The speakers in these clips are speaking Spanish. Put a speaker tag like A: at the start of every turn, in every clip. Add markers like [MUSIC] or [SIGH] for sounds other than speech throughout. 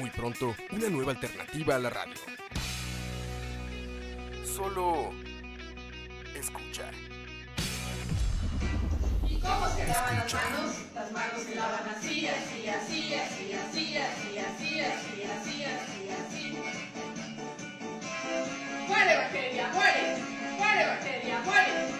A: Muy pronto, una nueva alternativa a la radio. Solo escucha.
B: ¿Y cómo se lavan las manos? Las manos se lavan así, así, así, así, así, así, así, así, así, así, así. ¡Muere bacteria, muere! ¡Muere bacteria, muere!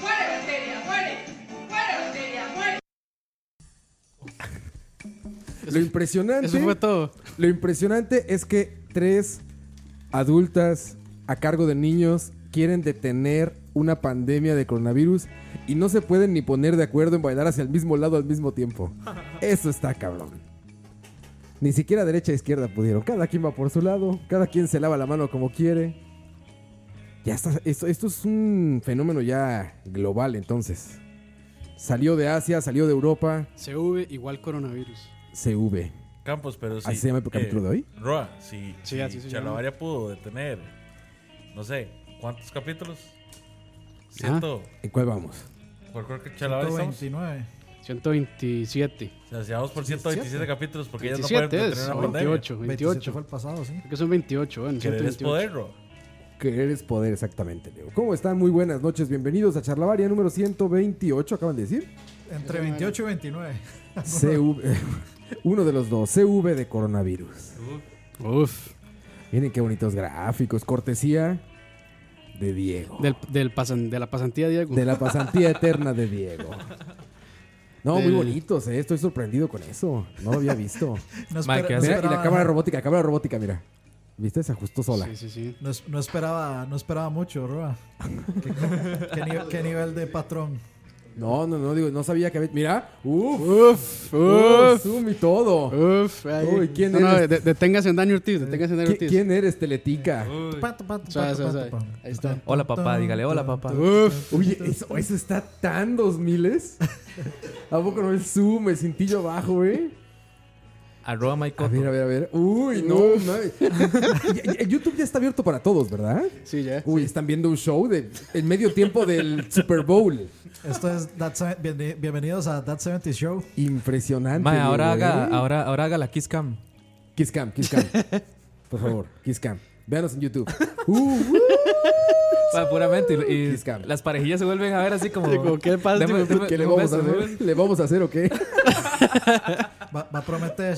B: ¡Muere bacteria, muere! ¡Muere bacteria, muere!
C: Lo impresionante.
D: Eso fue todo.
C: Lo impresionante es que tres adultas a cargo de niños quieren detener una pandemia de coronavirus y no se pueden ni poner de acuerdo en bailar hacia el mismo lado al mismo
D: [LAUGHS]
C: tiempo. Eso está cabrón. Ni siquiera derecha e izquierda pudieron. Cada quien va por su lado, cada quien se lava la mano como quiere. Ya está, esto, esto es un fenómeno ya global entonces. Salió de Asia, salió de Europa,
D: CV igual coronavirus.
C: CV.
E: Campos, pero sí. Eh,
C: ¿Así se llama el capítulo de hoy?
E: Roa, sí.
D: Sí, así se llama.
E: Chalabaria pudo detener. No sé, ¿cuántos capítulos?
C: Ah.
E: Ciento.
C: ¿En cuál vamos?
E: ¿Por cuál que Chalabaria estamos?
F: 129.
D: 127.
E: O sea, si vamos por 127 capítulos porque ellas no pueden
D: 27
E: detener
D: es.
E: una
D: o
E: pandemia.
D: 28,
F: 27 fue
D: 28.
F: el pasado, sí.
D: Creo que son 28, bueno,
E: Querer es
D: 128.
E: poder, Roa.
C: Querer es poder, exactamente, Leo. ¿Cómo están? Muy buenas noches, bienvenidos a Charlavaria número 128, acaban de decir.
F: Entre 28 y 29.
D: Ah,
C: CV, [LAUGHS] uno de los dos, CV de coronavirus.
D: Uf,
C: Miren qué bonitos gráficos, cortesía de Diego.
D: del, del pasan- de la pasantía, Diego.
C: De la pasantía eterna de Diego. No, muy
D: Del-
C: bonitos, eh, estoy sorprendido con eso. No lo había visto.
F: No,
D: Mike,
F: espera-
D: ¿qué hace?
F: no
C: Mira, y
F: esperaba,
C: la cámara robótica, cámara robótica, mira. ¿Viste? Se ajustó sola.
D: Sí, sí, sí.
F: no es- no esperaba, no esperaba mucho, Roa. ¿Qué, qué nivel, qué nivel de patrón?
C: No, no, no, digo, no sabía que había. Mira, uff,
D: Uf,
C: uff,
D: uf,
C: zoom y todo.
D: uf. ay.
C: Uy, ¿quién
D: no, no,
C: eres?
D: de- deténgase en Dani Ortiz, deténgase en Dani
C: ¿Qui-
D: Ortiz.
C: ¿Quién eres, Teletica?
F: Tupa, tupa, tupa,
D: Suave,
F: tupa,
D: suave, suave.
F: tupa.
D: Ahí está.
G: Hola papá, dígale, hola papá.
D: Uf,
C: Oye, eso, eso está tan dos [LAUGHS] miles. ¿A poco no el zoom, el cintillo abajo, güey?
G: Arroba
C: A
G: Maicoto.
C: ver, a ver, a ver. Uy, no, mames. [LAUGHS] Ya- ya- YouTube ya está abierto para todos, ¿verdad?
D: sí, ya.
C: Uy, están viendo un show de el medio tiempo del Super Bowl.
F: Esto es That Se- bien- Bienvenidos a That 70 Show.
C: Impresionante.
G: Mae, ahora
C: güey.
G: haga, ahora, ahora haga la Kiss Cam.
C: Kiss Cam, Kiss [LAUGHS] Cam. Por favor, Kiss Cam. Véanos en [LAUGHS] YouTube. Uh, uh.
G: Mae, puramente. y- Y,
C: Kiss Cam.
G: las parejillas se vuelven a ver así como.
D: Como, ¿qué pasa,
G: Deme-
D: hijo de
G: deme-
C: ¿Qué le
G: deme un
C: vamos a
G: beso,
C: hacer? ¿Le vamos a hacer o qué?
F: Va, va a prometer.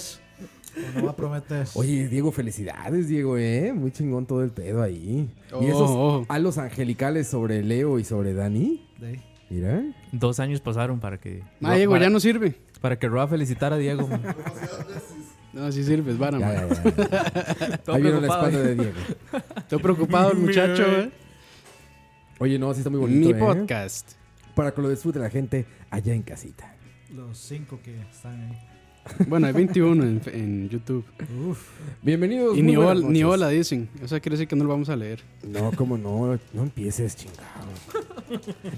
F: ¿O no va a prometer.
C: Oye, Diego, felicidades, Diego, ¿eh? Muy chingón todo el pedo ahí.
D: Oh,
C: y esos
D: oh.
C: halos angelicales sobre Leo y sobre Dani.
F: De ahí.
C: Mira.
G: Dos años pasaron para que.
D: Ma, Diego,
G: para,
D: ya no sirve.
G: para que Roa felicitara a Diego. [LAUGHS] mae.
D: No, sí sirve, es vara,
C: Ya,
D: ma.
C: ya, ya.
D: [LAUGHS]
G: Todo
C: Ahí vieron la
G: preocupado.
C: espalda de Diego. [LAUGHS]
D: Estoy preocupado el muchacho, eh.
C: Oye, no, sí está muy bonito. ¿eh?
D: Mi podcast.
C: Para que lo disfrute la gente allá en casita.
F: Los cinco que están ahí.
D: Bueno, hay 21 en, en YouTube.
C: Bienvenidos.
D: Y
C: muy
D: ni,
C: buenas
D: hola- ni
C: noches.
D: hola dicen. O sea, quiere decir que no lo vamos a leer.
C: No, cómo no. No empieces, chingado.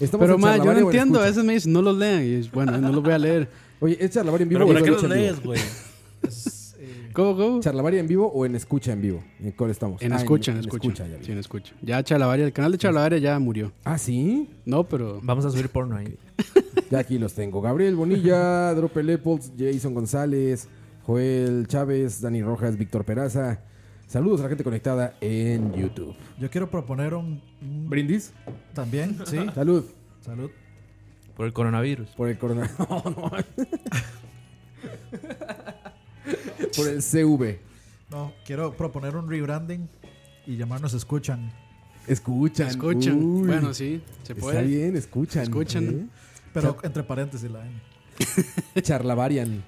C: Estamos
D: Pero,
C: en
D: ma,
C: Charlavaria,
D: yo no
C: bueno,
D: entiendo. A
C: escucha.
D: veces me dicen, no los lean. Y es, bueno, no los voy a leer.
C: [LAUGHS] Oye, ¿es Charlavaria en vivo
E: Pero
C: o
E: ¿para
C: en
E: qué los
C: escucha en vivo?
E: lees, güey?
F: Es, eh,
D: ¿Cómo, cómo?
C: ¿Charlavaria en vivo o en escucha en vivo? ¿En cuál estamos?
D: En
C: Ah,
D: escucha, en escucha.
C: ya vi.
D: Sí, en escucha. Ya Chalabaria, el canal de Chalabaria ya murió.
C: Ah, sí.
D: No, pero
G: Vamos a subir porno ahí.
C: Ya aquí los tengo. Gabriel
D: [LAUGHS]
C: Bonilla, Drope Leopold, Jason González, Joel Chávez, Dani Rojas, Víctor Peraza. Saludos a la gente conectada en YouTube.
F: yo quiero proponer un, un-
C: Brindis.
F: También, sí.
C: Salud
F: Salud.
G: Por el coronavirus.
C: por el corona. [LAUGHS] No, no. por el CV.
F: No, quiero proponer un rebranding y llamarnos Escuchan.
C: Escuchan.
D: escuchan.
C: Uy.
D: Bueno, sí, se
C: Está
D: puede.
C: bien, escuchan.
D: Escuchan.
F: Pero entre paréntesis la N.
C: ¿eh?
D: [LAUGHS]
C: Charlavarian.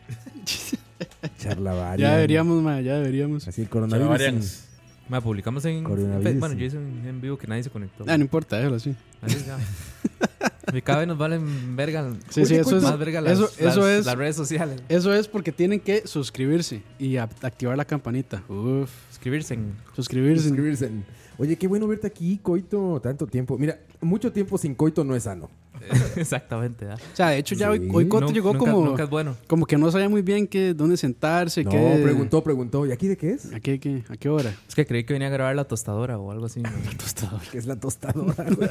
C: Charlavarian.
D: Ya deberíamos, ma, ya deberíamos.
C: Así el coronavirus.
E: Charlavarians.
C: sin-
G: Ma, publicamos en.
H: Coronavirus,
G: fe- Bueno,
H: sí.
G: yo hice un en vivo que nadie se conectó.
D: Ah, no importa, déjalo así. [LAUGHS]
G: Así es, ya. Y Cada vez nos valen verga.
D: Sí, sí, eso es-
G: Más verga las,
D: eso- eso
G: las-
D: es-
G: las redes sociales.
D: Eso es porque tienen que suscribirse y a- activar la campanita. Uf, [LAUGHS]
G: Suscribirse en.
D: suscribirse.
C: Inscribirse en- Oye, qué bueno verte aquí, Coito. Tanto tiempo. Mira, mucho tiempo sin Coito no es sano.
G: Exactamente, ¿verdad?
D: O sea, de hecho ya
C: Sí.
D: hoy, hoy Coto
G: Nun-
D: llegó
G: nunca-
D: como,
G: Nunca es bueno.
D: como que no sabía muy bien qué, dónde sentarse,
C: No,
D: qué...
C: preguntó, preguntó. ¿Y aquí de qué es?
D: ¿A qué, qué- a qué hora?
G: Es que creí que venía a grabar la tostadora o algo así. ¿no?
C: Que es la tostadora, güey.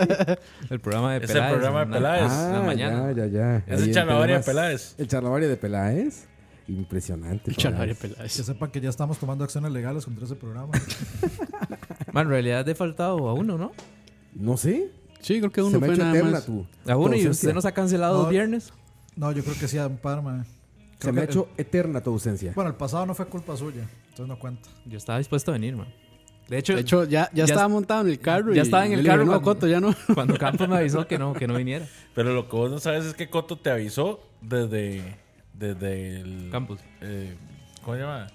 G: El programa de
E: Es el
G: Peláez.
E: programa de
G: en
E: Peláez.
G: en
D: Ah,
G: la mañana.
C: Ya, ya, ya.
E: Es
C: Ahí
E: el
C: en
E: charlavaria de
C: Peláez.
E: Peláez.
C: El charlavaria de Peláez. Impresionante.
D: Chalabaria
C: Peláez.
F: Que
D: Peláez.
F: sepan que ya estamos tomando acciones legales contra ese programa.
G: Ma, en realidad he faltado a uno, ¿no?
C: No sé.
D: Sí, creo que
C: Se
D: uno
C: me ha
D: fue
C: hecho
D: nada
C: eterna
D: más.
C: tu.
G: A uno y
C: ausencia.
G: usted nos ha cancelado
F: No.
G: dos viernes.
F: No, yo creo que sí, a un par, man.
C: Se
F: Creo
C: me ha
F: que-
C: hecho eterna tu ausencia.
F: Bueno, el pasado no fue culpa suya, entonces no cuenta.
G: Yo estaba dispuesto a venir, man. De hecho,
D: De [LAUGHS] hecho, ya, ya,
G: Ya
D: estaba
G: es-
D: montado en el carro.
G: ya
D: y
G: estaba en
D: yo le
G: el
D: dije,
G: carro
D: no,
G: cuando-
D: Coto, ya
G: [LAUGHS]
D: no.
G: cuando Campos me avisó que no, que no viniera.
E: Pero lo que vos no sabes es que Coto te avisó desde. Desde el.
G: Campos.
E: eh, ¿Cómo se llama?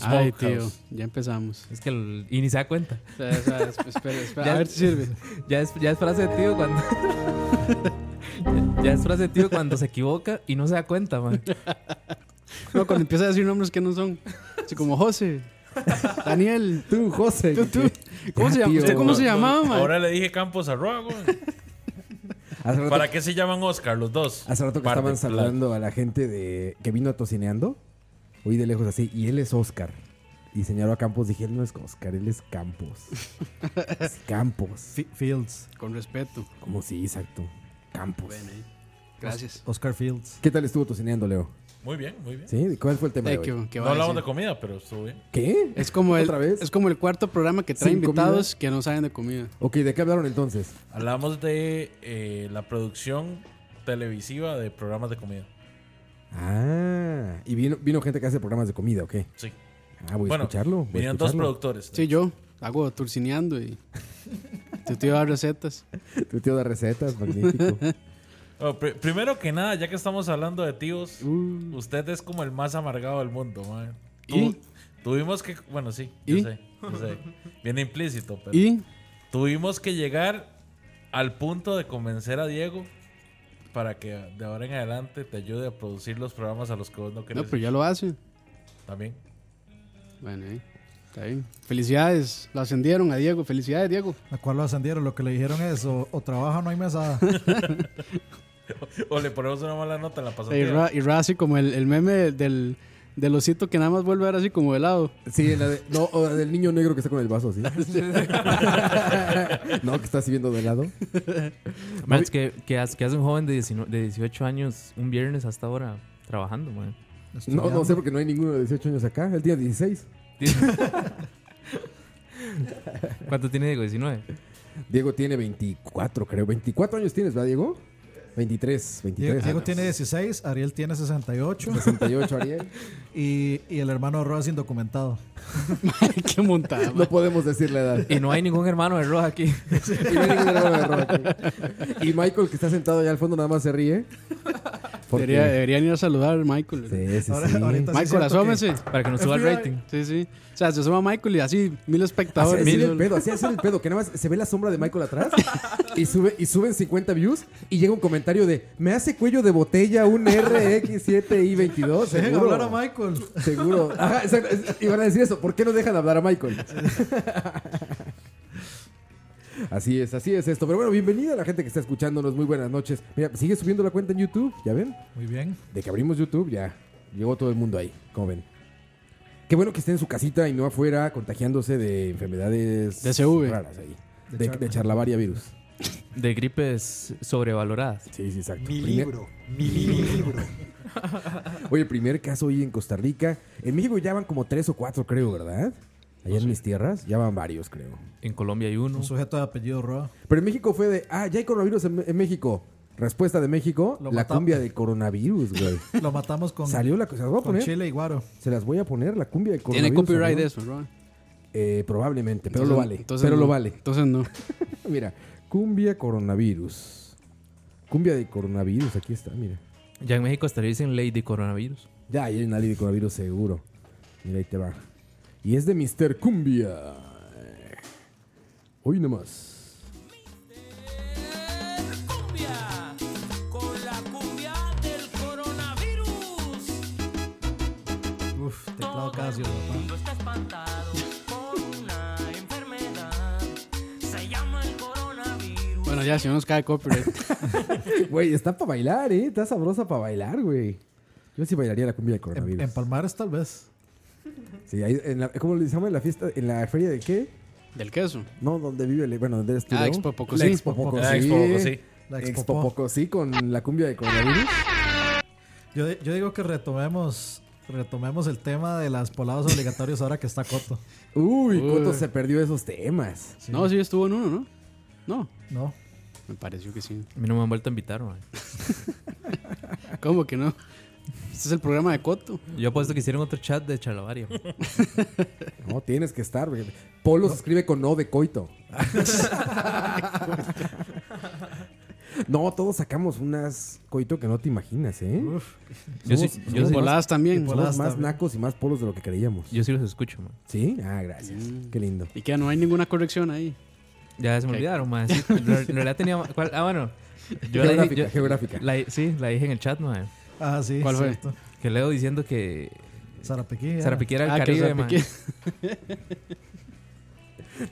D: Ay, tío,
E: Smokehouse.
D: ya empezamos.
G: Es que el- y ni se da cuenta.
D: O sea, o sea, esp- espera, espera, [LAUGHS]
G: Ya-
D: a ver si sirve.
G: Ya es, ya es frase de tío cuando. [LAUGHS] ya, ya es frase de tío cuando se equivoca y no se da cuenta, man.
D: No, cuando empieza a decir nombres que no son. Así como José, Daniel,
C: Tú, José. [LAUGHS]
D: tú, tú. ¿Cómo
C: Ya,
D: se llama?
C: tío.
D: ¿Usted cómo se llamaba, man?
E: Ahora le dije Campos a Roa, güey.
C: Hace rato,
E: ¿Para qué se llaman Oscar los dos?
C: hace rato que
E: Par de
C: estaban saludando a la gente de que vino a tocineando. Oí de lejos así. Y él es Oscar. Y señaló a Campos. Dije, él no es Oscar, él es
E: [LAUGHS]
C: Campos. Es Campos.
F: Fi- Fields,
D: Con respeto.
C: Como si, exacto. Campos.
E: eh.
D: Gracias.
F: Oscar Fields.
C: ¿Qué tal estuvo tocineando, Leo?
E: platos. Muy bien, muy bien.
C: ¿Sí? ¿Y ¿Cuál fue el tema de
D: Eh,
C: hoy?
D: que- que
E: No
D: va a
E: hablamos de
D: decir.
E: comida, pero estuvo bien.
C: ¿Qué?
D: es como, el,
C: ¿Otra vez?
D: es como el cuarto programa que trae
C: ¿Sin
D: invitados que no saben de comida.
C: Ok, ¿de qué hablaron entonces?
E: Hablamos de eh, la producción televisiva de programas de comida.
C: Ah, y vino, vino gente que hace programas de comida, ¿ok?
E: Sí.
C: Ah, voy a
E: bueno,
C: escucharlo. voy a
E: vinieron dos
C: escucharlo.
E: productores.
D: Sí, yo hago turcineando [LAUGHS] y tu tío da recetas.
C: [LAUGHS] Tu tío da recetas, magnífico.
E: [LAUGHS] Bueno, pr- Oh, primero que nada, ya que estamos hablando de tíos,
C: Uh.
E: usted es como el más amargado del mundo, man. Tu-
D: ¿Y?
E: Tuvimos que. Bueno, sí,
D: ¿Y?
E: yo sé. yo sé.
C: [LAUGHS]
E: Viene implícito, pero.
D: Y
E: Tuvimos que llegar al punto de convencer a Diego para que de ahora en adelante te ayude a producir los programas a los que vos no
D: no,
E: querés.
D: pero ya lo hace.
E: También.
D: Bueno, ahí, está bien. Felicidades, lo ascendieron a Diego. Felicidades, Diego.
F: La cual lo ascendieron, lo que le dijeron es o, o trabaja o no
C: [LAUGHS]
F: hay mesada.
E: O le ponemos una mala nota en la
D: Y
E: pasantía.
D: Ra, y Ra así como el, el meme del, del osito que nada más vuelve a ver así como [LAUGHS] helado.
C: Sí, la de- no, o la del niño negro que está con el vaso,
F: [LAUGHS]
C: ¿sí? [LAUGHS] no, que está así viendo de lado.
G: Man, es que, que, hace, que hace un joven de, 19 de 18 años un viernes hasta ahora trabajando, man.
C: No, no sé porque no hay ninguno de 18 años acá. Él tiene 16.
G: ¿Cuánto tiene Diego? 19.
C: Diego tiene 24, creo. 24 años tienes, ¿verdad, Diego? 23, 23.
F: Diego, Diego
C: Ah,
F: tiene 16, Ariel tiene 68
C: 68, Ariel.
F: y, y el hermano Roa es indocumentado.
D: Qué montada.
C: No podemos decir la
F: [LAUGHS]
C: edad.
G: Y no hay ningún hermano de Roja aquí.
C: Y no hay ningún hermano de Rocky. Y Michael, que está sentado allá al fondo, nada más se ríe. Porque-
D: Debería- deberían ir a saludar a Michael.
C: Sí, sí,
F: Ahora-
C: sí.
F: ahorita sí
D: Michael,
F: siento que-
D: asómese.
G: Para que nos suba el rating.
D: Sí, sí. O sea, se asoma Michael y así mil
C: Así
D: espectadores.
C: así era
D: mil-
C: el pedo, así hacer el pedo, que nada más se ve la sombra de Michael atrás y sube y suben 50 views y llega un comentario de me hace cuello de botella un RX7i22,
F: [LAUGHS] Dejen hablar a
C: seguro.
F: Michael.
C: Seguro. Ajá, exacto, es- iban a decir eso, ¿por qué no dejan hablar a
F: [LAUGHS]
C: Michael? Así es, así es esto. Pero bueno, bienvenida a la gente que está escuchándonos. Muy buenas noches. Mira, sigue subiendo la cuenta en YouTube, ¿ya ven?
F: Muy bien.
C: De que abrimos YouTube, ya. Llegó todo el mundo ahí, como ven. Qué bueno que esté en su casita y no afuera contagiándose de enfermedades
D: DSV.
C: raras ahí.
F: De
C: De,
F: charla.
C: de charlavaria virus.
G: De gripes sobrevaloradas.
C: Sí, sí, exacto.
H: Mi
C: Primer-
H: libro, mi libro.
C: [LAUGHS] oye, primer caso hoy en Costa Rica. En México ya van como tres o cuatro, creo, ¿verdad? Allá en mis tierras ya van varios, creo.
G: En Colombia hay uno.
F: Un sujeto de apellido Roa.
C: Pero en México fue de, ah, ya hay coronavirus en, en México. Respuesta de México,
F: Lo
C: la
F: matamos.
C: cumbia del coronavirus, güey.
F: Lo matamos con,
C: Salió la cosa, las voy a
F: con
C: poner.
F: Chile y Guaro.
C: Se las voy a poner, la cumbia del coronavirus.
D: Tiene copyright
C: salió.
D: eso, ¿verdad?
C: Eh, probablemente, pero
D: Entonces-
C: lo vale.
D: entonces
C: pero
D: no.
C: lo vale. [LAUGHS]
D: Entonces no.
C: Mira, cumbia coronavirus. Cumbia de coronavirus, aquí está, mira.
G: Ya en México hasta le dicen ley de coronavirus.
C: Ya, ahí hay una ley de coronavirus seguro. Mira, ahí te va. Y es de Mr. Cumbia. Hoy nomás. [LAUGHS]
I: Cumbia, con la cumbia del coronavirus.
F: Uf, teclado Casio, papá.
I: Mundo está espantado con una enfermedad. Se llama el coronavirus.
D: Bueno, ya, si no nos
C: [LAUGHS]
D: cae copyright.
C: Güey, está para bailar, ¿eh? Está sabrosa para bailar, güey. Yo sí bailaría la cumbia de
F: En,
C: coronavirus.
F: en Palmares, tal vez.
C: Sí, ahí en la, ¿Cómo le llaman en la fiesta? ¿En la feria de qué?
D: Del queso.
C: No, donde vive, el- bueno, donde eres tú.
D: Ah,
C: ¿no?
D: Expo Pocosí.
C: La Expo Pocosí.
E: La Expo Pocosí.
F: La
C: Expo
F: Expo.
C: Pocosí con la cumbia de coronavirus.
F: Yo, di- yo digo que retomemos, retomemos el tema de las poladas obligatorias ahora que está Coto.
C: Uy,
D: Uy.
C: Coto se perdió esos temas.
D: No, sí estuvo en uno, ¿no? No,
F: ¿No?
D: me pareció que sí.
G: A mí no me han vuelto a invitar, man.
D: ¿Cómo que no? Este es el programa de Coto.
G: Yo apuesto que hicieron otro chat de Chalabaria. man.
C: No, tienes que estar. güey. Polo se escribe con O de
F: [LAUGHS]
C: coito. no, todos sacamos unas coito que no te imaginas, ¿eh?
F: Uf.
G: Yo sí,
C: Somos-
G: yo,
D: Las
G: sí,
D: voladas también.
C: Somos más
F: también.
C: nacos y más polos de lo que creíamos.
G: yo sí los escucho, man.
C: ¿Sí? Ah, gracias.
F: Mm.
C: Qué lindo.
D: Y que no hay ninguna corrección ahí.
G: Ya se me
D: Ok.
G: olvidaron, man. Sí, en real- en realidad tenía. ¿cuál?
D: [LAUGHS]
G: Ah, bueno. Yo la
C: geográfica,
G: dije, yo-
C: geográfica.
G: la- sí, la dije en el chat, man.
F: Ah, sí.
D: ¿Cuál fue?
F: cierto.
G: Que leo diciendo que
F: Sarapequí. era.
G: Sarapiquí era el
D: Ah, que
G: Caribe, man.
D: Sarapiquí.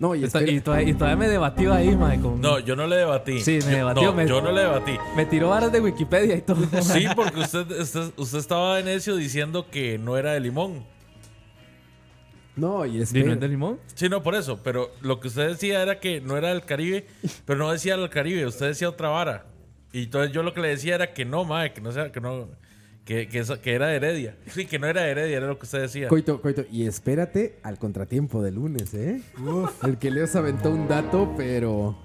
C: No, y,
G: Esto-
C: espera-
G: y, todavía, y todavía me debatió ahí, man. con-
E: No, yo no le debatí.
G: Sí, me
E: Yo-
G: debatió,
E: No,
G: me-
E: yo no le debatí.
G: Me tiró varas de Wikipedia y
H: [LAUGHS]
G: todo.
E: Sí, porque usted, usted, usted estaba de necio diciendo que no era de limón.
C: no, y
G: ¿Y no es
C: espera.
G: de limón?
E: Sí, no, por eso. Pero lo que usted decía era que no era del
H: [LAUGHS]
E: Caribe, pero no decía del Caribe, usted decía otra vara. Y entonces yo lo que le decía era que no, mae, que no sea, que no, que, que, eso- que era de Heredia. Sí, que no era de Heredia, era lo que usted decía.
C: Coito, coito, y espérate al contratiempo de lunes, ¿eh? El que Leo se aventó un dato, pero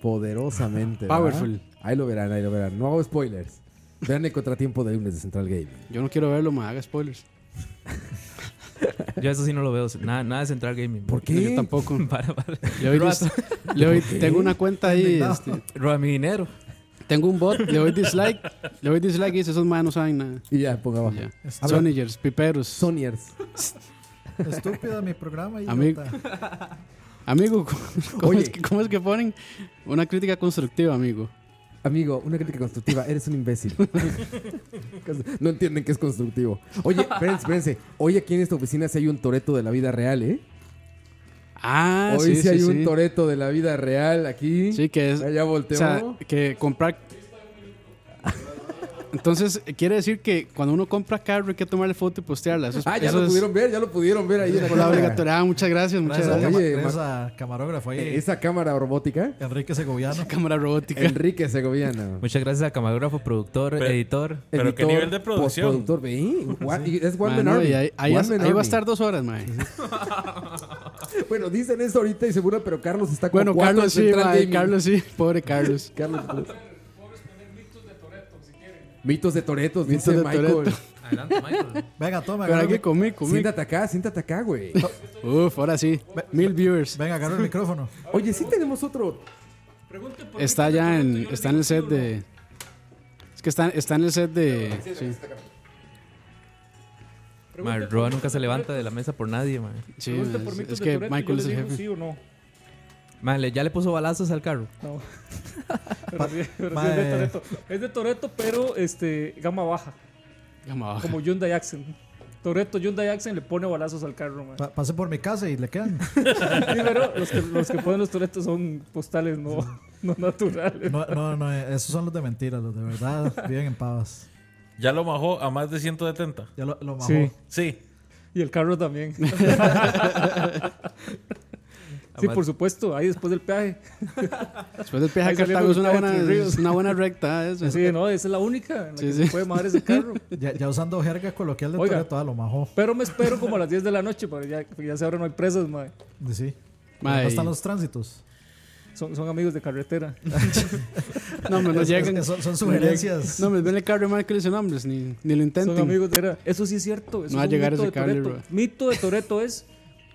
C: poderosamente. ¿verdad?
D: Powerful.
C: Ahí lo verán, ahí lo verán. No hago spoilers. Vean el contratiempo de lunes de Central Game.
D: Yo no quiero verlo, me haga spoilers.
G: Yo eso sí no lo veo. Nada, nada de Central Gaming.
C: ¿Por
D: No,
C: qué?
D: Yo tampoco.
G: [LAUGHS] Para, para.
D: Le doy, dis- [LAUGHS] le doy- tengo una cuenta ahí.
F: Indignado.
D: este,
G: Roba mi dinero.
D: tengo un bot, le doy dislike. Le doy dislike y dice, esos manos no saben nada.
C: Y ya, ponga abajo.
D: Ya.
F: Habla-
D: Sonigers, piperos.
C: Sonyers.
F: Estúpida mi programa.
D: Amigo.
F: Amigo.
D: Amigo, ¿cómo,
C: Oye.
D: es que, cómo es que ponen una crítica constructiva, amigo?
C: Amigo, una crítica constructiva. Eres un
D: [LAUGHS]
C: imbécil. no entienden que es constructivo. Oye, espérense, espérense. Hoy aquí en esta oficina sí hay un toreto de la vida real, ¿eh?
D: Ah,
C: Hoy sí,
D: sí, sí,
C: hay
D: sí.
C: un toreto de la vida real aquí.
D: Sí, que es...
C: Allá
D: o
C: volteó.
D: sea, que comprar... Entonces, quiere decir que cuando uno compra carro hay que tomarle foto y postearla. Eso es,
C: Ah, ya
D: eso
C: lo
D: es
C: pudieron ver, ya lo pudieron ver ahí en la
D: por la
C: cámara.
D: obligatoriedad. Ah, muchas gracias, muchas
C: Gracias.
D: gracias.
C: Oye,
F: Esa camarógrafo ahí.
C: Eh, Esa cámara robótica,
F: Enrique
D: [LAUGHS]
F: Segoviano.
D: Cámara robótica.
C: Enrique Segoviano.
G: Muchas gracias a camarógrafo, productor,
E: Pero-
G: editor.
E: Pero qué
C: editor,
E: nivel de producción.
C: postproductor, ve, one- y Es One Man
D: Mano,
C: Army.
D: y ahí, ahí
C: One
D: as-
C: Man
D: ahí va
C: Army.
D: a estar dos horas,
H: [LAUGHS]
D: mae.
C: Bueno, dicen eso ahorita y seguro, pero Carlos está con
D: Bueno,
C: cuatro
D: Carlos
C: en
D: sí,
C: Central
D: mae,
C: Gaming.
D: Carlos sí. Pobre
H: [LAUGHS]
D: Carlos.
C: Carlos. pues. mitos de Toretos,
D: Mitos
C: dice
D: de
C: Michael.
D: Toretto.
G: Adelante, Michael.
F: Venga, toma.
D: Pero hay
F: agarra el
D: que
F: mic-
D: comer, comer.
C: Siéntate acá, siéntate acá, güey.
D: Uf, ahora sí. Mil viewers.
F: Venga, agarra el micrófono.
C: Oye, sí tenemos otro.
D: Está ya en, está en el set de. Es que está, está en el set de. Sí,
G: Roa nunca se levanta de la mesa por nadie, man.
D: sí,
H: Pregunte
D: es-
H: por mitos
D: es
H: de
D: que
H: Toretto y yo
D: Michael
H: les
D: es el
H: digo
D: jefe.
H: sí o no.
G: Man, le- ya le puso balazos al carro.
H: Pero sí- pero sí es
F: Mae.
H: de Toreto. Es de Toreto, pero este, gama baja.
D: Gama baja.
H: Como Hyundai Accent. Toreto, Hyundai Accent le pone balazos al
F: [LAUGHS]
H: carro, man.
F: Pa- pase por mi casa y le quedan.
H: Sí, pero los que, los que ponen los Toretos son postales no, no naturales.
F: No, no, no. Esos son los de mentira. Los de verdad viven en pavas.
E: Ya lo majó a más de 170.
F: Ya lo, lo mamó.
H: Sí.
E: Sí.
H: Y el carro también. Sí, por supuesto, ahí después del peaje.
D: Después del peaje a
H: Ahí saliendo
D: Cartago es una
H: ahorita
D: buena,
H: de Tres Ríos.
D: es una buena recta. ¿eh? Eso.
H: Sí, no, esa es la única en la
D: Sí,
H: que
D: sí.
H: se puede madre ese carro.
F: Ya, ya usando jerga coloquial de
H: Oiga.
F: Toreto, ah, lo majó.
H: Pero me espero como a las 10 de la noche, para ya, ya se abren no hay presas, mae.
F: Sí.
D: Mae.
F: ¿Dónde están los tránsitos?
H: Son, son amigos de carretera.
D: No, me no
F: Es-
D: llegan.
F: es- son, son sugerencias.
D: No, me ven el carro de Michael y dicen nombres, ni, ni lo
H: Son
D: intenten.
H: amigos de era- Eso sí es cierto. eso
D: No va a
H: es un
D: llegar
H: mito
D: ese
H: de
D: cable,
H: Toretto.
D: bro.
H: Mito de Toreto es.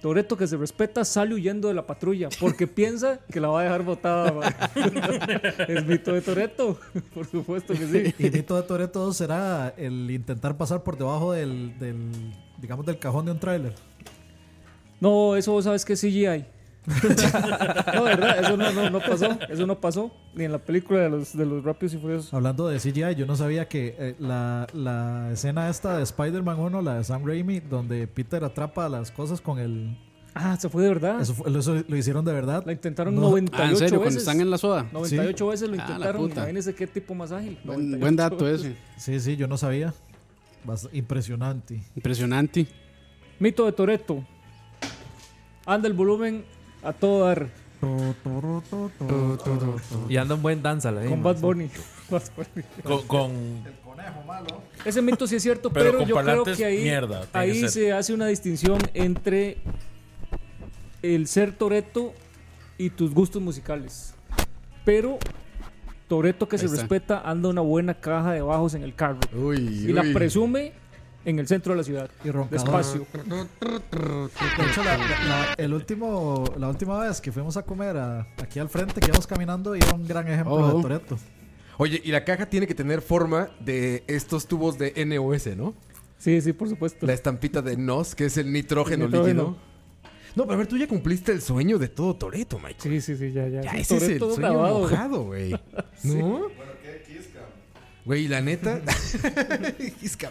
H: Toreto que se respeta sale huyendo de la patrulla porque piensa que la va a dejar botada. mae. [LAUGHS] es mito de Toreto, por supuesto que sí.
F: Y mito de Toreto será el intentar pasar por debajo del, del digamos, del cajón de un tráiler.
H: No, eso vos sabes que es CGI. [LAUGHS] No, verdad, eso no, no, no pasó. Eso no pasó ni en la película de los, de los Rápidos y Furiosos.
F: Hablando de CGI, yo no sabía que eh, la, la escena esta de Spider-Man 1, la de Sam Raimi, donde Peter atrapa las cosas con el...
H: Ah, se fue de verdad.
F: Eso, fue- eso lo hicieron de verdad.
H: La intentaron
F: No.
D: Ah,
H: 98
D: en serio, cuando
H: veces.
D: están en la soda.
H: 98 veces lo
D: Ah, la
H: intentaron.
D: puta.
H: Imagínense qué tipo más ágil.
D: Buen,
H: 98
D: buen dato
H: veces.
D: ese.
F: Sí, sí, yo no sabía. Bast- impresionante.
D: Impresionante.
H: Mito de Toreto. Anda el volumen a todo dar
G: Y anda un buen danzal ahí.
H: con
G: man,
H: Bad
G: sí.
H: Bunny. [LAUGHS] Bad Bunny.
E: Con, con-
H: Ese mito sí es cierto,
E: Pero
H: pero,
E: con
H: yo creo
E: parlantes,
H: que ahí,
E: mierda, tiene que
H: ahí
E: ser.
H: se hace una distinción entre el ser Toreto y tus gustos musicales. Pero Toreto que
D: Ahí
H: se
D: está.
H: respeta anda una buena caja de bajos en el carro
J: Uy,
H: y la presume en el centro de la ciudad.
F: Y roncador.
H: Despacio.
F: De hecho, la, la- la- el último, la última vez que fuimos a comer a- aquí al frente, que íbamos caminando, y era un gran ejemplo
D: Ojo.
F: de Toreto.
K: Oye, y la caja tiene que tener forma de estos tubos de NOS, ¿no?
H: Sí, sí, por supuesto.
K: La estampita de NOS, que es el nitrógeno,
H: Nitrógeno.
K: líquido. No, pero a ver, tú ya cumpliste el sueño de todo Toreto, Mike.
H: Sí, sí, sí, ya, ya.
K: Ya,
H: Sí,
K: ese es el
H: Toretto
K: sueño
H: grabado.
K: mojado,
D: [LAUGHS]
K: güey. ¿No? Bueno, ¿qué Güey, la
H: [LAUGHS]
K: neta. Quisca.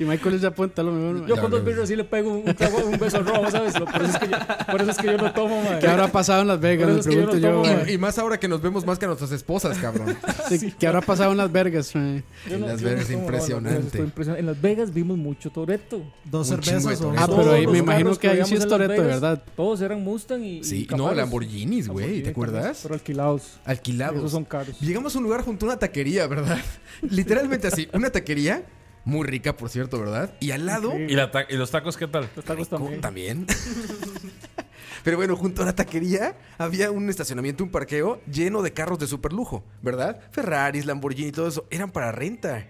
D: Y Michael ya apunta lo mejor.
H: Yo
D: man.
K: Ya,
H: con dos
K: güey.
H: birras sí le pego un, trago- un beso rojo, ¿sabes? Lo- Por eso es que yo, por eso es que yo no tomo, man.
D: ¿Qué habrá pasado en Las Vegas?
H: Por
D: Me
H: eso es que yo
D: pregunto
H: no
D: yo.
H: tomo,
D: man.
H: man.
K: y más ahora que nos vemos más que a nuestras esposas, cabrón.
D: Sí, ¿Qué habrá pasado en Las Vegas? man?
H: [LAUGHS] Yo
K: En
H: no-
K: Las
H: yo no
K: Vegas,
H: tomo, no,
K: impresionante.
H: En Las Vegas, estoy impresionante. En Las Vegas vimos mucho Toreto.
F: Dos
K: Un chingo de
F: cervezas o
K: Toretto.
D: Ah,
F: dos-
D: pero ahí
H: Todos
D: me
H: los
D: imagino
H: carros
D: que ahí sí
H: veíamos
D: es
H: en Las
D: Toretto, de
H: Vegas,
D: verdad.
H: Todos eran Mustang y.
K: Sí,
H: y
K: no,
H: Caparos.
K: Lamborghinis, güey, ¿te
H: Lamborghini, Caparos,
K: acuerdas?
H: Pero alquilados.
K: Alquilados.
H: Esos son caros.
K: Llegamos a un lugar junto a una taquería, ¿verdad? [LAUGHS] Literalmente así, una taquería, muy rica, por cierto, ¿verdad? Y al lado,
E: y, la ta- y los tacos qué tal?
H: Los tacos
K: co-
H: también.
K: también. [LAUGHS] Pero bueno, junto a la taquería había un estacionamiento, un parqueo lleno de carros de super lujo, ¿verdad? Ferraris, Lamborghini y todo eso, eran para renta.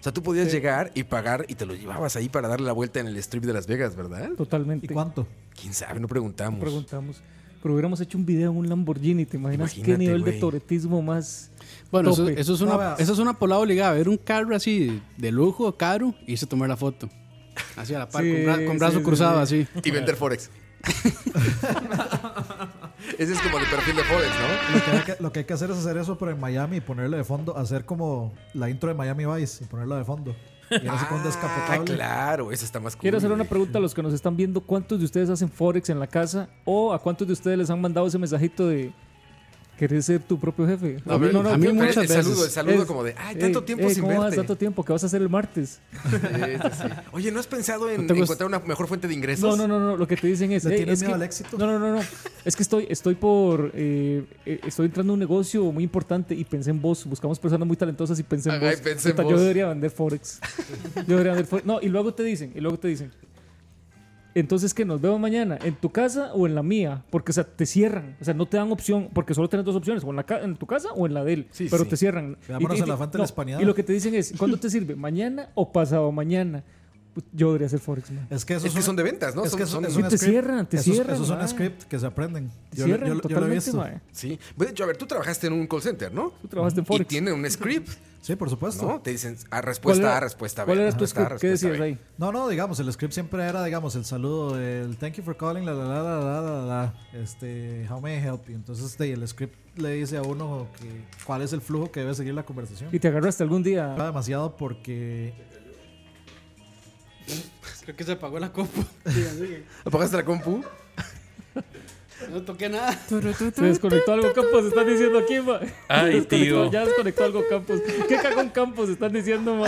K: O sea, tú podías llegar y pagar y te lo llevabas ahí para darle la vuelta en el strip de Las Vegas, ¿verdad?
H: Totalmente.
F: ¿Y cuánto?
K: ¿Quién sabe? No preguntamos.
H: Preguntamos. Pero hubiéramos hecho un video en un Lamborghini, ¿te imaginas qué
K: Imagínate,
H: nivel de
K: güey.
H: toretismo más?
D: Bueno, eso,
H: Tope.
D: eso es
F: No,
D: una,
F: veas.
D: eso es una polada obligada. Ver un carro así de lujo, caro, y irse a tomar la foto. Así a la par,
H: Sí,
D: con, bra- con
H: sí,
D: brazo
H: sí,
D: cruzado,
H: sí.
D: así.
J: Y vender
K: [LAUGHS]
J: Forex. Ese es como el perfil de Forex, ¿no?
F: Lo que, hay que, lo que hay que hacer es hacer eso, pero en Miami y ponerle de fondo, hacer como la intro de Miami Vice y ponerla de fondo. Y ir así
K: [LAUGHS]
F: con
K: Ah,
F: descapotable.
K: claro, eso está más cool.
H: Quiero hacer una pregunta a los que nos están viendo. ¿Cuántos de ustedes hacen Forex en la casa? ¿O a cuántos de ustedes les han mandado ese mensajito de querés ser tu propio jefe?
D: A mí- a mí
H: ¿qué-
D: muchas
K: el saludo, el
D: veces.
K: saludo
H: es-
K: como de, ay,
H: Ey,
K: tanto tiempo
H: ey,
K: sin
H: ¿cómo vas?
K: verte.
H: tanto tiempo? ¿Qué vas a hacer el martes?
K: Sí, sí, sí. Oye, ¿no has pensado en
D: te gusta-
K: encontrar una mejor fuente de ingresos?
H: No, no, no, no. Lo que te dicen es...
F: ¿Le
H: "Ey,
F: tienes
H: es
F: miedo
H: que,
F: al éxito?
H: No, no, no, no. Es que estoy, estoy por... eh, eh, estoy entrando a un negocio muy importante y pensé en vos. Buscamos personas muy talentosas y pensé en
K: Ajá,
H: vos.
K: y pensé en
H: Puta, Yo
K: vos.
H: debería
K: [LAUGHS]
H: vender Forex. yo debería vender Forex. No, y luego te dicen, y luego te dicen... Entonces, que nos vemos mañana? ¿En tu casa o en la mía? Porque, o sea, te cierran. O sea, no te dan opción, porque solo tienes dos opciones, o en, la ca- en tu casa o en la de él.
K: Sí,
H: pero
K: sí.
H: te cierran.
F: Veámonos en la Fanta la españada.
H: y lo que te dicen es, ¿cuándo te sirve? ¿Mañana o pasado mañana? Put- Yo debería hacer Forex, man.
F: Es que, eso
K: Es que son de ventas, ¿no?
F: Es
K: Son-
F: que eso-
K: son-
F: es
H: Sí,
F: un
H: te
F: script.
H: cierran, te
F: Eso es-
H: cierran,
F: Eso es
H: mae.
F: un script que se aprenden.
H: Te
F: Yo, lo-
H: cierran
F: yo lo- yo lo he
H: totalmente,
F: visto.
H: mae.
K: Sí. Pues, De hecho, a ver, tú trabajaste en un call center, ¿no?
H: Tú trabajaste en Forex.
K: Y tiene un script,
F: Sí, por supuesto.
K: ¿no? Te dicen a respuesta A, respuesta B.
H: ¿Cuál era tu
K: respuesta A,
H: script? ¿Qué
K: respuesta
H: decías
K: B.
H: ahí?
F: No, no, digamos, el script siempre era, digamos, el saludo, el thank you for calling, la, la, la, la, la, la, la, este, how may I help you. Entonces, de, el script le dice a uno que, cuál es el flujo que debe seguir la conversación.
H: ¿Y te agarraste algún día?
F: Era demasiado porque...
D: Creo que se apagó la copa.
H: [LAUGHS]
K: ¿Apagaste la compu?
D: No toqué nada.
H: ¿Se desconectó algo, Campos? ¿Estás diciendo aquí, ma?
K: [LAUGHS]
E: Ay,
H: Se desconectó-
E: tío.
H: Ya desconectó algo, Campos. ¿Qué cagón, Campos? Están diciendo, ma.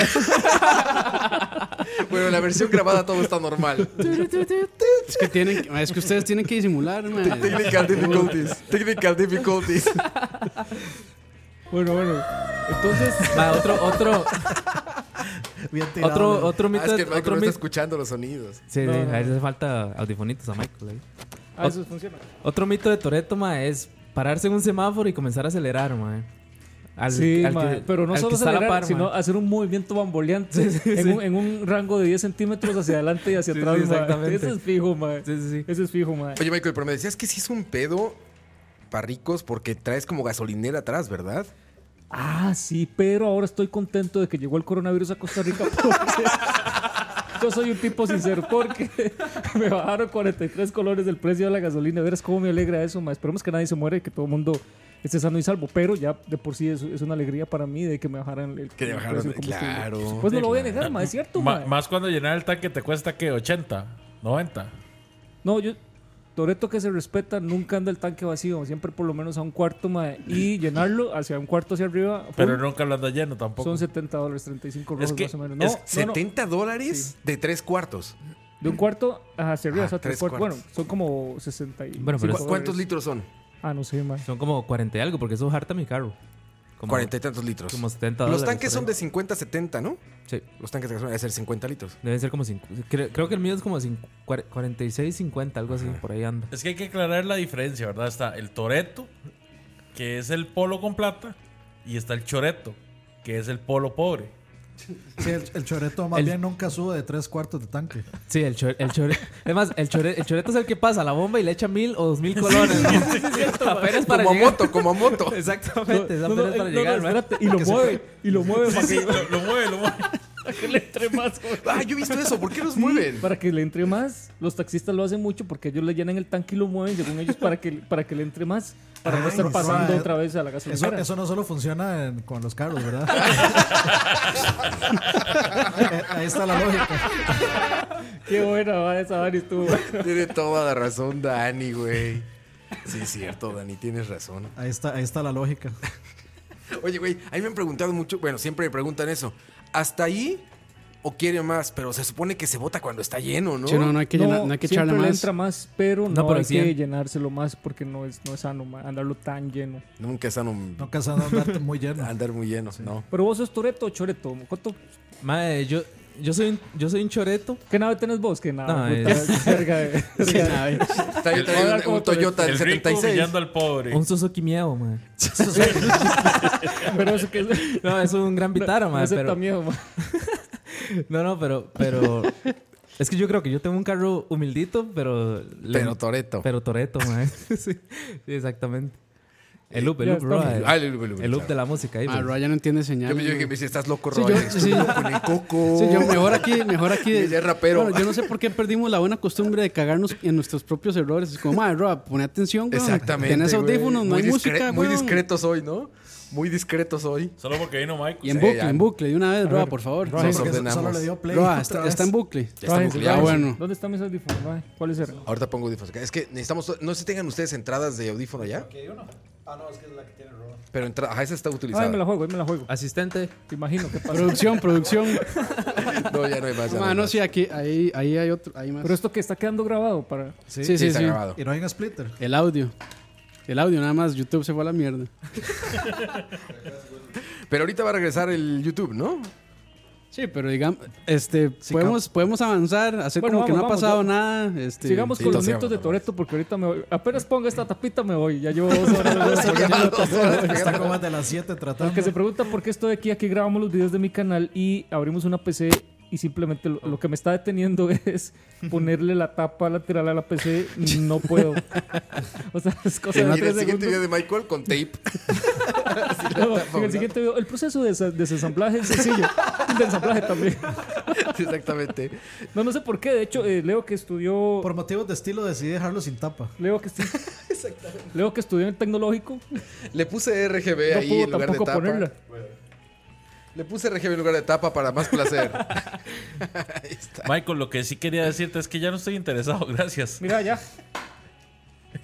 K: Bueno, en la versión grabada todo está
H: [LAUGHS]
K: normal.
D: Es que, tienen, que- es que ustedes tienen que
H: [LAUGHS]
D: disimular, man.
K: Technical difficulties. Technical difficulties.
H: Bueno, bueno. Entonces,
G: Va, otro,
H: [LAUGHS]
G: otro,
F: Bien tirado,
G: otro,
F: ¿no?
G: otro
K: Ah,
G: mito.
K: es que el
G: otro
K: micro no está
G: mito.
K: escuchando los sonidos.
G: Sí,
H: No,
G: sí,
H: no.
G: a él le falta audifonitos a Michael ahí.
H: ah, eso funciona.
G: Otro mito de Toreto, ma, es pararse en un semáforo y comenzar a acelerar, ma. Al-
H: Sí,
G: al
H: ma,
G: que-
H: pero no
G: al que
H: solo
G: está a la
H: acelerar,
G: par, ma.
H: sino hacer un movimiento bamboleante
G: Sí, sí,
H: en,
G: sí.
H: Un, en un rango de 10 centímetros hacia adelante y hacia
G: Sí,
H: atrás.
G: sí,
H: ma.
G: exactamente.
H: Ese es fijo, ma.
G: Sí, sí, sí.
H: Ese es fijo, ma.
K: Oye, Michael, pero me decías que sí es un pedo para ricos porque traes como gasolinera atrás, ¿verdad?
H: [LAUGHS] Ah, sí, pero ahora estoy contento de que llegó el coronavirus a Costa Rica. porque- Yo soy un tipo sincero porque [LAUGHS] me bajaron 43 colores del precio de la gasolina. Verás cómo me alegra eso, ma. Esperemos que nadie se muera y que todo el mundo esté sano y salvo. Pero ya de por sí es, es una alegría para mí de que me bajaran el,
A: Que
H: el
A: bajaron-
H: precio del combustible.
A: claro.
H: Pues no lo voy a negar, ma. Es cierto,
E: Ma-
H: ma.
E: más cuando llenar el tanque te cuesta que 80, 90.
H: No, yo. Toreto que se respeta nunca anda el tanque vacío, siempre por lo menos a un cuarto, ma. Y llenarlo hacia un cuarto hacia arriba. full,
E: Pero nunca lo andas lleno tampoco.
H: Son 70 dólares, 35
E: Es
H: rojos
E: que-
H: más o menos. No,
E: es
H: no, no.
K: ¿70 dólares de tres cuartos?
H: De un cuarto hacia arriba,
K: Ah,
H: o sea,
K: tres
H: tres cuartos.
K: cuartos.
H: Bueno, son como 60 y
G: Bueno, pero
K: ¿Cu-
G: es-
H: dólares.
K: ¿Cuántos litros son?
H: Ah, no sé, ma.
G: Son como 40 y algo, porque eso harta mi carro. Como,
K: Cuarenta y tantos litros.
G: como 70 dólares.
K: Los tanques son
G: por
K: de
G: ahí.
K: 50 a 70, ¿no?
G: Sí,
K: Los tanques de gasolina deben ser 50 litros.
G: deben ser como 5. Creo, creo que el mío es como cincu- cuare- 46, 50, algo
H: Ah.
G: así, por ahí anda.
E: Es que hay que aclarar la diferencia, ¿verdad? Está el Toreto, que es el polo con plata, y está el Choreto, que es el polo pobre.
F: Sí, el, el choreto más
G: El-
F: bien nunca sube de tres cuartos de tanque.
G: Sí, el chore, el chore. Además, el chore, el choreto es el que pasa la bomba y le echa mil o dos mil colones. ¿no? [LAUGHS] Apenas para
K: Como
G: llegar.
K: moto, como
H: [LAUGHS]
K: moto.
G: Exactamente, es
H: No,
G: apenas
H: no, no,
G: para
H: no,
G: llegar, ¿verdad?
H: espérate,
G: [LAUGHS]
H: y lo mueve, y lo mueve
E: Sí,
H: para,
E: sí, lo, lo mueve, lo mueve.
H: que, le entre [LAUGHS] más. güey.
K: Ah, yo he visto eso. ¿Por qué los mueven?
H: Para que le entre más. Los taxistas lo hacen mucho porque ellos le llenan el tanque y lo mueven, según ellos, para que, para que le entre más. Para no
F: Ay,
H: estar pasando
F: suave.
H: otra vez a la
F: Eso,
H: gasolinera.
F: eso no solo funciona en- con los carros,
G: [LAUGHS]
F: ¿verdad? Eh, Ahí está la lógica.
H: Qué buena va esa Dani estuvo.
K: [LAUGHS] Tiene toda la razón, Dani, güey. Sí, es cierto, Dani, tienes razón.
F: Ahí está, ahí está la lógica.
K: Oye, güey, a mí me han preguntado mucho. Bueno, siempre me preguntan eso. ¿Hasta ahí o quiere más? Pero se supone que se vota cuando está lleno, ¿no?
D: Sí, no, no hay que, llenar- no hay que echarle
H: siempre le
D: más.
H: entra más, pero no,
G: pero
H: hay que
G: 100.
H: llenárselo más porque no es, no es sano ma, andarlo tan lleno.
K: Nunca están
F: No cansado de
G: [LAUGHS]
F: andar muy lleno.
K: andar muy lleno, ¿no?
H: Pero vos sos Toreto o Choreto. ¿Cuánto-
G: Madre, yo, yo, soy un, yo soy un choreto.
H: ¿Qué nave tenés vos? Que nada.
G: No,
H: puta,
G: es-
H: verga, eh.
D: Sí, nada, eh.
K: Trae, trae
H: Ahora
K: un,
H: como
K: un Toyota del
E: El rico
K: 76.
E: humillando al pobre.
G: Un Suzuki miedo, madre.
H: Pero eso que es.
G: [LAUGHS] No, es un gran
H: [LAUGHS]
G: vitara,
H: No
G: madre.
H: acepta
G: pero,
H: miedo, ma.
G: no, no, pero,
K: [LAUGHS]
G: pero. Es que yo creo que yo tengo un carro humildito, pero. le-
K: Pero Toreto.
G: Pero Toreto, mae. [LAUGHS] sí, sí, exactamente. El loop, el
H: Ya
G: loop,
H: estamos.
G: bro. El,
K: Ah, el loop, el loop,
G: el loop
K: claro.
G: de la música ahí.
D: Ah,
G: bro.
D: Roa ya no entiende señales.
K: Yo me dije
D: güey.
K: que me dice, estás loco,
D: Sí,
K: Roy.
D: yo-
K: Estás
D: [LAUGHS] sí.
K: loco, ni coco.
D: Sí, yo mejor aquí, mejor aquí.
K: Y ya es rapero.
D: Bueno, yo no sé por qué perdimos la buena costumbre de cagarnos en nuestros propios errores. Es como, madre, Roa, pon atención, güey.
K: Exactamente.
D: Tenés
K: güey.
D: audífonos, no
K: muy
D: hay
K: discre-
D: música,
K: Muy
D: güey.
K: discretos hoy, ¿no? Muy discretos hoy.
E: Solo porque vino Michael.
D: Y en
K: Sí,
D: bucle,
K: ya.
D: en bucle, de una vez, Roa, por favor.
K: Roa, Nos
F: Porque
K: ordenamos.
F: solo le dio play.
D: Roa,
F: otra
D: está,
F: vez.
D: está en bucle.
K: Ya estamos
H: Rájense,
K: liados.
D: Ah,
H: rájense. [LAUGHS]
D: bueno.
H: ¿Dónde están mis audífonos? ma? ¿Cuáles eran?
K: Ahorita pongo audífonos. acá. Es que necesitamos. to- No sé si tengan ustedes entradas de audífono ya. Pero entra- ajá, esa está
H: Ay, me la
K: utilizada.
H: juego, ahí me la juego.
G: Asistente.
H: Te imagino
K: [LAUGHS]
H: que pasa.
D: Producción, producción.
K: No, ya no hay más. ya no
D: Ah,
K: hay
D: no,
K: más.
D: sí, aquí, ahí, ahí hay otro, ahí más.
H: Pero esto que está quedando grabado para.
F: Sí,
D: sí, sí,
K: está
D: sí.
K: grabado.
F: Y no hay un splitter.
D: El audio. El audio, nada más. YouTube se fue a la mierda.
K: Pero ahorita va a regresar el YouTube, ¿no?
D: Sí, pero digamos, este, podemos, podemos avanzar, hacer
H: Bueno,
D: como que no ha
H: vamos,
D: pasado
H: vamos,
D: nada. Este,
H: Sigamos
K: sí,
H: con
K: lo
H: los
K: hacemos,
H: mitos de
K: lo
H: Toreto porque ahorita me voy. Apenas ponga esta tapita me voy. Ya llevo dos horas.
D: Ah,
K: Ya dos horas
F: Está
K: pegando.
F: como de las 7
H: Al
F: tratando.
H: que se pregunta por qué estoy aquí, aquí grabamos los videos de mi canal y abrimos una PC y simplemente lo, lo que me está deteniendo [LAUGHS] es ponerle la tapa lateral a la PC. No puedo. [LAUGHS] O sea, es cosa de
K: Y en
H: tres
K: el siguiente
H: segundos.
K: video de Michael con tape. [LAUGHS]
H: No, en el siguiente video, el proceso de desa- desensamblaje es sencillo. [LAUGHS] El desensamblaje también.
K: Exactamente.
H: No, no sé por qué. De hecho, eh, Leo que estudió...
F: Por motivos de estilo decidí dejarlo sin tapa.
H: Leo que, estu- Leo que estudió en el tecnológico.
K: Le puse RGB
H: No
K: ahí
H: pudo
K: en lugar de
H: tampoco
K: tapa.
H: ponerla.
K: Le puse RGB en lugar de tapa para más
H: [LAUGHS]
K: placer.
E: Michael, lo que sí quería decirte es que ya no estoy interesado, [LAUGHS] gracias.
K: [LAUGHS]
H: Mira, ya.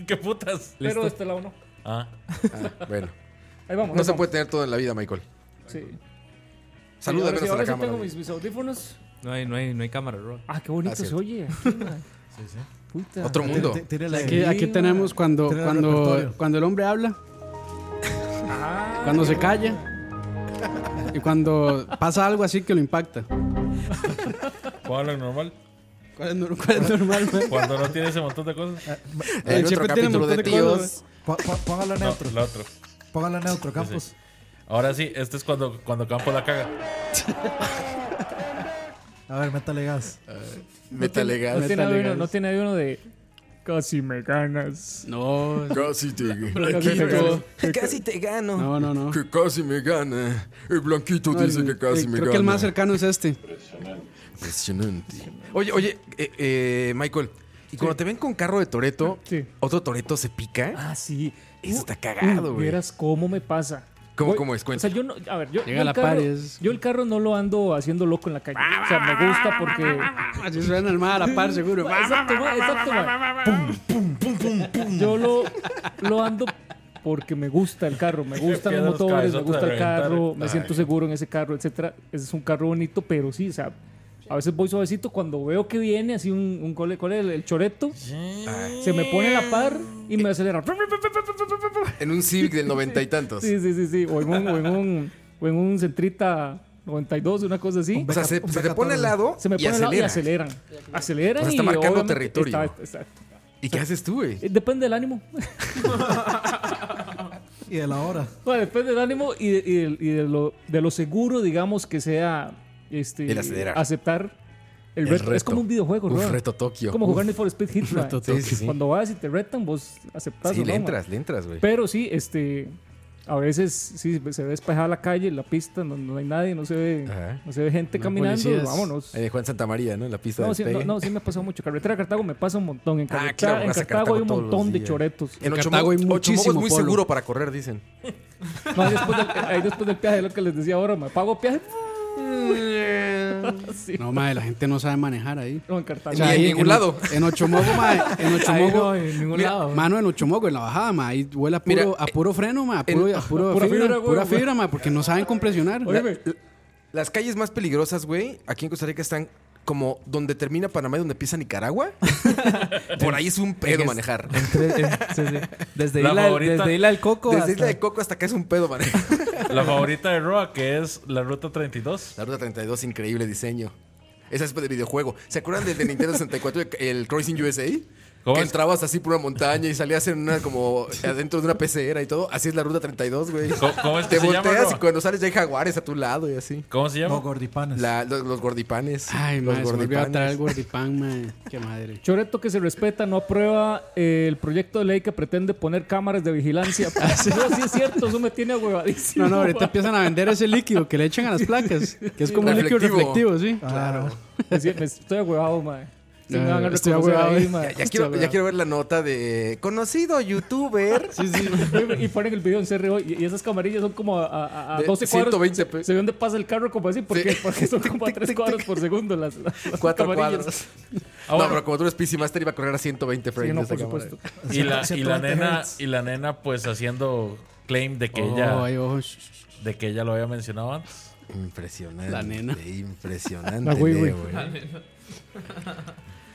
E: ¿Qué putas?
H: Pero de este lado no.
E: Ah,
K: Ah, bueno.
H: Ahí vamos.
K: No
H: ahí
K: se
H: vamos.
K: puede tener todo en la vida, Michael.
H: Sí.
K: Saluda
H: Ahora sí,
K: menos a
H: ahora
K: la
H: sí
K: cámara.
H: tengo mis, mis audífonos.
G: No hay, no hay, no hay cámara, bro.
H: Ah, qué bonito
K: Ah,
H: se
K: cierto. [LAUGHS]
H: oye. aquí, ma. Puta.
K: Otro mundo.
F: T- tírele ahí.
D: aquí, aquí
H: Sí,
D: tenemos cuando,
F: Tiene el
D: cuando,
F: repertorio.
D: cuando el hombre habla,
H: Ah,
D: cuando se calla y cuando pasa algo así que lo impacta.
E: ¿puedo hablar normal?
D: ¿Cuál es, nor- cuál es normal, man?
E: Cuando no tiene ese montón de cosas.
K: En otro
D: siempre tiene un
K: capítulo
D: montón
K: de
D: de cosas,
K: tíos.
F: Pó- pó- Póngalo
E: No,
F: neutro.
E: la otro.
F: Póngalo neutro, Campos.
E: Ahora sí, este es cuando, cuando Campo la caga.
F: A ver, métale gas.
H: no [LAUGHS]
K: Metalegas.
H: tiene,
D: Metalegas.
H: uno, no tiene ahí uno de. Casi me ganas.
D: No,
K: Casi te
H: Casi me ganas.
K: [LAUGHS] Casi te gano.
D: no, no, no.
K: Que casi me gana. El blanquito
D: No,
K: dice
D: el-
K: que casi
H: eh,
D: el-
K: me
D: creo
K: gana.
D: que el más cercano es este.
K: Impresionante. Oye, oye, eh, eh, Michael, y cuando te ven con carro de Toreto, ¿otro Toreto se pica?
H: Ah, uh, sí.
K: Eso está cagado,
H: Uy,
K: güey.
H: Vieras cómo me pasa.
K: ¿Cómo-
H: Voy-
K: cómo es?
H: O
K: Cuenta.
H: sea, yo no, a ver, yo,
K: Llega
H: yo el
K: la
H: carro-
K: Pares.
H: yo el carro no lo ando haciendo loco en la calle. O sea, me gusta porque.
D: Así Ah, suena el mar a la par,
H: [LAUGHS]
D: seguro.
H: Exacto, ma, exacto, ma. Yo lo, lo ando porque me gusta el carro, me gustan los
E: Piedras
H: motores, me
E: cabezotas
H: gusta
E: de
H: el carro,
E: reventar.
H: me
E: Ay.
H: siento seguro en ese carro, etcétera. Ese es un carro bonito, pero sí, o sea, a veces voy suavecito cuando veo que viene así un, un cole, cole, el, el choreto, se me pone a la par y me acelera.
K: En un Civic del noventa y tantos.
H: Sí, sí, sí, sí. O en un, o en un, o en un Centrita 92, una cosa así.
K: O sea, se- se te pone al lado
H: Se me
K: y
H: pone al lado y
K: acelera.
H: aceleran. Aceleran
K: O sea,
H: y
K: está marcando
H: obviamente
K: territorio.
H: está- está-
K: ¿Y qué haces tú, güey?
H: eh, Depende del ánimo.
F: Y de la hora.
H: Bueno, depende del ánimo y, de, y del- y de lo, de lo seguro, digamos, que sea este,
K: El acelerar.
H: aceptar el
K: El
H: reto. Es
K: reto.
H: como un videojuego,
K: Uf,
H: ¿no?
K: reto Tokio.
H: Como jugar
K: Uf.
H: Need for Speed Hit Ride.
K: [LAUGHS] Reto Tokio, sí.
H: Cuando vas y te retan, vos aceptas.
K: Sí,
H: o
K: le
H: no,
K: entras,
H: man.
K: le entras, güey.
H: Pero sí, este. A veces sí se ve despejada la calle, la pista, no, no hay nadie, no se ve,
K: Ajá.
H: no se ve gente caminando, vámonos.
K: Ahí de Juan Santa María, ¿no? En la pista
H: No
K: de
H: sí, no,
K: despegue.
H: no, sí me ha pasado mucho. Carretera de Cartago me pasa un montón. En, Carretera-
K: claro,
H: en
K: vas a
H: Cartago hay un
K: todos los
H: montón de
K: días.
H: choretos.
K: En Ochomogo, Ochomogo es muy seguro para correr, dicen.
H: No, ahí después, del, ahí después del peaje, lo que les decía ahora, me pago peaje. Sí.
D: No, madre, la gente no sabe manejar ahí.
H: No, en Cartago.
D: ahí
H: Ni en
D: en
H: ningún lado.
D: En Ochomogo, madre. En Ochomogo.
H: Ahí no, en ningún
D: Mira,
K: Ah,
H: lado.
D: Mano, en Ochomogo, en la bajada, madre. Ahí huele a puro,
K: eh,
D: a puro freno, madre. A, puro, a puro fibra.
H: pura fibra, güey,
D: pura
H: güey.
D: fibra, madre, porque no saben compresionar.
K: pues,
H: Óyeme.
K: Las calles más peligrosas, güey, aquí en Costa Rica están como donde termina Panamá y donde empieza
H: [LAUGHS]
K: Nicaragua. Por ahí es un pedo
G: Es-
K: manejar.
G: Entre- eh, sí, sí. Desde,
E: La
G: isla,
E: favorita-
G: desde Isla del Coco
K: Desde
G: hasta-
K: Isla de Coco hasta acá es un pedo manejar.
E: La favorita de Roa, que es la Ruta 32.
K: La Ruta 32, increíble diseño. Esa es de videojuego. ¿Se acuerdan del de Nintendo 64, el Crossing USA?
E: ¿Cómo
K: Que
E: es?
K: entrabas así por una montaña y salías en una como adentro de una pecera y todo. Así es la Ruta 32, güey.
E: ¿Cómo- cómo es que
K: Te
E: se llama,
K: volteas
E: Roa?
K: y cuando sales ya hay jaguares a tu lado y así.
E: ¿Cómo se llama?
F: No, gordipanes.
K: La- los, los gordipanes.
D: Ay,
K: los
D: madre, se volvió a traer el gordipan, madre. Qué madre.
K: [LAUGHS]
H: Choreto que se respeta no aprueba eh, el proyecto de ley que pretende poner cámaras de vigilancia. No, sí es cierto, eso me tiene huevadísimo.
D: No, no, ahorita empiezan a vender ese líquido que le echan a las placas. Que es como un líquido
K: Reflectivo.
D: reflectivo, sí.
F: Claro.
H: Me sie- me estoy ahuevado, mae. Sí me
D: No,
H: van a
D: estoy
H: reconocer
D: ahuevado,
H: ahí,
D: eh.
H: mae.
K: [LAUGHS] Ya, ya quiero, ya quiero ver la nota de conocido youtuber.
H: Y ponen el video en CRO y y esas camarillas son como a, a- a
K: De
H: 12 cuadros.
K: 120
H: se, se ve dónde pasa el carro como así, porque,
K: Sí.
H: porque son como a 3 cuadros por segundo las, las, las
K: Cuatro
H: camarillas.
K: cuadros.
E: Ah, bueno.
K: No, pero como tú eres PC Master, iba a correr a 120 frames.
H: Sí, no,
K: esa
H: por
K: cámara.
H: supuesto.
E: Y la, y la
F: 120
E: nena,
F: hertz.
E: y la nena, pues haciendo claim de que
D: Oh,
E: ella
D: ay, ojo, sh- sh- sh-
E: de que ella lo había mencionado antes.
K: Impresionante.
D: La nena.
K: Impresionante.
H: La güey, güey.
K: Leo, güey.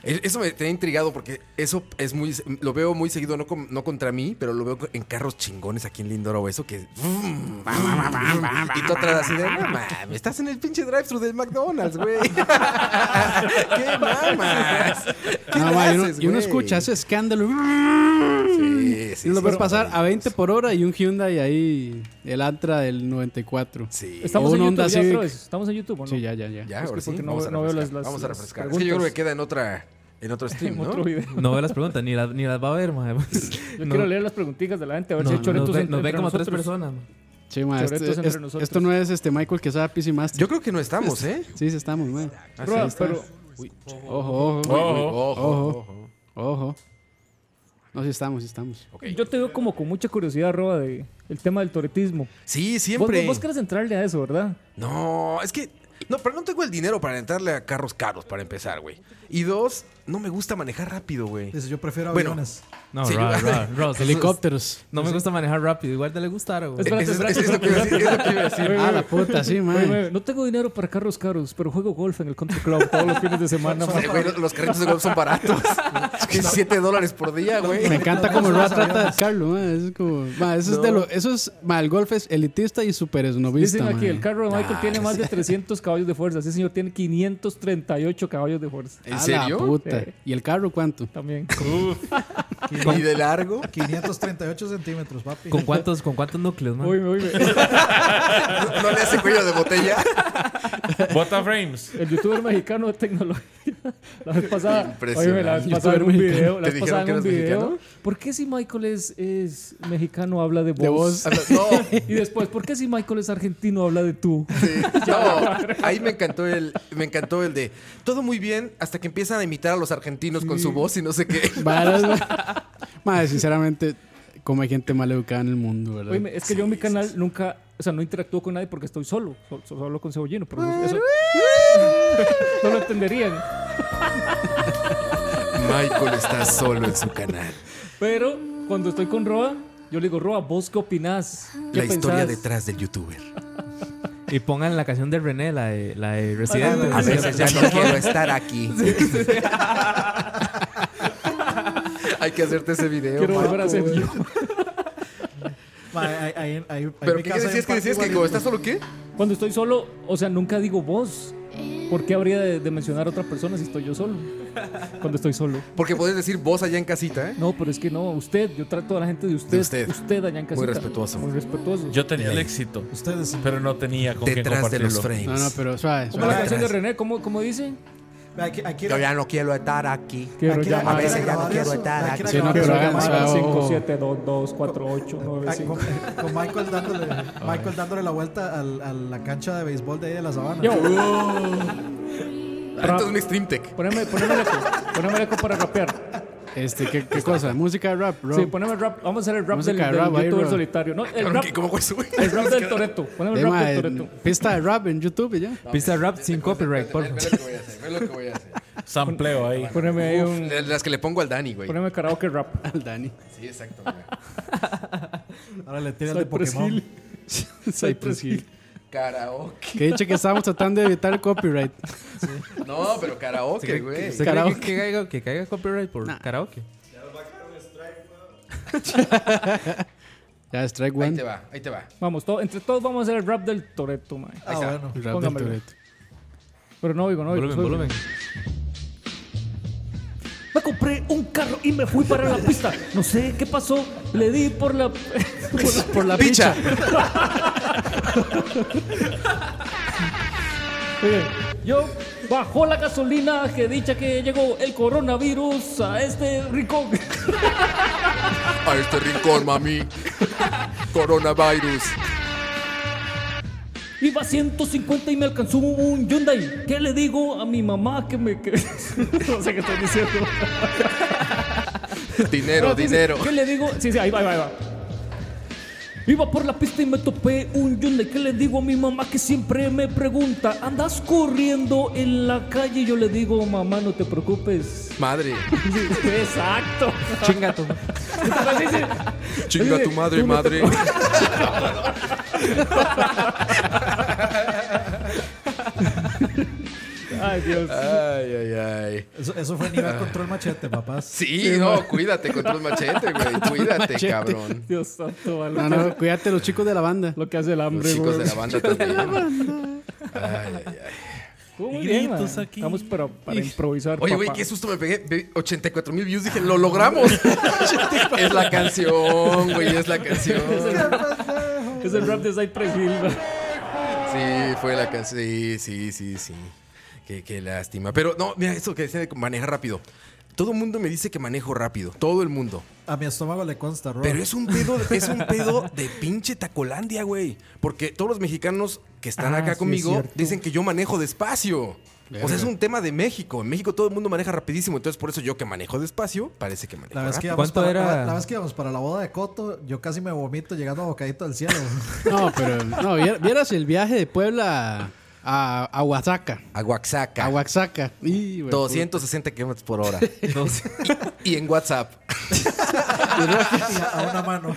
K: Es- Eso me tenía intrigado porque eso es muy. Lo veo muy seguido, no, con- no contra mí, pero lo veo en carros chingones aquí en Lindoro o eso que. Y tú atrás así de. No mames, estás en el pinche drive-thru del McDonald's, güey. [LAUGHS] ¿Qué mamas? ¿Qué
D: No, madre, y uno,
K: haces,
D: y uno
K: güey?
D: escucha ese escándalo.
K: Sí, sí,
D: y lo
K: sí,
D: ves
K: sí,
D: pasar
K: sí.
D: a 20 por hora y un Hyundai ahí, el Antra del 94.
K: Sí.
H: Estamos
D: O
H: en
D: un
H: YouTube
D: Honda
H: ya otra
D: Civic.
H: vez. Estamos en YouTube, ¿o ¿no?
D: Sí, ya, ya, ya.
K: Ya,
H: Es que
K: ahora sí.
H: porque no
K: vamos,
H: veo- no
K: a
H: veo
K: refrescar.
H: las- las-
K: vamos a
H: las
K: refrescar. Es que yo creo que queda en otra. En otro stream,
H: [LAUGHS] En
K: ¿no?
H: otro video.
G: No ve las preguntas, ni, las- ni las va a
K: [LAUGHS]
G: ver, mae.
H: Yo
G: No,
H: quiero leer las preguntitas de la gente, a ver
G: no,
H: si hay
G: nos
H: choretos
G: ve-
H: entre
G: nos ven como tres
H: nosotros.
G: personas. mae.
D: Sí, madre,
H: Choretos
D: este-
H: entre
D: es-
H: nosotros.
D: esto no es este Michael que sabe PC Master.
K: Yo creo que no estamos, ¿eh?
D: Sí, sí estamos, madre.
H: Roa, Ah, pero
D: Ojo, ojo,
E: Ojo.
D: ojo, ojo, ojo. No, sí estamos, sí estamos.
H: yo te veo como con mucha curiosidad, Roa, de el tema del toretismo.
K: Sí,
H: Vos,
K: siempre.
H: vos querés entrarle a eso, ¿verdad?
K: No, es que. No, pero no tengo el dinero para entrarle a carros caros para empezar, güey. Y dos, no me gusta manejar rápido, güey.
F: Dice, yo prefiero
K: Bueno.
F: aviones.
G: No,
K: Sí,
G: Roa,
K: yo-
G: Roa,
K: [LAUGHS]
G: Roa, sos-
D: Helicópteros.
G: No me gusta manejar rápido, igual te le gustara, güey.
H: Espérate,
K: Eso es-
H: espérate,
K: eso es lo que iba a decir, es
H: espérate.
K: lo que iba a decir.
H: Oye,
D: Ah,
H: oye,
D: la puta, sí,
H: oye,
D: madre.
H: oye, no tengo dinero para carros caros, pero juego golf en el country club todos los fines de semana. man.
K: Güey, los- los carritos de golf son
H: [LAUGHS]
K: baratos. Es que 7 dólares por día, güey.
D: Me encanta como Roa trata de Carlos, madre. Eso es como. madre, eso es de lo. Eso es. madre, el golf es elitista y super esnovista,
H: Dicen aquí,
D: madre.
H: el carro de Michael tiene más de 300 caballos de fuerza. Sí, señor, tiene 538 caballos de fuerza.
K: ¿En
D: A la
K: serio?
D: puta.
H: Sí.
D: ¿Y el carro cuánto?
H: También.
K: ¿Y de largo?
F: 538 centímetros, papi.
G: ¿Con cuántos, ¿Con cuántos núcleos, mae?
H: Oíme, oíme.
K: ¿No le hace cuello de botella?
E: Bota frames.
H: El youtuber mexicano de tecnología. [LAUGHS] La vez pasada,
K: Impresionante.
H: oíme, la vez pasada
D: Youtuber
H: en un
D: mexicano.
H: video, la
K: ¿Te
H: vez
K: dijeron
H: pasada
K: que
H: en un
K: eras
H: video,
K: mexicano?
H: ¿por qué si Michael es, es mexicano habla de vos?
D: De vos.
K: Habla- Ah, No,
H: Y después, ¿por qué si Michael es argentino habla de tú? [LAUGHS]
K: sí, no, ahí me encantó el, me encantó el de todo muy bien hasta que empiezan a imitar a los argentinos con su voz y no sé qué.
D: Varas, [LAUGHS] ma- Madre, sinceramente, como hay gente mal educada en el mundo, ¿verdad?
H: Oíme, es que yo en mi canal nunca, o sea, no interactúo con nadie porque estoy solo, so- so- solo con Cebollino, pero no- eso [LAUGHS] no lo entenderían.
K: Michael está solo en su canal.
H: Pero cuando estoy con Roa, yo le digo, Roa, ¿vos qué opinás? ¿Qué
K: La historia
H: pensás?"
K: detrás del youtuber.
G: Y pongan la canción de René, la de, la de Residente.
K: A veces ya no quiero estar aquí. [LAUGHS] Hay que hacerte ese video.
H: Quiero
K: Michael.
H: volver a ser yo.
F: [LAUGHS] Ma, ahí- ahí- ahí- ahí
K: Pero
F: mi
K: ¿qué
F: casa hay
K: decías
F: un
K: que
F: parque
K: decías que
F: igualito.
K: como estás solo qué?
H: Cuando estoy solo, o sea, nunca digo vos. ¿Por qué habría de, de mencionar a otra persona si estoy yo solo? Cuando estoy solo.
K: Porque puedes decir vos allá en casita, ¿eh?
H: No, pero es que no, usted, yo trato a la gente de usted.
K: De usted.
H: allá en casita.
K: respetuoso.
H: Muy respetuoso.
E: Yo tenía el éxito,
F: Ustedes sí.
E: pero no tenía con qué
K: Detrás de los
E: compartirlo.
K: frames.
D: No, no, pero suave,
H: ¿Cómo la
D: suave.
H: canción de
K: atrás.
H: René? ¿Cómo, cómo dice?
F: Aquí, aquí
K: Yo
F: era-
K: ya no quiero estar aquí.
H: Quiero
F: aquí era-
H: llamar.
K: a veces ya no
F: grabar
K: quiero
F: eso,
K: estar
F: aquí
K: aquí.
F: era
D: Sí, no,
F: grabar
D: pero
F: eso.
D: hagan
F: Aquí-
D: suave.
H: Llamar
D: o-
H: 5722489.
F: Con, con Michael dándole Michael dándole la vuelta al- a la cancha de béisbol de ahí de la sabana.
H: Yo,
K: Esto es mi stream tech.
H: poneme, poneme el eco. Poneme el eco para rapear.
D: Este, ¿qué, qué cosa? Música de rap, bro.
H: Sí, poneme el rap. Vamos a hacer el rap
D: Música
H: del,
D: de
H: del
D: rap, ahí,
H: youtuber
D: bro.
H: solitario. No, el
K: Cabrón,
H: rap,
K: ¿qué- ¿Cómo fue eso, güey?
H: el rap del Toreto. Poneme el rap
D: Tema
H: del
D: de-
H: Toreto.
D: pista de rap en YouTube y ya.
K: [LAUGHS]
G: Pista rap sin copyright, por
K: lo
G: favor.
K: que voy a hacer, ve lo que voy a hacer.
E: Sampleo ahí.
H: Poneme ahí un.
K: De Las que le pongo al Dani, güey.
H: Poneme karaoke rap.
D: Al Dani.
K: Sí, exacto, güey.
F: Ahora le tira el de
H: Cypress
F: Pokémon.
H: Hill.
D: Cypress Hill.
K: Karaoke.
D: Que dicho que estábamos tratando de evitar el copyright.
K: No, pero karaoke, güey.
G: ¿Usted cree
D: Karaoke.
G: Que, que caiga, que caiga copyright por karaoke.
D: Ya, strike
K: Ahí te
D: one.
K: va, ahí te va.
H: Vamos, todo, entre todos vamos a hacer el rap del Toreto, man.
F: Ah, bueno.
D: Rap del
H: Póngamelo.
D: Tourette.
H: Pero no oigo, no oigo.
G: Volumen,
H: soy-
G: volumen.
H: Me compré un carro y me fui para la pista. No sé qué pasó. Le di por la. [LAUGHS] por la- por la
K: Picha.
H: Oye, Yo bajó la gasolina que dicha que llegó el coronavirus a este rincón. [LAUGHS]
K: A este rincón, mami. Coronavirus.
H: Iba a 150 y me alcanzó un Hyundai. ¿Qué le digo a mi mamá que me.? que- [LAUGHS] no sé qué estoy diciendo.
K: Dinero,
H: Dice,
K: dinero.
H: ¿Qué le digo? Sí, sí, ahí va, ahí va, ahí va. Iba por la pista y me topé un Hyundai. ¿Qué le digo a mi mamá que siempre me pregunta? ¿Andas corriendo en la calle? Y yo le digo, mamá, no te preocupes. [LAUGHS]
K: Madre.
H: Exacto.
G: Chinga
H: [LAUGHS]
G: tú.
H: Así se-
K: Chinga tu madre, madre.
H: Ay, Dios.
K: Ay, ay, ay.
F: Eso, eso fue nivel control machete, papás.
K: Sí, no, cuídate contra el machete, [LAUGHS] güey. Cuídate, cabrón.
H: [LAUGHS] Dios santo, va,
D: No,
H: lo, que,
D: no, cuídate los chicos de la banda.
H: lo que hace el
K: Ah, Los
H: hambre,
K: chicos
H: güey.
K: de la banda también. Ay, ay, ay.
H: Estuvo muy bien,
E: Gritos
H: man.
E: aquí.
H: Vamos para, para improvisar.
K: Oye, güey,
H: papá.
K: qué susto me pegué. Ve, 84 mil views. Dije, lo logramos. es la canción, güey, es la canción.
H: Es el rap de Cypress Hill, man.
K: Sí, fue la canción. Sí, sí, sí, sí. Qué, qué lástima. Pero no, mira, eso que decía de manejar rápido. Todo el mundo me dice que manejo rápido. Todo el mundo.
F: A mi estómago le consta, Rob.
H: Ah.
K: Pero es un pedo, es un
H: [LAUGHS]
K: pedo de pinche Tacolandia, güey. Porque todos los mexicanos que están
H: Ah,
K: acá
H: sí, es
K: conmigo
H: cierto.
K: dicen que yo manejo despacio. O sea, es un tema de México. En México todo el mundo maneja rapidísimo. Entonces, por eso yo que manejo despacio, parece que manejo
F: La vez, que
K: rápido.
F: íbamos
G: ¿Cuánto
F: para,
G: era?
F: la- la vez que íbamos para la boda de Coto, yo casi me vomito llegando a bocadito del cielo. [LAUGHS]
D: No, pero no, vier- vieras el viaje de Puebla a, a Oaxaca.
K: A Oaxaca.
D: A Oaxaca. Y, güey,
K: 260 kilómetros por
H: [LAUGHS]
K: hora. y en WhatsApp. [LAUGHS]
F: Y a, a una mano.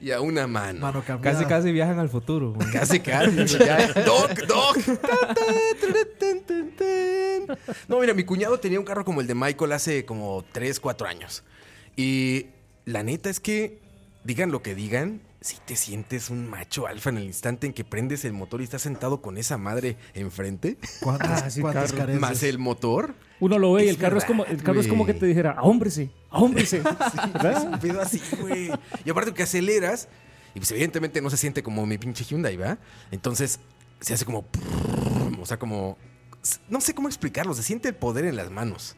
K: Y a una mano.
F: Mano cambiada.
G: Casi, casi viajan al futuro. güey.
K: Casi, casi. güey, ya. Doc, doc. Ta, ta, tra, tan, tan, tan. No, mira, mi cuñado tenía un carro como el de Michael hace como 3, 4 años. Y la neta es que, digan lo que digan, si te sientes un macho alfa en el instante en que prendes el motor y estás sentado con esa madre enfrente,
F: ¿Cuántas, cuántas carencias?
K: más el motor.
H: Uno lo ve y
K: Es
H: el carro, es como,
K: verdad,
H: el carro es como que
K: güey.
H: te dijera, ahómbrese, ahómbrese. [LAUGHS]
K: Es
H: ¿Verdad?
K: un pedo así, güey. Y aparte que aceleras, y pues evidentemente no se siente como mi pinche Hyundai, ¿verdad? Entonces se hace como. prrrm, O sea, como. No sé cómo explicarlo. Se siente el poder en las manos.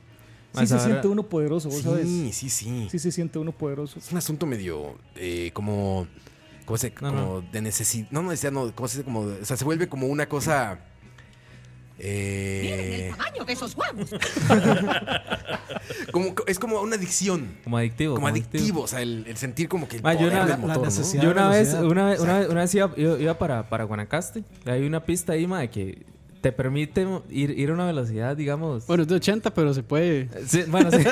H: Sí se siente uno poderoso, vos
K: Sí,
H: sabes.
K: sí, sí.
H: Sí se siente uno poderoso.
K: Es un asunto medio eh, como. ¿Cómo se Como de necesidad. No, no, decía, no. ¿Cómo se dice? Como, o sea, se vuelve como una cosa. Eh,
B: tamaño de esos huevos.
K: como, es como una adicción.
G: Como adictivo.
K: Como adictivo.
G: adictivo.
K: O sea, el, el sentir como que el
G: Ma,
H: Ah,
G: yo
K: poder
G: una,
K: del motor, ¿no?
G: yo una vez, una vez, una vez, una vez iba, iba- iba para, para Guanacaste. Hay una pista ahí, ma, que te permite ir, ir a una velocidad, digamos.
K: Pues,
D: Bueno, es de 80, pero se puede.
G: Sí,
K: [LAUGHS]
G: bueno, sí.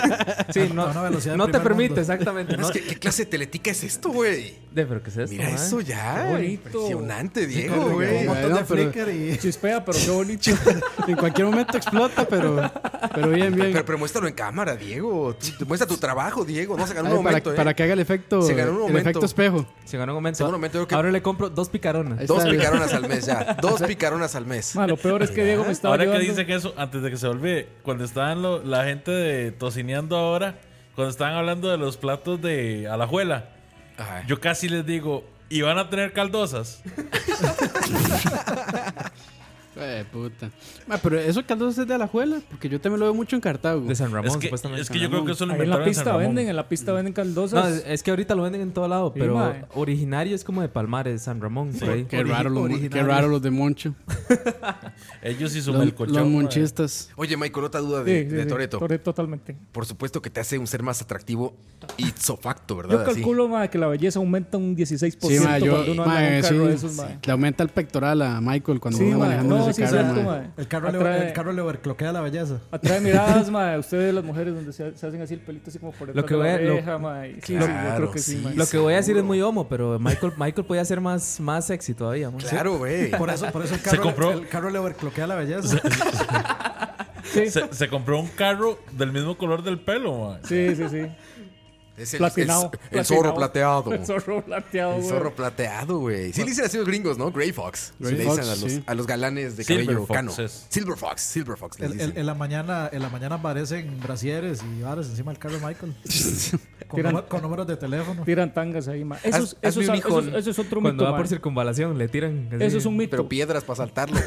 G: Sí, no,
D: A una velocidad
G: no
D: de
G: te
D: primer
G: permite,
D: mundo.
G: exactamente.
K: No,
G: No,
K: es que, ¿Qué clase de teletica es esto, güey?
G: de, pero ¿qué es esto,
K: Mira
G: ma?
K: eso ya.
H: Qué bonito.
K: Impresionante,
D: qué
K: Diego,
D: rico,
K: güey.
F: Un montón
D: no,
F: de
D: pero-
F: flicker y.
H: Chispea, pero qué bonito.
D: En cualquier momento explota, pero, pero bien, bien.
K: Pero, pero muéstralo en cámara, Diego. Tú- tú- Muestra tu trabajo, Diego. No se ganó
D: Ay,
K: un
D: para,
K: momento,
D: para
K: ¿eh?
D: que haga el efecto,
K: Se ganó un
D: el
K: momento.
D: efecto espejo.
G: Se ganó un momento.
K: Según un momento, yo creo que-
G: Ahora le compro dos picaronas.
D: Ahí
K: Dos
D: está, Diego.
K: picaronas al mes ya. Dos picaronas al mes.
H: Ma, lo peor es que Diego me estaba
E: Ahora que
H: ayudando.
E: dicen eso, antes de que se olvide, cuando estaban lo- la gente de tocineando ahora, cuando estaban hablando de los platos de alajuela,
K: Ajá.
E: yo casi les digo, ¿y van a tener caldosas?
D: Eh, puta. Ma, pero eso caldo es de Alajuela, porque yo también lo veo mucho en Cartago.
G: De San Ramón,
E: es que,
G: supuestamente.
E: es que yo creo que eso lo
H: Ahí en la
E: inventaron en San
H: pista
E: Ramón.
H: venden, en la pista venden
G: No,
H: caldosas.
G: es es que ahorita lo venden en todo lado,
H: Sí,
G: pero
H: mae.
G: originario es como de Palmares, San Ramón, por ahí.
D: Qué raro, los,
F: originario.
D: qué raro los de Moncho.
E: Ellos y su
D: Los,
E: melcochón.
D: los
E: madre.
D: monchistas.
K: Oye, Michael, otra duda
H: Sí,
K: de,
H: sí,
K: de
H: sí,
K: Toreto.
H: Toretto, totalmente.
K: Por supuesto que te hace un ser más atractivo y facto, ¿verdad?
H: Yo
K: Así.
H: calculo, ma, que la belleza aumenta un 16%
D: Sí, ma, yo,
H: Pues cuando uno
D: ma,
H: anda en un carro
D: sí,
H: de esos, ma.
D: le aumenta el pectoral a Michael cuando
H: Sí,
D: va
H: ma,
D: manejando
H: no,
D: ese
H: sí,
D: carro.
H: exacto,
D: ma.
H: ma.
F: El carro, le,
H: Atrae-
F: el carro le overcloquea la belleza.
H: Atrae miradas, ma, de ustedes las mujeres donde se, se hacen así el pelito así como por detrás
G: Lo que
H: de la
G: voy a- lo-
H: oreja, ma, y- Sí, sí, yo creo
K: Claro,
H: que sí,
K: sí,
H: ma.
G: Lo que voy a decir es muy homo, pero Michael, Michael podía ser más, más sexy todavía. mae.
K: Claro,
F: [LAUGHS]
K: güey.
F: Por eso, por eso el carro,
E: compró-
F: El carro le overcloquea la belleza.
H: Sí,
E: Se, se compró un carro del mismo color del pelo, man.
H: sí, sí, sí.
K: Es el,
H: Platinado.
K: es el zorro
H: platinado.
K: plateado.
H: El zorro plateado,
K: El
H: güey.
K: zorro plateado, güey. Sí le dicen así los gringos, ¿no? Grey Fox.
D: Grey
K: le
D: Fox,
K: dicen a los,
D: sí.
K: a los galanes de
E: Silver
K: cabello
E: Fox
K: cano.
E: es.
K: Silver Fox, Silver Fox les
F: El- el-
K: dicen.
F: en, la mañana, en la mañana aparecen brasieres y bares encima del carro de Michael. con,
H: Tiran-
F: número- con números de teléfono.
H: Tiran tangas ahí, ma. Eso, es-
G: Haz- hazme
H: eso, es-
G: un
H: eso,
G: hijo
H: es- eso es otro
G: Cuando
H: mito,
G: va
H: ma.
G: por circunvalación, le tiran. así.
H: Eso es un mito.
K: Pero piedras para saltarlo.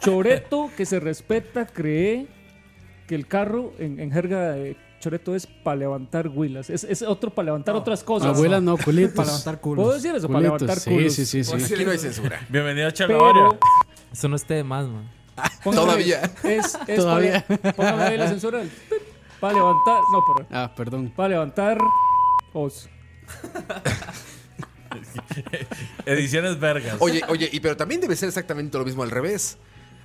H: Choreto que se respeta cree que el carro en, en jerga de Choreto es para levantar huilas. Es, es otro para levantar otras cosas.
D: Abuelas no, culitos.
F: Para levantar culos.
H: ¿Puedo decir eso? Para
D: Culitos,
H: levantar
D: sí,
H: culos.
D: sí, sí, sí.
K: Aquí no hay censura.
E: Bienvenido a
H: Pero
E: Chalabaria.
G: Eso no esté de más, man.
H: póngale-
K: Todavía.
H: Es, es
D: Todavía.
H: Para, póngale ahí la censura. Para levantar. No, pero.
D: Ah,
H: [LAUGHS]
D: perdón.
H: Para levantar. Os.
E: Ediciones vergas.
K: Oye, oye, y pero también debe ser exactamente lo mismo al revés.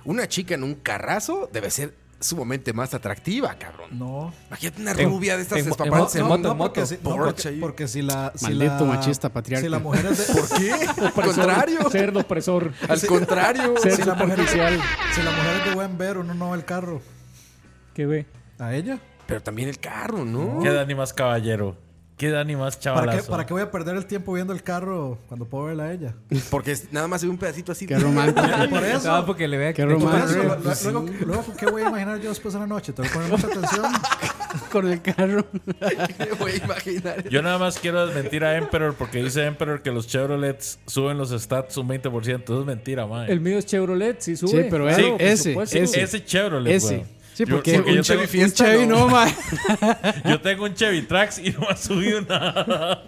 K: Una chica en un carrazo debe ser sumamente más atractiva, cabrón.
F: No.
K: Imagínate una rubia de estas
G: en- en
K: espapadas en
G: mo- en
K: moto.
G: moto, en moto.
F: porque si, no,
K: Porsche
F: porque,
K: ahí.
F: porque si la. Si
D: Maldito
F: la-
D: machista patriarca.
F: [LAUGHS] Si la mujer es de,
K: ¿Por qué? Al contrario.
H: Ser opresor.
K: Al contrario.
H: Ser
F: si la mujer es-
H: superficial.
F: si la mujer es de buen ver, uno no va al carro.
H: Que ve.
F: ¿A ella?
K: Pero también el carro, ¿no?
E: ¿Qué Dani más caballero? ¿Qué Dani más
F: ¿Para qué,
E: chavalazo?
F: ¿Para qué voy a perder el tiempo viendo el carro cuando puedo verla a ella?
K: Porque es- nada más se ve un pedacito así.
D: Qué
K: [LAUGHS]
D: romántico.
F: Por eso.
G: No, porque le vea
D: Qué
G: le-
F: Por
D: romántico.
F: eso,
D: madre,
F: lo- lo- luego, luego, ¿qué voy a imaginar yo después de la noche? Te voy a poner mucha atención.
D: con el carro.
K: Me voy a imaginar.
E: Yo nada más quiero desmentir a Emperor porque dice Emperor que los Chevrolets suben los stats un 20%. Eso es mentira, man.
H: El mío es Chevrolet, sí sube.
D: Sí, pero
H: claro,
D: ese-
H: por
D: ese,
H: supuesto.
E: ese, Chevrolet,
D: Ese.
E: weón.
D: Sí,
E: pues. Yo-
D: porque,
E: porque
D: un,
E: yo,
D: Chevy,
E: tengo,
D: un Chevy no, ma.
E: yo tengo un Chevy Trax y no ha subido nada.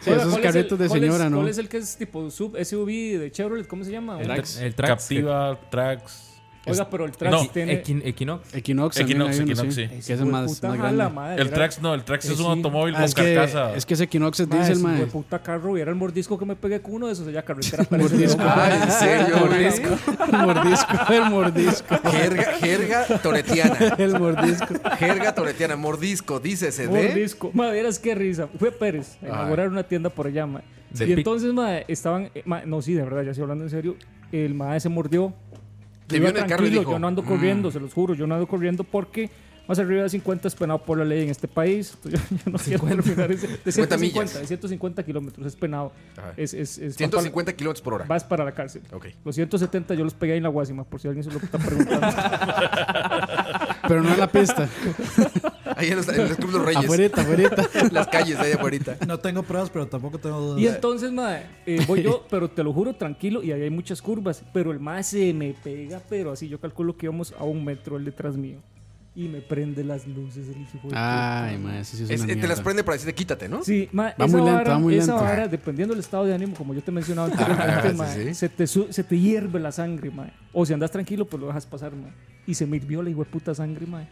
D: Sí, esos
H: Oiga, ¿cuál es el-
D: carritos de
H: cuál es-
D: señora, ¿no?
H: ¿Cuál es el que es tipo sub SUV de Chevrolet? ¿Cómo se llama?
D: El
H: Oiga,
D: Trax.
G: El track.
E: Captiva, Trax.
H: Oiga, pero el Trax
E: No,
H: tiene.
G: Equinox.
D: Equinox, también
E: Equinox,
D: hay uno,
E: Equinox,
D: sí.
E: sí.
D: Que es el más,
H: Puta
D: más
H: jala,
D: grande.
H: madre,
E: El
H: era-
E: Trax no, el Trax es
H: Sí.
E: un automóvil
D: Ah,
E: con
D: es, que,
E: carcasa.
D: es que ese Equinox es
H: Madre,
D: diésel,
H: si
D: mae.
H: puta carro hubiera el mordisco que me pegué con uno de esos allá carretera
D: Mordisco.
K: Ah, en
H: [LAUGHS]
K: serio, güey.
D: El mordisco, el mordisco.
K: Jerga, jerga toretiana.
D: El mordisco.
K: Jerga toretiana. Mordisco, dícese de.
H: Mordisco. Madre, vieras qué risa. Fue Pérez a inaugurar una tienda por allá, madre.
G: Sí.
H: Y entonces, madre, estaban. eh, madre, no, sí, de verdad, ya estoy hablando en serio. El madre se mordió.
K: Te
H: Yo
K: vio
H: iba
K: en el carro y
H: tranquilo,
K: dijo,
H: yo no ando
K: "Mm".
H: corriendo, se los juro, yo no ando corriendo porque más arriba de 50 es penado por la ley en este país. [LAUGHS] Yo, yo no quiero terminar ese-
K: 50
H: de 150,
K: millas.
H: de 150 kilómetros es penado.
K: Ajá.
H: Es, es, es- vas para-
K: 150 kilómetros por hora.
H: Vas para la cárcel.
K: Ok.
H: Los 170 yo los pegué ahí en la
K: [LAUGHS]
H: Guasima, por si alguien se lo está preguntando.
D: Pero no en la pista.
K: Ahí en los, en los Club de los Reyes.
D: Afuerita, afuerita.
K: Las calles de ahí afuerita.
F: No tengo pruebas, pero tampoco tengo dudas.
H: Y entonces, mae, eh, voy yo, [LAUGHS] pero te lo juro, tranquilo, y ahí hay muchas curvas. Pero el mae se me pega, pero así yo calculo que íbamos a un metro el detrás mío. Y me prende las luces el hijo de puta.
D: Ay, mae, sí, sí, es
K: Es-
D: una
K: eh, te las
D: mierda.
K: prende para decirte quítate, ¿no?
H: Sí, mae,
D: Va
H: esa,
D: muy lento,
H: vara,
D: va muy
H: esa
D: lento. Ah,
H: vara, dependiendo del estado de ánimo, como yo
D: [LAUGHS]
H: te mencionaba anteriormente,
K: sí,
H: mae,
K: sí.
H: Se, te su- se te hierve la sangre, mae. O si andas tranquilo, pues lo dejas pasar, mae. Y se me hirvió la hijo de puta sangre, mae.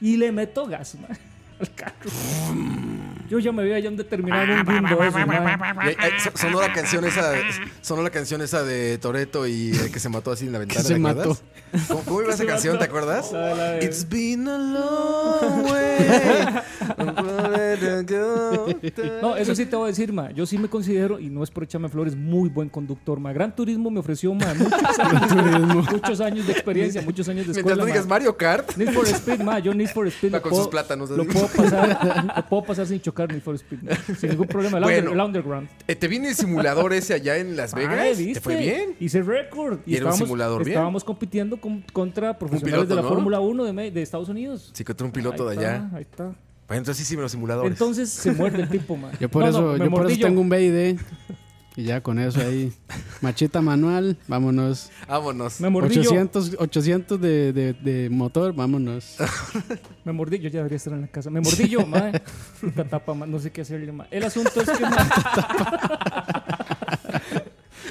H: Y le meto gas, [LAUGHS] mae, al carro.
D: Mm.
H: Yo ya me veía ya en determinado
D: Ah,
H: un guindo de esos, mae.
K: Y ahí-
H: ah,
K: ahí so- sonó la canción esa sonó la canción esa de Toreto y el que se mató así en la ventana
D: se
K: ¿te acuerdas?
D: mató.
K: ¿Cómo, cómo iba esa canción? ¿Te acuerdas?
H: La de- la de-
K: It's been a long
D: [LAUGHS]
K: way.
H: No, eso sí te voy a decir, ma. Yo sí me considero, y no es por echarme flores, muy buen conductor, ma. Gran Turismo me ofreció, ma, muchos años, muchos años de experiencia, muchos años de
K: Mientras
H: escuela,
K: no digas
H: ma.
K: Mario Kart,
H: Need for Speed, ma. Yo Need for Speed
K: Va
H: lo
K: con
H: puedo-
K: sus plátanos.
H: Lo puedo pasar, lo puedo pasar sin chocar Need for Speed, ma. Sin ningún problema. El,
K: Bueno.
H: under- el Underground.
K: eh, te viene el simulador ese allá en Las
H: Mae,
K: Vegas. ¿Te
H: Ah, ¿viste?
K: fue bien?
H: Hice récord.
K: Y era un simulador, bien.
H: Estábamos compitiendo con- contra profesionales
K: piloto,
H: de la
K: ¿no?
H: Fórmula 1 de, me- de Estados Unidos.
K: Sí, encontré un piloto
H: Ahí
K: de
H: está,
K: allá.
H: Ahí está.
K: Bueno, entonces sí, sí, me los simuladores.
H: Entonces se muerde el tipo, ma.
D: Yo por
H: No, no,
D: eso,
H: me
D: yo por
H: mordí
D: eso tengo un BID. Y ya con eso ahí. Macheta manual, vámonos.
K: Vámonos.
D: [LAUGHS]
H: Me mordí yo.
D: 800, 800 de, de, de motor,
K: [LAUGHS]
D: vámonos.
H: Me mordí, yo ya debería estar en la casa. Me mordí yo, madre. Puta tapa, ma, no sé qué hacerle, ma. El asunto es que. ma,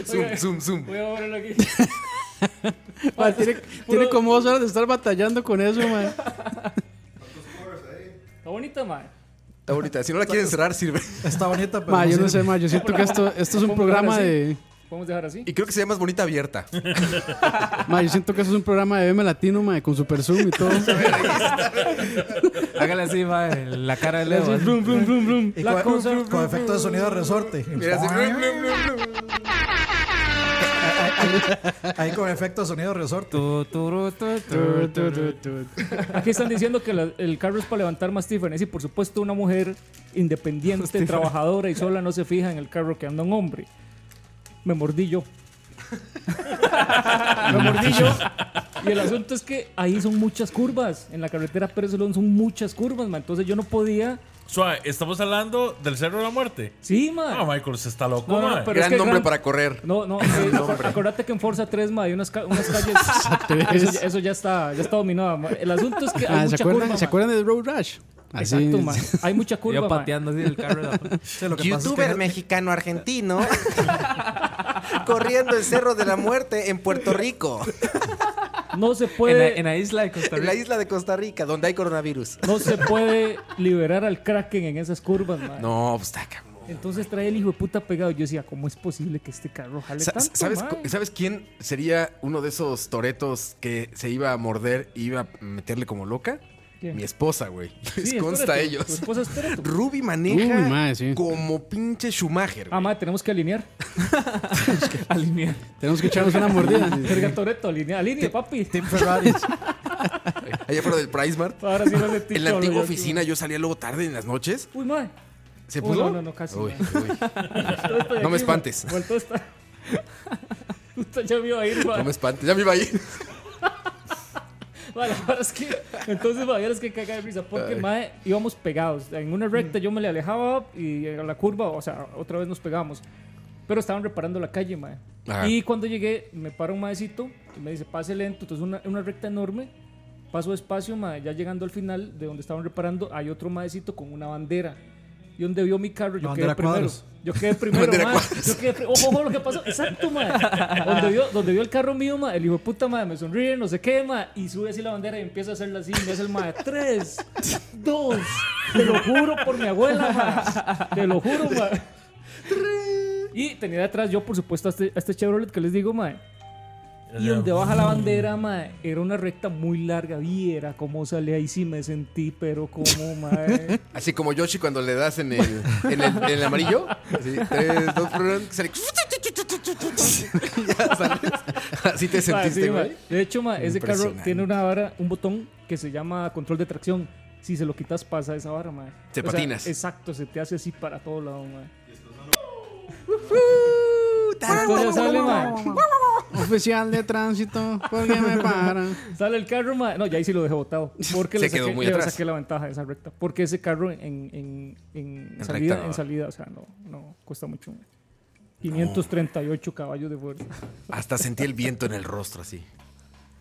K: Zoom, zoom, zoom.
H: Voy a borrar aquí.
D: Ma, tiene, tiene como dos horas de estar batallando con eso, man.
H: Está bonita, madre.
K: Está bonita. Si no la quieren cerrar, sirve.
F: Está bonita, pero.
D: Ma,
F: no
D: yo no sé,
F: sirve.
D: ma, yo siento que esto, esto es un programa de...
H: Podemos dejar así.
K: Y creo que se llama Bonita
H: [LAUGHS]
K: Abierta.
D: Ma, yo siento que esto es un programa de BM Latino, ma, con Super Zoom y
H: [LAUGHS]
D: todo.
G: Hágale así, ma, la cara de Leo. así.
H: Blum, blum, blum, blum.
F: Y
H: La
F: con,
H: cosa.
F: con efecto de sonido de resorte.
K: Mira, así, blum, blum, blum, blum.
F: Ahí con efecto de sonido de resorte.
G: Tu, tu, tu, tu, tu, tu.
H: Aquí están diciendo que la- el carro es para levantar más Tiffany. Y por supuesto, una mujer independiente, trabajadora y sola no se fija en el carro que anda un hombre. Me mordí yo. Me mordí yo. Y el asunto es que ahí son muchas curvas. En la carretera Pérez Solón son muchas curvas, ma. Entonces yo no podía.
E: Suave, estamos hablando del Cerro de la Muerte.
H: Sí, ma.
E: Ah, Michael, se está loco,
H: No, no,
E: mae.
H: pero es
K: Gran
H: que
K: nombre
H: gran-
K: para correr.
H: No, [LAUGHS] no, eh, acuérdate que en Forza 3, ma, hay unas, ca- unas [LAUGHS] calles. eso, ya- eso ya está, ya está dominado. ma. El asunto es que hay
D: Ah, ¿se,
H: mucha
D: acuerdan,
H: curva.
D: ¿Se
H: ma.
D: acuerdan de Road Rash? Así,
H: Exacto, ma. Hay mucha curva.
G: Yo
H: ma.
G: pateando así en el carro. la-
F: Sí, lo que pasa es que-
K: Youtuber mexicano argentino [LAUGHS] corriendo el Cerro de la Muerte en Puerto Rico,
H: No se
G: En la,
H: puede,
G: en la isla de Costa
K: en
G: Rica.
K: la isla de Costa Rica, donde hay coronavirus.
H: no se puede liberar al Kraken en esas curvas, man.
K: No, pues está cabrón.
H: Entonces trae el hijo de puta pegado. Yo decía, ¿cómo es posible que este carro jale
K: Sa-
H: tanto,
K: ¿Sabes,
H: man?
K: co- ¿Sabes quién sería uno de esos toretos que se iba a morder y iba a meterle como loca?
H: ¿Quién?
K: Mi esposa, güey. Les
H: Sí,
K: consta a
H: espérate, Tu
K: ellos.
H: esposa, espérate.
K: Ruby maneja
D: Uy, ma, sí.
K: como pinche Schumacher.
H: Ah,
K: güey.
H: madre, tenemos
K: [LAUGHS]
H: que alinear. alinear.
D: Tenemos que echarnos una mordida.
H: Verga Toreto, alinea, alinea, papi.
F: Team Ferrari.
K: Allá afuera del Pricemart.
H: Ahora Ah. sí no le
K: En la antigua oficina yo salía luego tarde en las noches.
H: Uy, madre.
K: ¿Se
H: Uy,
K: puso?
H: no, no, no, casi,
K: Uy,
H: ma.
K: uy. No me espantes.
H: Vuelto está. [LAUGHS] Usted ya vio a ir, man.
K: No me espantes. Ya me iba ahí.
H: [LAUGHS] Bueno, ahora es que. Entonces, ma, ahora es que caga de risa. Porque, mae, íbamos pegados. En una
F: Mm.
H: recta yo me le alejaba y a la curva, o sea, otra vez nos pegamos. Pero estaban reparando la calle, mae.
K: Ajá.
H: Y cuando llegué, me para un maecito y me dice, pase lento. Entonces, una, una recta enorme. Paso despacio, mae. Ya llegando al final de donde estaban reparando, hay otro maecito con una bandera. Y donde vio mi carro, yo
F: La
H: quedé
F: bandera
H: primero.
F: cuadros.
H: Yo quedé primero,
K: Bandera
H: mae. Yo quedé pri- Ojo, ojo lo que pasó. Exacto, mae. Donde vio, donde vio el carro mío, mae. El hijo de puta, mae. Me sonríe, no se quema. Y sube así la bandera y empieza a hacerla así. Y me hace el mae. Tres, dos. Te lo juro por mi abuela, mae. Te lo juro, mae. Y tenía detrás yo, por supuesto, a este, a este Chevrolet que les digo, mae. Y donde baja la bandera, mae, era una recta muy larga. Viera cómo sale ahí, sí me sentí, pero como, mae.
K: Así como Yoshi cuando le das en el, en el, en el amarillo. Así, tres, dos, prrrrán, sale. Ya sales. Así
D: [LAUGHS]
K: te
H: Ma,
K: sentiste,
H: Ah, sí, ma.
K: güey.
H: De hecho, ma, ese carro
K: Impresionante.
H: tiene una vara, un botón que se llama control de tracción. Si se lo quitas, pasa esa vara, ma.
K: Te
H: O sea,
K: patinas.
H: exacto, se te hace así para todo lado, ma.
K: Uh,
H: Entonces ya sale, ma.
D: Oficial de tránsito, ¿por qué me paran?
H: Sale el carro, ma- No, ya ahí sí lo
D: [LAUGHS]
H: dejé botado. Porque
D: Se
H: le,
D: quedó
H: saqué,
D: muy
H: le
D: atrás.
H: saqué la ventaja de esa recta. Porque ese carro en, en, en
D: En
H: salida,
D: recta,
H: en
D: no.
H: salida, o sea, no, no cuesta mucho. 538 caballos de fuerza.
K: Hasta sentí el viento en el rostro así.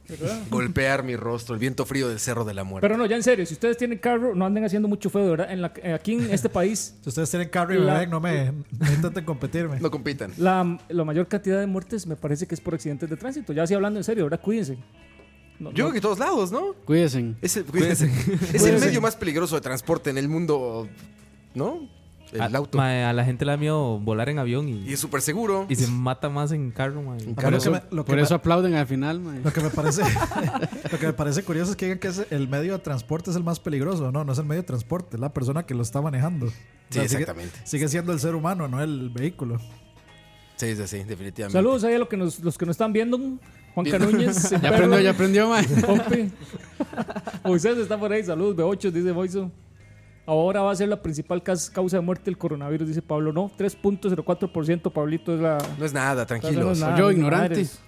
H: ¿Verdad?
K: Golpear mi rostro, el viento frío del Cerro de la Muerte.
H: Pero no, ya en serio, si ustedes tienen carro, no anden haciendo mucho feo, de verdad. En la, eh, aquí en este país.
F: Si ustedes tienen carro y
H: La-
F: beben, no me no intenten competirme.
K: No compitan.
H: La, la mayor cantidad de muertes me parece que es por accidentes de tránsito. Ya así hablando en serio, ahora cuídense. No,
K: Yo creo
H: no-
K: que todos lados, ¿no?
D: Cuídense.
K: Es el, cuídense. Es el medio más peligroso de transporte en el mundo, ¿no? El
G: a,
K: auto.
G: Ah, mae, a la gente le da miedo volar en avión y,
K: Y es súper seguro.
G: y se mata más en carro, mae.
K: En
D: Por eso, por eso aplauden al final, man.
F: Lo que me parece, [LAUGHS] lo que me parece curioso es que digan que es el medio de transporte es el más peligroso. No, no es el medio de transporte, es la persona que lo está manejando. O sea, sigue-
K: exactamente.
F: Sigue, siendo el ser humano, no el vehículo.
K: Sí, sí, sí, definitivamente.
H: Saludos ahí a los que nos, los que nos están viendo. Juan
K: [LAUGHS]
H: Canuñez.
K: Ya
H: el perro.
K: aprendió, ya aprendió, man.
H: Pompi. Moisés está por ahí. Saludos, B8, dice Moiso. Ahora va a ser la principal cas- causa de muerte el coronavirus, dice Pablo. No, 3.04%, Pablito, es la...
K: No es nada,
H: No
K: tranquilos.
H: es nada,
D: Yo,
H: ni
D: ignorante.
H: madres.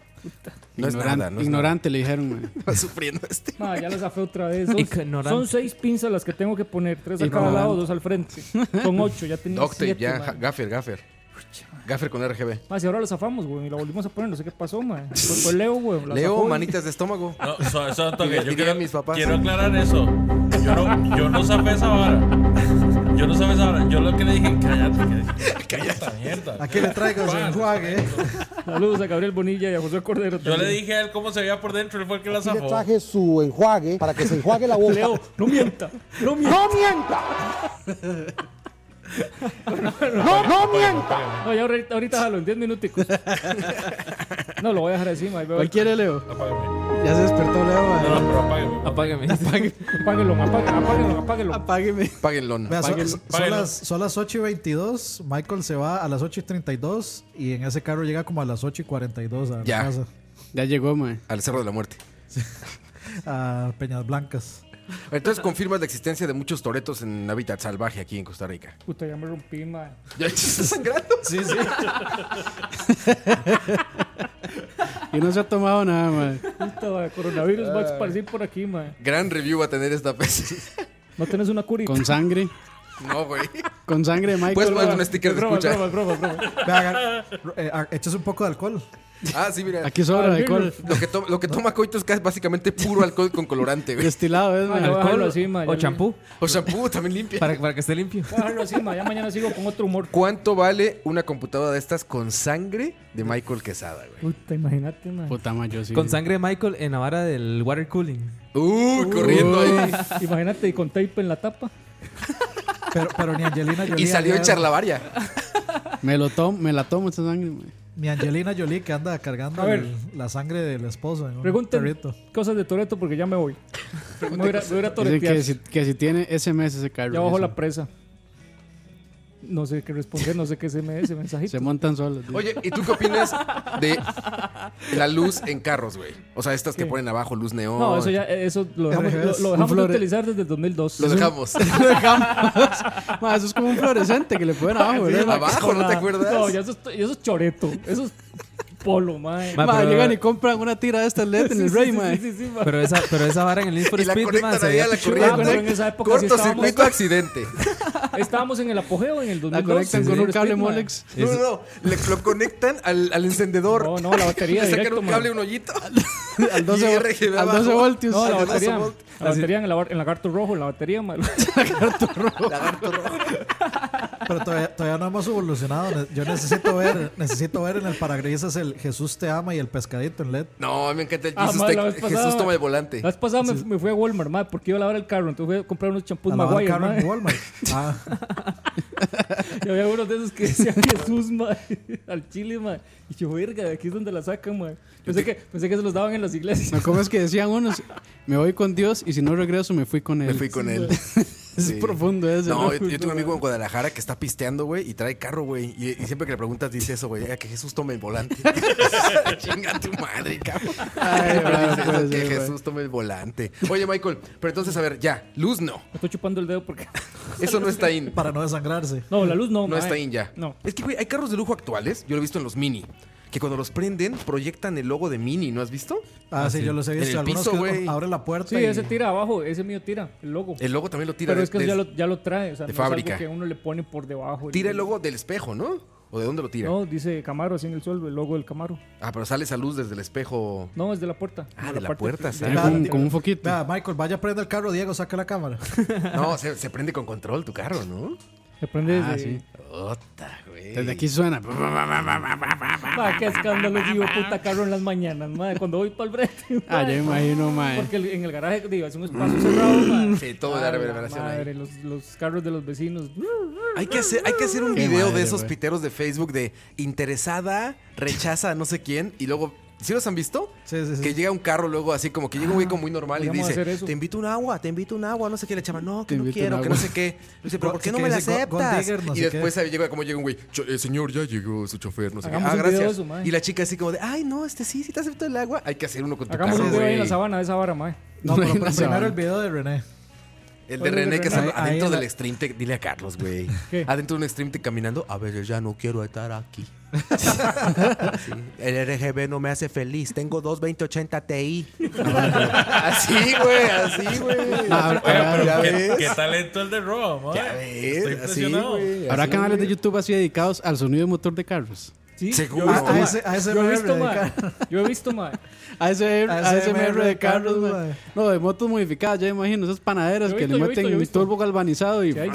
K: No es
D: Ignoran-
K: nada, no es
D: ignorante, le dijeron, man.
K: Va sufriendo este.
H: Ma, ya las afé otra vez. Son,
G: Ignorante.
H: son seis pinzas las que tengo que poner. Tres a cada lado, dos al frente. Son ocho, ya tenía
K: Doctor,
H: siete,
K: ya,
H: ma.
K: ja- gaffer, gaffer. Gaffer con RGB.
H: Ma, si ahora las zafamos, güey, y la volvimos a poner, no sé qué pasó, ma. Fue, fue Leo, güey. la
K: Leo,
H: zafó y-
K: manitas de estómago.
E: No, so- so- toque,
K: Diría-
E: yo
K: dirían
E: quiero,
K: mis papás.
E: quiero aclarar eso. Yo no, yo no sabía esa vara. Yo no sabía esa vara. Yo lo que le dije, cállate, cállate. esta mierda.
F: Aquí le traigo su
E: Pan.
F: enjuague. eh.
H: Saludos a Gabriel Bonilla y a José Cordero.
E: Yo le
H: también.
E: dije a él cómo se veía por dentro, él fue el que la
L: le
E: zafó.
L: traje su enjuague para que se enjuague la boca.
H: Leo, no mienta. No mienta.
L: ¡No mienta! ¡No, no mienta!
H: No, ya ahorita, ahorita jalo, en 10 minuticos. [LAUGHS] No, lo voy a dejar así, ma. ahí veo.
D: ¿Cuál quiere, Leo?
E: Apágame.
D: Ya se despertó Leo, man.
E: No, no, pero apágame.
G: Apágame. [LAUGHS]
H: Apáguenlo, ma, apá- apáguenlo, apáguenlo.
D: Apágueme.
K: Páguenlo.
F: Vea, son,
D: Páguenlo,
F: son
E: páguenlo.
F: las, son las 8 y 22. Michael se va a las 8 y 32 y en ese carro llega como a las 8 y 42 a la
K: Ya.
F: casa,
D: Ya llegó, man.
K: Al Cerro de la Muerte.
F: a Peñas Blancas.
K: Entonces confirmas la existencia de muchos toretos en hábitat salvaje aquí en Costa Rica.
H: Puta, ya me rompí, ma.
K: Ya está sangrando.
F: Sí, sí.
D: Y no se ha tomado nada, man.
H: Puta, ma, coronavirus va a esparcir por aquí, ma.
K: Gran review va a tener esta vez.
H: No tenés una curita.
D: Con sangre.
K: No, güey.
D: Con sangre de Michael.
K: Puedes
D: man.
K: poner un sticker
H: Es
K: de
H: broma, es
K: escucha.
H: broma, es broma, es broma.
F: Vea, [LAUGHS] hagan- eh, ah, échese un poco de alcohol.
K: Ah, sí, mira.
D: Aquí sobra
H: Ah,
D: alcohol.
K: Lo que, to- lo que toma Coito es casi básicamente puro alcohol con colorante, güey.
D: Destilado, ¿ves,
H: Ma,
D: man?
H: yo voy a
D: Alcohol.
H: dejarlo así, ma, ya
G: O
H: vi.
G: champú,
K: O shampoo también limpia.
G: para, para que esté limpio.
H: Voy a dejarlo así, ma. Ya mañana sigo con otro humor.
K: ¿Cuánto vale una computadora de estas con sangre de Michael Quesada, güey?
H: Puta, imagínate, ma.
D: Puta, man, yo sí.
G: Con sangre de Michael en la vara del water cooling.
K: Uy, corriendo ahí.
H: Imagínate, y con tape en la tapa.
F: Pero, pero ni Angelina Jolie.
K: Y salió en
F: había-
K: charlavaria.
D: Me, lo tomo, me la tomo esta sangre, man.
F: Ni Angelina Jolie que anda cargando
H: A ver.
F: el- la sangre del esposo en un
H: Pregunten
F: perrito.
H: cosas de Toreto porque ya me voy. Me voy a ir a- me voy a ir a
D: Dicen
H: toretear.
D: que si, que si tiene SMS ese carro.
H: Ya bajo
D: dicen.
H: la presa. No sé qué responder, no sé qué SMS,
D: [LAUGHS]
H: mensajito.
D: Se montan solos. dicen.
K: Oye, ¿y tú qué opinas de la luz en carros, güey? O sea, estas que
H: ¿Qué?
K: ponen abajo luz neón.
H: No, eso ya, eh, eso lo dejamos, lo- lo dejamos de
D: flore-
H: utilizar desde el 2002.
K: Lo
H: [LAUGHS]
K: dejamos.
D: Lo dejamos. Ma, eso es como un fluorescente que le ponen abajo, ¿verdad? Ma,
K: abajo, ¿no te acuerdas?
H: No, ya eso, es, ya eso es choreto, eso es polo, mae.
G: Ma,
D: ma,
G: pero-
D: llegan y compran una tira de estas LED en el Rey, ma.
H: Sí, sí, sí, mae.
G: Pero esa, pero esa vara en el Need
K: [LAUGHS]
G: for
K: Y la
G: Speed, mae,
K: conectan
G: se
K: ahí a
G: veía
K: la
G: pichu-
H: Ah, pero en
K: corriente.
H: esa época sí estábamos,
K: Cortocircuito
H: [LAUGHS]
K: accidente.
H: estábamos en el apogeo en el
D: La
H: 2002.
D: conectan
H: sí,
D: con
H: sí,
D: un
H: Speed,
D: cable
H: mae.
D: Molex.
K: No, no, no. Le, lo conectan al, al encendedor.
H: No, no, la
K: [LAUGHS]
H: batería
K: Le sacan
H: directo,
K: un
H: man.
K: cable, un
H: [LAUGHS]
K: hoyito.
D: Al 12,
K: Y
D: vol-
K: RGB
D: al 12
K: abajo.
D: voltios.
H: No, la
K: Al doce
H: batería.
K: volt.
H: La batería en, la, bar- en lagarto rojo, la batería, mae.
F: Pero todavía, todavía no hemos evolucionado. Ne- Yo necesito ver, necesito ver en el parabrisas el Jesús te ama y el pescadito en E LED.
K: No, me encanta el
H: Ah,
K: Jesús,
H: ma,
K: te-
H: la vez pasada- Ah,
K: Jesús toma el volante.
H: La vez pasada me, me fui a Walmart, mae, porque iba a lavar el carro, entonces fui a comprar unos champús
F: a lavar el
H: Pues Maguire,
F: carro en
H: mae.
F: Walmart. Ah,
H: [LAUGHS] Y había unos de esos que decían Jesús, mae, [LAUGHS] al chile, mae. Y yo, verga, de aquí es donde la sacan, mae. Pensé que, pensé que se los daban en las iglesias.
D: No, ¿Cómo es que decían unos? Me voy con Dios y si no regreso me fui con él.
K: Me fui con él.
D: Es
K: Sí.
D: profundo ese.
K: No, yo,
D: [LAUGHS]
K: yo tengo un amigo en Guadalajara que está pisteando, güey, y trae carro, güey. Y, y siempre que le preguntas dice eso, güey, "Ah, que Jesús tome el volante. Chinga tu madre, cabrón.
D: Ay,
K: Siempre [LAUGHS] dice
D: bueno,
K: eso,
D: pues,
K: que
D: sí,
K: Jesús tome el volante. Oye, Michael, pero entonces, a ver, ya, luz no.
H: Me [LAUGHS] estoy chupando el dedo porque.
K: Eso no está in.
F: para no desangrarse.
H: No, la luz no.
K: No
H: mae.
K: está in ya.
H: No.
K: Es que, güey, hay carros de lujo actuales, yo lo he visto en los mini, que cuando los prenden proyectan el logo de Mini, ¿no has visto?
F: Ah, sí, yo los he visto.
K: En el
F: Algunos
K: piso,
F: que
K: güey.
F: abre la puerta.
H: Sí,
F: y-
H: ese tira abajo, ese mío tira, el logo.
K: El logo también lo tira
H: Pero
K: de-
H: es que
K: de-
H: ya lo, ya lo trae, o sea,
K: de
H: no es algo
K: fábrica.
H: que uno le pone por debajo.
K: Tira el logo del espejo, ¿no? ¿O de dónde lo tira?
H: No, dice Camaro así en el suelo, el logo del Camaro.
K: Ah, pero sale esa luz desde el espejo.
H: No, es de la puerta.
K: Ah, de la puerta,
H: de-
K: sale.
H: de-
K: Como un-
H: de-
K: como un foquito.
F: Vea, Michael, vaya a prender el carro, Diego, saca la cámara.
K: No, se, se prende con control tu carro, ¿no?
H: Se prende
F: Ah,
H: desde-
F: sí.
K: Ota, güey.
D: Desde aquí suena. [LAUGHS]
H: [LAUGHS] Ma, qué escándalo, digo, puta carro en las mañanas, madre, cuando voy para el brete. [LAUGHS]
D: Ah,
H: ma.
D: yo me imagino, ma. eh.
H: Porque el- en el garaje, digo, es un espacio cerrado, ma.
K: [LAUGHS] Sí, todo la
H: Ay,
K: reverberación ahí.
H: madre, Los, los carros de los vecinos.
K: Hay que hacer, hay que hacer un
H: Qué
K: video
H: madre,
K: de esos
H: güey.
K: piteros de Facebook de interesada, rechaza a no sé quién y luego. ¿Sí los han visto? Que llega un carro luego así como que llega un güey como muy normal y
F: Podríamos
K: dice,
F: hacer eso.
K: te invito un agua, te invito un agua, no sé qué, le chama, no, que
F: Te
K: no
F: invito
K: quiero,
F: un
K: que no
F: agua.
K: sé qué. Le Dice, pero ¿por qué
F: Sí,
K: no
F: que
K: me la
F: dice, "Go- go
K: aceptas?
F: digger", no
K: y
F: sé
K: después
F: qué.
K: ahí llega como llega un güey, "Cho- eh, señor, ya llegó su chofer, no sé
H: Hagamos
K: qué.
H: un
K: Ah,
H: video de
K: gracias.
H: eso, mae.
K: y la chica así como de, ay, no, este sí, sí te acepto el agua. Hay que hacer uno con tu
H: Hagamos
K: carro,
H: un video ahí en la
K: güey.
H: sabana de esa vara, madre.
K: [LAUGHS]
D: [LAUGHS]
F: No, pero primero el video de René.
K: El de René que
F: Ahí-
K: sale
F: ahí
K: adentro
F: en la-
K: del stream tech. Dile a Carlos,
D: [LAUGHS]
K: güey.
H: ¿Qué?
K: Adentro de un stream tech caminando. A ver, yo ya no quiero estar
D: [LAUGHS]
K: aquí. Sí. El RGB no me hace feliz. Tengo dos 2080
D: [LAUGHS]
K: Ti. así, güey. Así, güey.
E: Oiga, pero
K: Ah, Ya
E: qué,
K: ves.
E: qué talento el de Roa, madre.
K: Ya ves,
E: Estoy
K: así,
E: impresionado.
K: güey,
D: Habrá
K: así,
D: canales
K: güey.
D: de YouTube así dedicados al sonido de motor de carros.
H: Sí,
K: Seguro.
H: Yo
D: Ah,
H: he visto, ma.
D: a ese- a ese
H: Yo he
D: me
H: visto, ma.
D: dedicaron.
H: Yo he
K: [LAUGHS]
H: visto, ma.
D: ASMR, ASMR de carros,
H: ma.
D: ma. No, de motos modificadas, ya me imagino. Esas panaderas
H: Yo he
D: que
H: visto,
D: le
H: yo he visto, yo he
D: meten
H: visto.
D: turbo galvanizado y.
H: Sí, hay.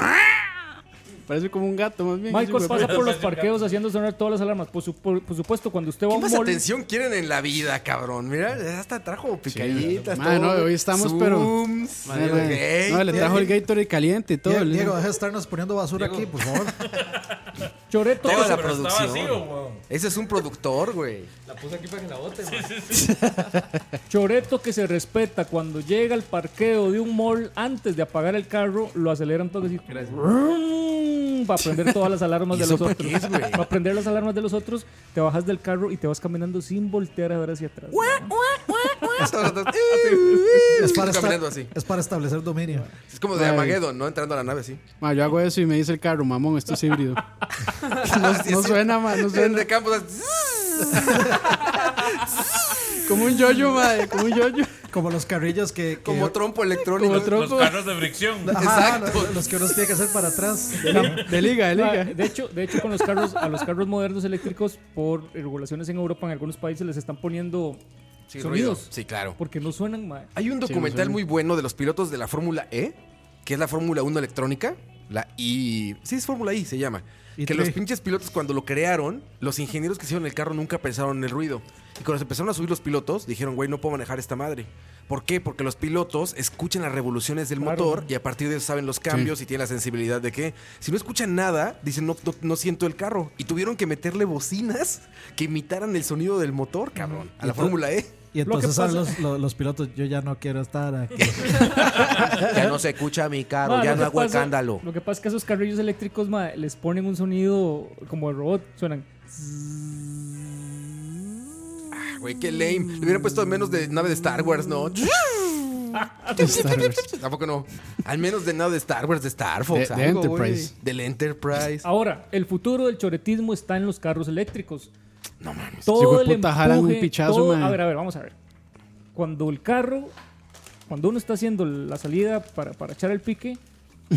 D: Parece como un gato, más bien.
H: Michael
D: Sí,
H: pasa
D: güey.
H: por los parqueos haciendo sonar todas las alarmas. Por, su- por- por supuesto, cuando usted va a
K: ¿Qué
H: un
K: más
H: mall...
K: atención quieren en la vida, cabrón? Mira, hasta trajo picaditas.
D: Madre, no,
K: todo.
D: hoy estamos, pero.
K: Zooms,
D: Madre,
K: el
D: madre. no, le trajo el Gatorade caliente y todo.
F: Diego,
D: le-
F: Diego, deja de estarnos poniendo basura aquí, por favor.
H: Choreto.
K: Toda la
E: Pero está
K: producción.
E: vacío, weón.
K: Ese es un productor,
D: [LAUGHS]
K: güey.
M: La puse aquí para que la bote,
H: Choreto que se respeta cuando llega al parqueo de un mall antes de apagar el carro, lo acelera un toquecito. Brum, Para prender todas las
K: [LAUGHS]
H: alarmas
K: ¿Y
H: de
K: eso
H: los
K: por
H: otros.
K: qué es, güey?
H: Para prender las alarmas de los otros, te bajas del carro y te vas caminando sin voltear a ver hacia atrás.
K: [LAUGHS]
F: Es para, esta-
K: Caminando así.
F: es para establecer dominio.
K: Es como de
D: Madre.
K: Armageddon, ¿no? Entrando a la nave así.
D: Ma, yo hago eso y me dice el carro, mamón, esto es
K: [LAUGHS]
D: híbrido. no,
K: Así,
D: no
K: así.
D: suena, ma, no
K: El
D: suena.
K: de Campos. así.
D: Como un yoyo, madre, como un yoyo.
F: Como los carrillos que... que-
K: Como trompo electrónico.
D: Como trompo.
E: Los carros de fricción.
F: [LAUGHS] Ajá,
K: Exacto.
F: Los, los que uno tiene que hacer para atrás.
D: De liga, de
H: Ah,
D: liga.
H: De hecho, de hecho con los carros, a los carros modernos eléctricos, por regulaciones en Europa, en algunos países les están poniendo
K: Sí,
H: sonidos.
K: ruido. Sí, claro.
H: Porque no suenan, mae.
K: Hay un documental muy bueno de los pilotos de la Fórmula E, que es la Fórmula 1 electrónica. La I. Sí, es Fórmula I, se llama.
F: Y
K: que
F: te-
K: los pinches pilotos, cuando lo crearon, los ingenieros que hicieron el carro nunca pensaron en el ruido. Y cuando se empezaron a subir los pilotos, dijeron, güey, no puedo manejar esta madre. ¿Por qué? Porque los pilotos escuchan las revoluciones del
H: Claro.
K: motor y a partir de eso saben los cambios y tienen la sensibilidad de que si no escuchan nada, dicen, no, no, no siento el carro. Y tuvieron que meterle bocinas que imitaran el sonido del motor, cabrón, a
F: Y
K: la
F: tú-
K: Fórmula E.
F: Y
H: Lo que
F: entonces salen
H: pasa-
F: los, los, los pilotos, yo ya no quiero estar aquí.
K: Ya no se escucha mi carro,
H: Ma,
K: ya
H: lo
K: no
H: que
K: hago
H: pasa-
K: escándalo.
H: Lo que pasa es que esos carrillos eléctricos ma, les ponen un sonido como de robot, suenan.
K: Güey, qué lame. Le hubieran puesto al menos de nave de Star Wars,
D: [LAUGHS]
K: ¿no? Tampoco no. Al menos de nave de Star Wars, de Star Fox.
D: De- de
K: algo,
D: Enterprise.
K: güey. Del Enterprise.
H: Ahora, el futuro del choretismo está en los carros eléctricos.
K: No mames.
D: hijo
H: Todo
D: de
H: el
D: puta, jalan un
H: empuje,
D: pichazo,
H: todo-
D: ma.
H: A ver, a ver, vamos a ver. Cuando el carro, cuando uno está haciendo la salida para, para echar
D: [LAUGHS]
H: el pique,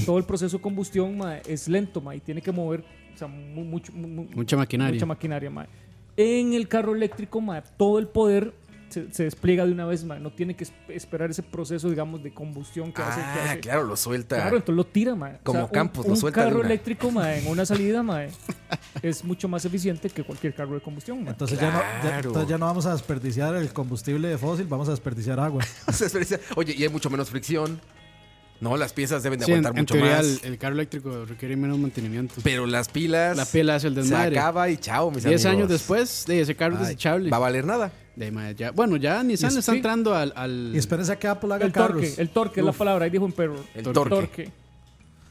H: todo el proceso de combustión ma, es lento ma, y tiene que mover o sea, mu- mucho- mu- mu-
D: Mucha maquinaria.
H: mucha maquinaria, mae. En el carro eléctrico, mae, todo el poder se, se despliega de una vez, mae. No tiene que es- esperar ese proceso, digamos, de combustión que hace. que
K: Ah,
H: hace.
K: claro, lo suelta.
H: Claro, entonces lo tira, mae.
K: Como
H: un-
K: Campos,
H: un,
K: lo suelta de
H: carro
K: una.
H: eléctrico, mae, en una salida,
K: [LAUGHS]
H: mae, es mucho más eficiente que cualquier carro de combustión, mae.
F: Entonces, ya no, ya,
K: Claro.
F: entonces ya no vamos a desperdiciar el combustible de fósil, vamos a desperdiciar agua.
K: [LAUGHS]
D: Oh.
K: Se expresa- Oye, y hay mucho menos fricción. No, las piezas deben de
D: Sí, en,
K: aguantar
D: en
K: mucho
D: teoría
K: más.
D: el, el carro eléctrico requiere menos mantenimiento.
K: Pero las pilas.
D: La pila hace el
K: se
D: desmadre.
K: acaba y chao, mis
D: 10 años
K: amigos.
D: después, de ese carro es
K: Ay,
D: desechable.
K: Va a valer nada.
D: De ahí, madre, ya- bueno, ya Nissan
H: Y
D: le está
H: sí.
D: entrando al. al-
F: Y espérense a que Apple haga
H: el
F: carros.
H: torque, el torque es la palabra, ahí dijo Emperor.
K: El torque.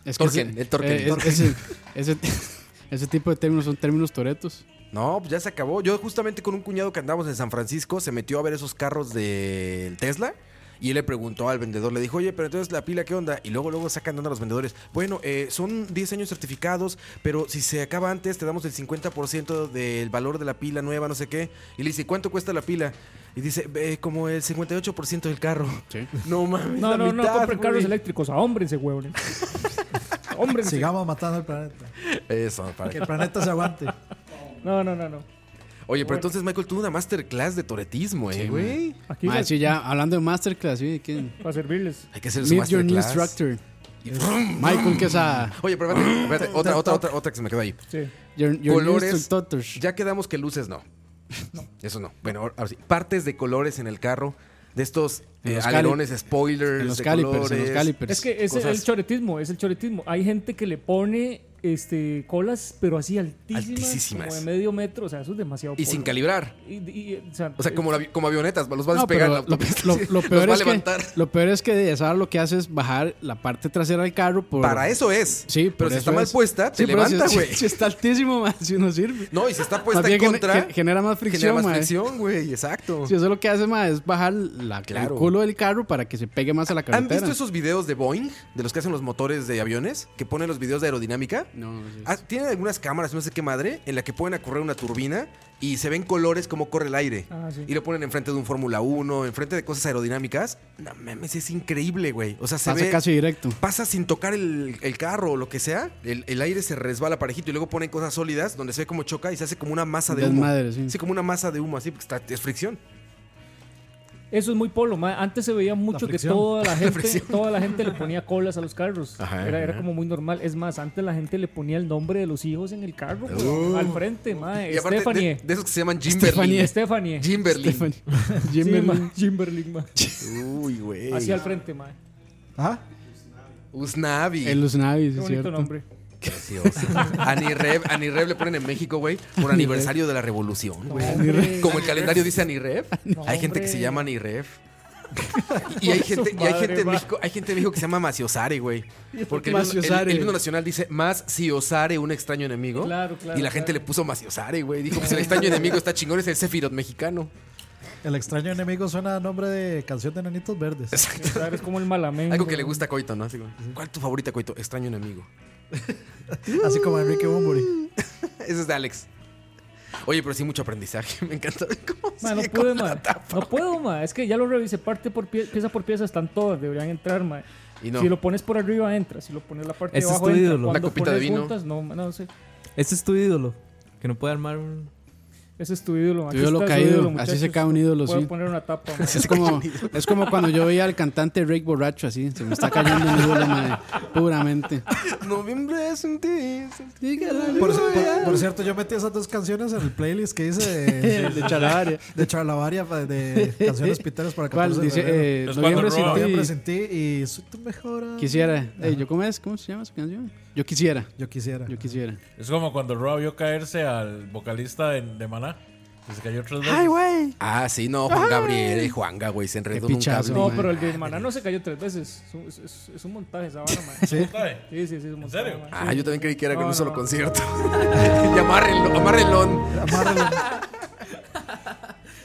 D: es eh,
K: Torquen, el torquen, el
D: es-
K: torquen.
D: Ese, ese- [LAUGHS] ese tipo de términos son términos toretos.
K: No, pues ya se acabó. Yo justamente con un cuñado que andamos en San Francisco se metió a ver esos carros del Tesla Y él le preguntó al vendedor, le dijo, oye, pero entonces la pila, ¿qué onda? Y luego, luego sacan onda los vendedores. Bueno, eh, son 10 años certificados, pero si se acaba antes, te damos el 50% del valor de la pila nueva, no sé qué. Y le dice, ¿cuánto cuesta la pila? Y dice, "Eh, como el 58% del carro. [LAUGHS] No mames.
H: No,
K: la
H: no, no
K: mitad,
H: compren
K: güey.
H: carros eléctricos. Ahómbrense, huevón. Ahómbrense.
F: Sigamos matando al planeta.
K: Eso, para
F: Que el planeta se aguante.
H: No, no, no, no.
K: Oye, pero entonces Michael tuvo una masterclass de toretismo, eh, güey.
H: Aquí
D: Ma,
H: les-
D: sí, ya hablando de Masterclass, ¿sí? ¿Quién?
H: Para servirles.
K: Hay que hacer su
D: Meet your new
K: masterclass.
D: instructor. Michael Quesada.
K: Oye, pero espérate, espérate, otra, otra, otra, otra que se me quedó ahí.
H: Sí.
D: Your, your new
K: colores.
D: instructor.
K: Ya quedamos que luces no. Eso no. Bueno, ahora- ahora sí. Partes de colores en el carro. De estos
D: En
K: eh,
D: los cali-
K: alerones, spoilers.
D: en los
K: de
D: calipers, en los
K: colores,
D: calipers.
H: Es que es
K: cosas-
H: el choretismo, es el choretismo. Hay gente que le pone este colas, pero así altísimas,
K: Altísimas.
H: como de medio metro. O sea, eso es demasiado.
K: Y
H: polo.
K: sin calibrar.
H: Y- y- o sea,
K: O sea, como, avi- como avionetas. Los vas a despegar.
D: No, pero
K: en la
D: lo,
K: autopista, [LAUGHS]
D: lo-
K: sí.
D: lo peor
K: los va
D: es
K: a
D: que,
K: levantar.
D: lo peor es que de esa hora lo que hace es bajar la parte trasera del carro. por-
K: Para eso es.
D: Sí, por
K: Pero si
D: eso
K: está mal
D: es.
K: puesta, te
D: [LAUGHS] Sí, Ah, pero si-
K: levanta,
D: si-
K: güey.
D: Si, está altísimo, ma, si no sirve.
K: No, y si está
D: Más
K: puesta en
D: bien gene-
K: contra.
D: gen- genera más fricción,
K: Genera más
D: ma.
K: fricción, güey. Exacto.
D: Si eso lo que hace, ma, es bajar la,
K: Claro.
D: el culo del carro para que se pegue más a la
K: ¿Han
D: carretera.
K: visto esos videos de Boeing? De los que hacen los motores de aviones. Que ponen los videos de aerodinámica.
D: No, no sé.
K: Ah, tienen algunas cámaras, no sé qué madre, en la que pueden correr una turbina y se ven colores como corre el aire.
H: Ah, sí.
K: Y lo ponen enfrente de un Fórmula 1, enfrente de cosas aerodinámicas. No mames, es increíble, güey. O sea, se
D: Pasa
K: ve-
D: casi directo.
K: Pasa sin tocar el, el carro o lo que sea. El, el aire se resbala parejito y luego ponen cosas sólidas donde se ve como choca y se hace como una masa de humo.
D: Desmadre, sí. [LAUGHS]
K: Sí, como una masa de humo, así, porque está- es fricción.
H: Eso es muy polo. ma. Antes se veía mucho que
F: fricción.
H: toda
K: [LAUGHS]
H: la gente,
K: fricción.
H: toda la gente le ponía colas a los carros.
K: Ajá,
H: era, era
K: ajá.
H: como muy normal. Es más, antes la gente le ponía el nombre de los hijos en el carro weón, al frente, ma.
K: Y aparte de,
H: Eh, Stephanie.
K: de esos que se llaman Jim
D: Stephanie.
K: Berlin.
H: Stephanie.
K: Jim Berlin.
D: Jim
H: Sí,
D: Berlin.
H: ma, Jim Berlin, ma.
K: Uy, güey.
H: Hacia el frente, ma.
F: Ajá.
K: Usnavi.
D: El Usnavi, sí,
H: Qué
D: es
H: bonito
D: cierto.
H: nombre.
K: Precioso. Anirev, Anirev le ponen en México, güey, por aniversario de la revolución, güey. Como el calendario dice Anirev, [LAUGHS] hay gente que se llama Anirev.
H: [LAUGHS]
K: Y hay gente, y hay gente en
H: va.
K: México, hay gente en México que se llama Maciosare, güey. Porque el, himno- el,
D: Maciosare.
K: el himno nacional dice Maciosare, un extraño enemigo.
H: Claro, claro,
K: y la gente
H: claro.
K: le puso Maciosare, güey. Dijo, pues el extraño enemigo está chingón, es el Sephiroth mexicano.
F: El extraño enemigo suena a nombre de canción de Nanitos Verdes.
H: [LAUGHS]
F: [LAUGHS]
H: Claro, es como el malamén.
K: Algo que le
H: weón.
K: gusta a Coito, ¿no? Así como, ¿Cuál es tu favorita, Coito? Extraño enemigo. [LAUGHS]
F: Así como Enrique Bumburi.
K: Ese es de Alex. Oye, pero sí mucho aprendizaje. [LAUGHS] Me encanta ver cómo
H: Ma, no
K: sigue
H: pude,
K: con la
H: ma.
K: tapa.
H: No puedo, ma. Es que ya lo revisé parte por pie- pieza por pieza. Están todas. Deberían entrar, ma.
K: Y no.
H: Si lo pones por arriba, entra. Si lo pones la parte de
G: Ese es
H: abajo,
G: tu
H: entra.
G: ídolo.
H: Cuando
K: Una copita de
H: pones
K: vino.
H: juntas, no, ma, no sé.
G: Ese es tu ídolo. Que no puede armar un.
H: Ese es tu ídolo.
D: Tu
H: Aquí
D: ídolo
H: está su
D: caído.
H: muchachos.
D: así se cae un ídolo,
H: Puedo
K: [LAUGHS]
D: sí.
H: poner una tapa. ma.
D: Es como, es como cuando yo veía al cantante Rick borracho así. Se me está cayendo un ídolo, madre. Puramente.
K: [LAUGHS] Noviembre es un día.
F: Por, por- por cierto, yo metí esas dos canciones en el playlist que hice de,
D: De Charlavaria.
F: de Charlavaria, pa- de canciones piteras para
D: [LAUGHS] ¿Cuál?
F: 14 de
D: Dice,
F: febrero.
D: eh,
E: Es
D: noviembre
E: cuando Roa-
F: Noviembre
D: sin ti.
F: sin ti y soy tu mejor amigo.
D: Quisiera. Ey, ¿yo cómo es? ¿Cómo se llama esa canción? Yo quisiera.
F: Yo quisiera.
D: Yo quisiera.
E: Es como cuando Roa vio caerse al vocalista de, de Maná. que se cayó tres veces.
D: güey!
K: Ah, sí, no, Juan Gabriel y Juanga, güey, se enredó en
D: Qué
K: un
D: pichazo.
K: cable.
H: No,
D: ma.
H: pero el de Maná no se cayó tres veces. Es un, es- es- es un montaje esa vara, ma.
F: Sí.
E: ¿Sabe?
H: Sí, sí, sí, es un montaje.
E: serio?
H: ma. Sí.
K: Ah, yo también creí que era con
H: No,
K: un solo
H: no.
K: concierto.
H: [LAUGHS]
K: [LAUGHS] y amárrenlo, amárrenlo.
F: Amárralo.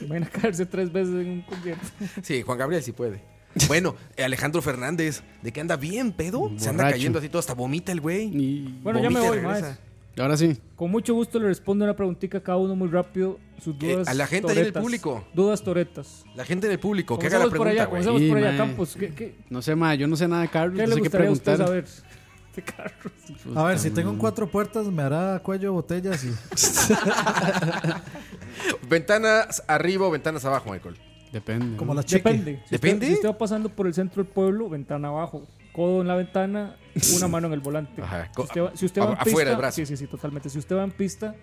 H: Van a caerse tres veces en un concierto.
K: Sí, Juan Gabriel sí puede. Bueno, eh, Alejandro Fernández, de que anda bien, pedo. Se anda
D: Borracho.
K: cayendo así todo, hasta vomita el güey.
D: Y
H: Bueno, ya
K: Vomita
H: me
K: y
H: voy,
K: regresa.
H: más.
D: ahora sí.
H: Con mucho gusto le respondo una preguntita a cada uno muy rápido. Sus
K: Eh,
H: dudas.
K: a la gente ahí en el
H: toretas.
K: público.
H: Dudas toretas.
K: La gente en el público, que haga la
H: Comencemos por
K: pregunta,
H: allá,
K: güey.
H: comencemos
D: Sí,
H: por allá,
D: mae.
H: Campos. ¿Qué, qué,
D: No sé, ma, yo no sé nada de carros.
H: qué
D: no sé
H: le
D: qué
H: gustaría a usted
D: preguntar.
H: saber? [LAUGHS] De carros.
F: A ver, si tengo un cuatro puertas, me hará cuello, botellas
H: [LAUGHS]
F: y.
K: Ventanas arriba o ventanas abajo, Michael.
D: Depende. [LAUGHS]
F: Como
D: ¿no?
F: la chica.
H: Depende. Si usted-
K: Depende.
H: si usted va pasando por el centro del pueblo, ventana abajo. Codo en la ventana, una mano en el volante.
K: Ajá.
H: Si usted va, si usted
K: A-
H: va en
K: afuera
H: pista,
K: el brazo.
H: Sí, sí, sí, totalmente. Si usted va en pista,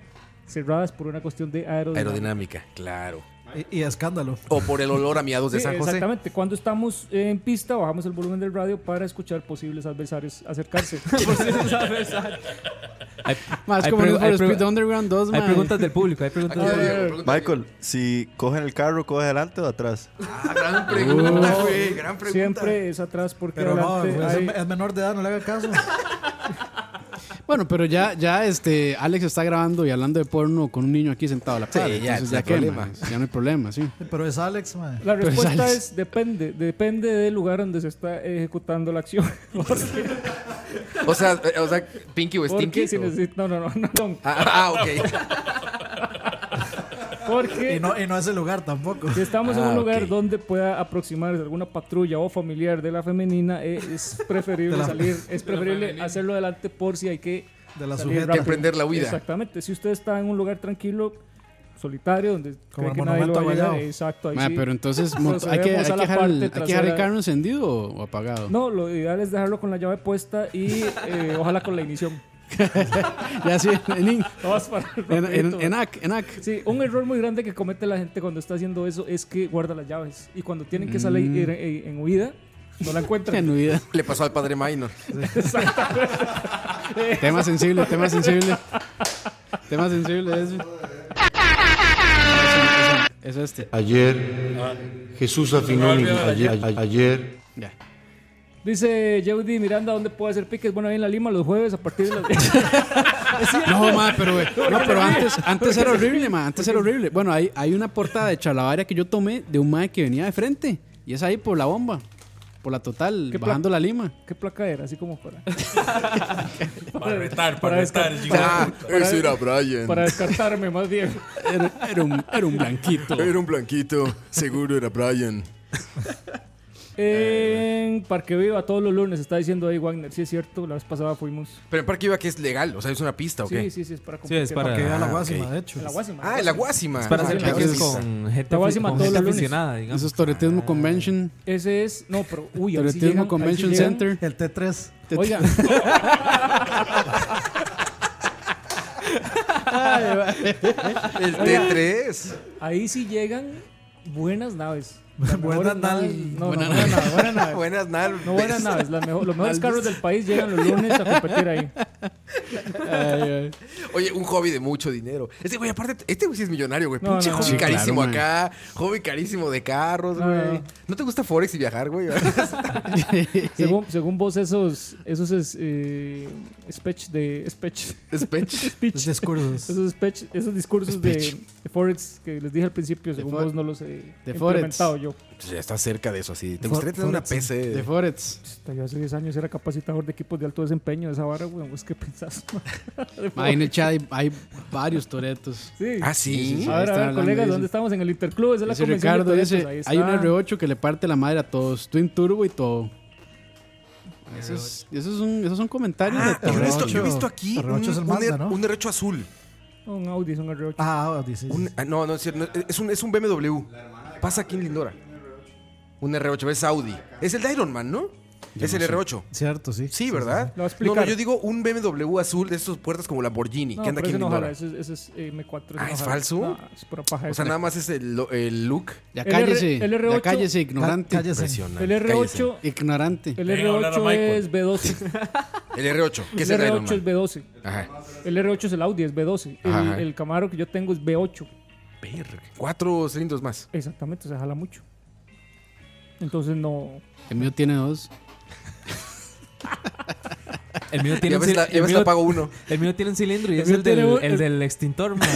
H: cerradas por una cuestión de aerodinámica.
K: Aerodinámica, claro.
F: Y, y escándalo.
H: Oh,
K: O por el olor a miados de
H: Sí,
K: San José.
H: Exactamente. Cuando estamos en pista, bajamos el volumen del radio para escuchar posibles adversarios
K: [LAUGHS]
H: acercarse.
G: Hay,
D: Ma, es
G: hay
D: como
G: pregu-
D: Need for
G: hay pregu-
D: Speed Underground 2,
G: hay
D: ma.
G: preguntas del público. Hay preguntas
K: Aquí
G: del
K: le
G: público.
K: digo, pregúntale.
M: Michael, si cogen el carro, ¿coge adelante o atrás?
K: Ah, gran pregunta, güey. Gran pregunta.
H: Siempre es atrás porque
F: Pero no, pues,
H: adelante
F: güey, es,
H: [LAUGHS] hay-
F: es menor de edad, no le haga caso.
D: Bueno, pero ya, ya este, Alex está grabando y hablando de porno con un niño aquí sentado a la
K: Sí,
D: par.
K: ya,
D: entonces
K: no
D: ya,
K: hay
D: qué,
K: problema.
D: mae, ya no hay problema, sí.
F: Pero es pues, Alex, man.
H: La
D: Pero es
H: respuesta
D: Alex.
H: es depende, depende del lugar donde se está ejecutando la acción. [LAUGHS] Porque-
K: O sea, eh, o sea, Pinky [LAUGHS] o Stinky.
H: Porque si
K: o-
H: necesit- No, no, no, no. no.
K: Ah, ah, ok.
H: Porque
F: Y no, y no es el lugar tampoco.
H: si estamos en
K: Ah,
H: un lugar
K: ok.
H: donde pueda aproximarse alguna patrulla o familiar de la femenina, eh, es preferible
F: [LAUGHS] De la-
H: salir, es preferible hacerlo adelante por si hay que
F: De la
H: salir
F: sujeta.
H: rápido.
K: Emprender la huida.
H: Exactamente. Si usted está en un lugar tranquilo, solitario, donde
F: Como
H: cree
F: el
H: que nadie lo
F: monumento
H: va a llegar,
F: guayao.
H: exacto. ahí
D: Mae,
H: Pues sí.
D: Ah, pero entonces mo-
H: Nos
D: hay que, hay
H: vemos
D: que
H: a la
D: dejar el,
H: parte
D: hay que dejar el
H: trasera.
D: carro encendido o o apagado.
H: No, lo ideal es dejarlo con la llave puesta y
F: [LAUGHS]
H: eh, ojalá con la ignición.
D: [LAUGHS] Ya sí, en,
H: [LAUGHS]
D: en,
H: Todas para el
D: en,
H: rapidito.
D: en ac, en ac.
H: Sí, un error muy grande que comete la gente cuando está haciendo eso es que guarda las llaves. Y cuando tienen que salir
D: Mm.
H: ir en, en huida, no la
D: [LAUGHS]
H: encuentran.
D: En huida.
K: Le pasó al padre Minor.
D: Tema sensible, tema sensible. tema sensible ese. Es este.
N: Ayer, Jesús afinó mi, ayer, ayer, ayer,
D: Ya.
H: Dice Yeudi Miranda, ¿dónde puedo hacer piques? Bueno, ahí en la Lima los jueves a partir de las... Es cierto.
D: No, ma, pero, eh, no, pero antes, antes era
H: Porque se-
D: horrible, ma, antes era horrible. Bueno, hay, hay una portada de Chalabaria que yo tomé de un mae que venía de frente. Y es ahí por la bomba, por la total,
H: ¿Qué pla-
D: bajando la lima.
H: ¿Qué placa era? Así como para...
E: [LAUGHS] Para retar, para
H: Para
E: retar.
H: desca-
E: chicos.
K: Ah, ese era Brian.
H: Para descartarme,
E: [LAUGHS]
H: más bien.
D: Era, era un, era un
K: [LAUGHS]
D: blanquito.
K: Era un blanquito. Seguro era Brian.
H: En Parque Viva todos los lunes, está diciendo ahí Wagner. Sí, es cierto, la vez pasada fuimos.
K: Pero en Parque Iba que es legal, o sea, es una pista, ¿ok?
H: Sí, sí, sí, es para...
G: Sí, es
F: Para
G: para.
F: que vea la
G: ah,
F: guasima,
G: ok.
F: de hecho.
H: La Guasima.
K: Ah, la Guasima.
G: Es para
K: Ah,
G: hacer
K: claro,
G: piques
K: sí.
G: con gente,
H: Te voy a decir
G: afi-
H: más
G: con
H: todos
G: gente
H: los lunes.
G: aficionada, digamos.
D: Eso es Toretismo Convention.
H: Ese es... No, pero... Uy, ahí sí
D: Toretismo
H: llegan- ahí sí
D: Convention
H: llegan.
D: Center.
F: El T3.
H: [LAUGHS]
D: [LAUGHS]
H: Oiga,
K: El T3.
H: ahí sí llegan buenas naves.
F: Buenas naves.
H: No,
D: Buena
H: buenas naves.
K: [LAUGHS]
H: No, buenas naves.
K: Buenas naves.
H: No buenas naves. Las mejo- los mejores carros del país llegan los lunes a competir ahí.
K: Oye, un hobby de mucho dinero. Este güey, aparte, este güey sí es millonario, güey.
H: No,
K: Pinche
H: no, no.
K: hobby
D: Sí, claro,
K: carísimo
D: man.
K: acá. Hobby carísimo de carros,
H: No,
K: güey.
H: no,
K: No,
H: no.
K: te gusta Forex y viajar, güey? [LAUGHS]
H: Según, según vos, esos, esos es, eh, speech de. Speech.
K: Spech.
H: speech,
F: Los
H: [LAUGHS]
F: discursos.
H: esos, speech, esos discursos de, de Forex que les dije al principio, según
D: Fo-
H: vos, no los he
D: de Forex.
H: implementado yo.
K: Pues ya está cerca de eso, así. ¿Te
F: For-
K: gustaría tener una
F: Forex, sí.
K: PC?
D: De Forex.
H: Puta, Yo hace 10 años era capacitador de equipos de alto desempeño de esa vara, weón. ¿Vos qué pensás? [LAUGHS] De
D: Ma, Ahí en el chat hay, hay varios Toretos.
H: Sí.
K: Ah, sí.
D: Sí, sí, sí. Ahí está
H: A ver, a ver,
D: hablando,
H: colegas,
D: dice.
H: ¿dónde estamos? En el Interclub, esa es la
D: Dice
H: convención de
D: Ricardo dice,
H: Toretos, ahí
D: hay una
H: está.
D: R8 que le parte la madre a todos, Twin Turbo y todo.
H: Ah,
D: Eso es, eso es un, esos son comentarios
K: Ah, yo
D: de
K: he
D: Toretos.
K: visto, yo he
F: R8.
K: visto aquí un,
F: R8 es el
K: un
F: Mazda,
K: er-
F: ¿no?
K: un R8 azul.
H: Un Audi es un R8.
F: Ah, dice.
K: Un- ah, no, no, es cierto, no, es un, es un BMW. Pasa aquí en Lindora. Un R8, es Audi. Es el de Iron Man, ¿no? es el R8.
F: Cierto, sí.
K: Sí, ¿verdad?
H: Lo voy a
K: Ah, No,
H: explicar.
K: no, yo digo un BMW azul de estos puertas como Lamborghini
H: No,
K: que anda
H: pero
K: aquí
H: ese
K: en
H: no jala,
K: Lindora.
H: ese, ese es M4. ese
K: Ah,
H: no
K: ¿es
H: jala.
K: falso?
H: No, es pura paja.
K: O sea, nada más es el, lo- el look.
D: Ya
H: El
D: cállese,
H: R- el R8.
D: ya cállese, ignorante.
F: Cállese.
K: Impresionante.
H: el
K: Cállese.
H: R8,
D: Ignorante.
H: el
E: Venga, hablar a
H: R8
E: Michael.
H: es B12.
K: El R8, que
H: El
K: es el Iron
H: R8 es
K: Man.
H: B12.
K: Ajá.
H: El R8 es el Audi, es B12.
K: Ajá.
H: El, el Camaro que yo tengo es B8.
K: Verga. Cuatro cilindros más.
H: Exactamente, se jala mucho. Entonces no.
D: El mío tiene dos.
G: El mío
K: [LAUGHS]
G: tiene
K: Ya
G: un
K: ves,
G: cil-
K: la, ya
G: el
K: ves
G: mío-
K: la pago uno.
G: el mío tiene un cilindro y
H: El
G: es
H: mío
G: el
H: tiene
G: del,
H: un-
G: el del extintor,
H: [LAUGHS]
G: man.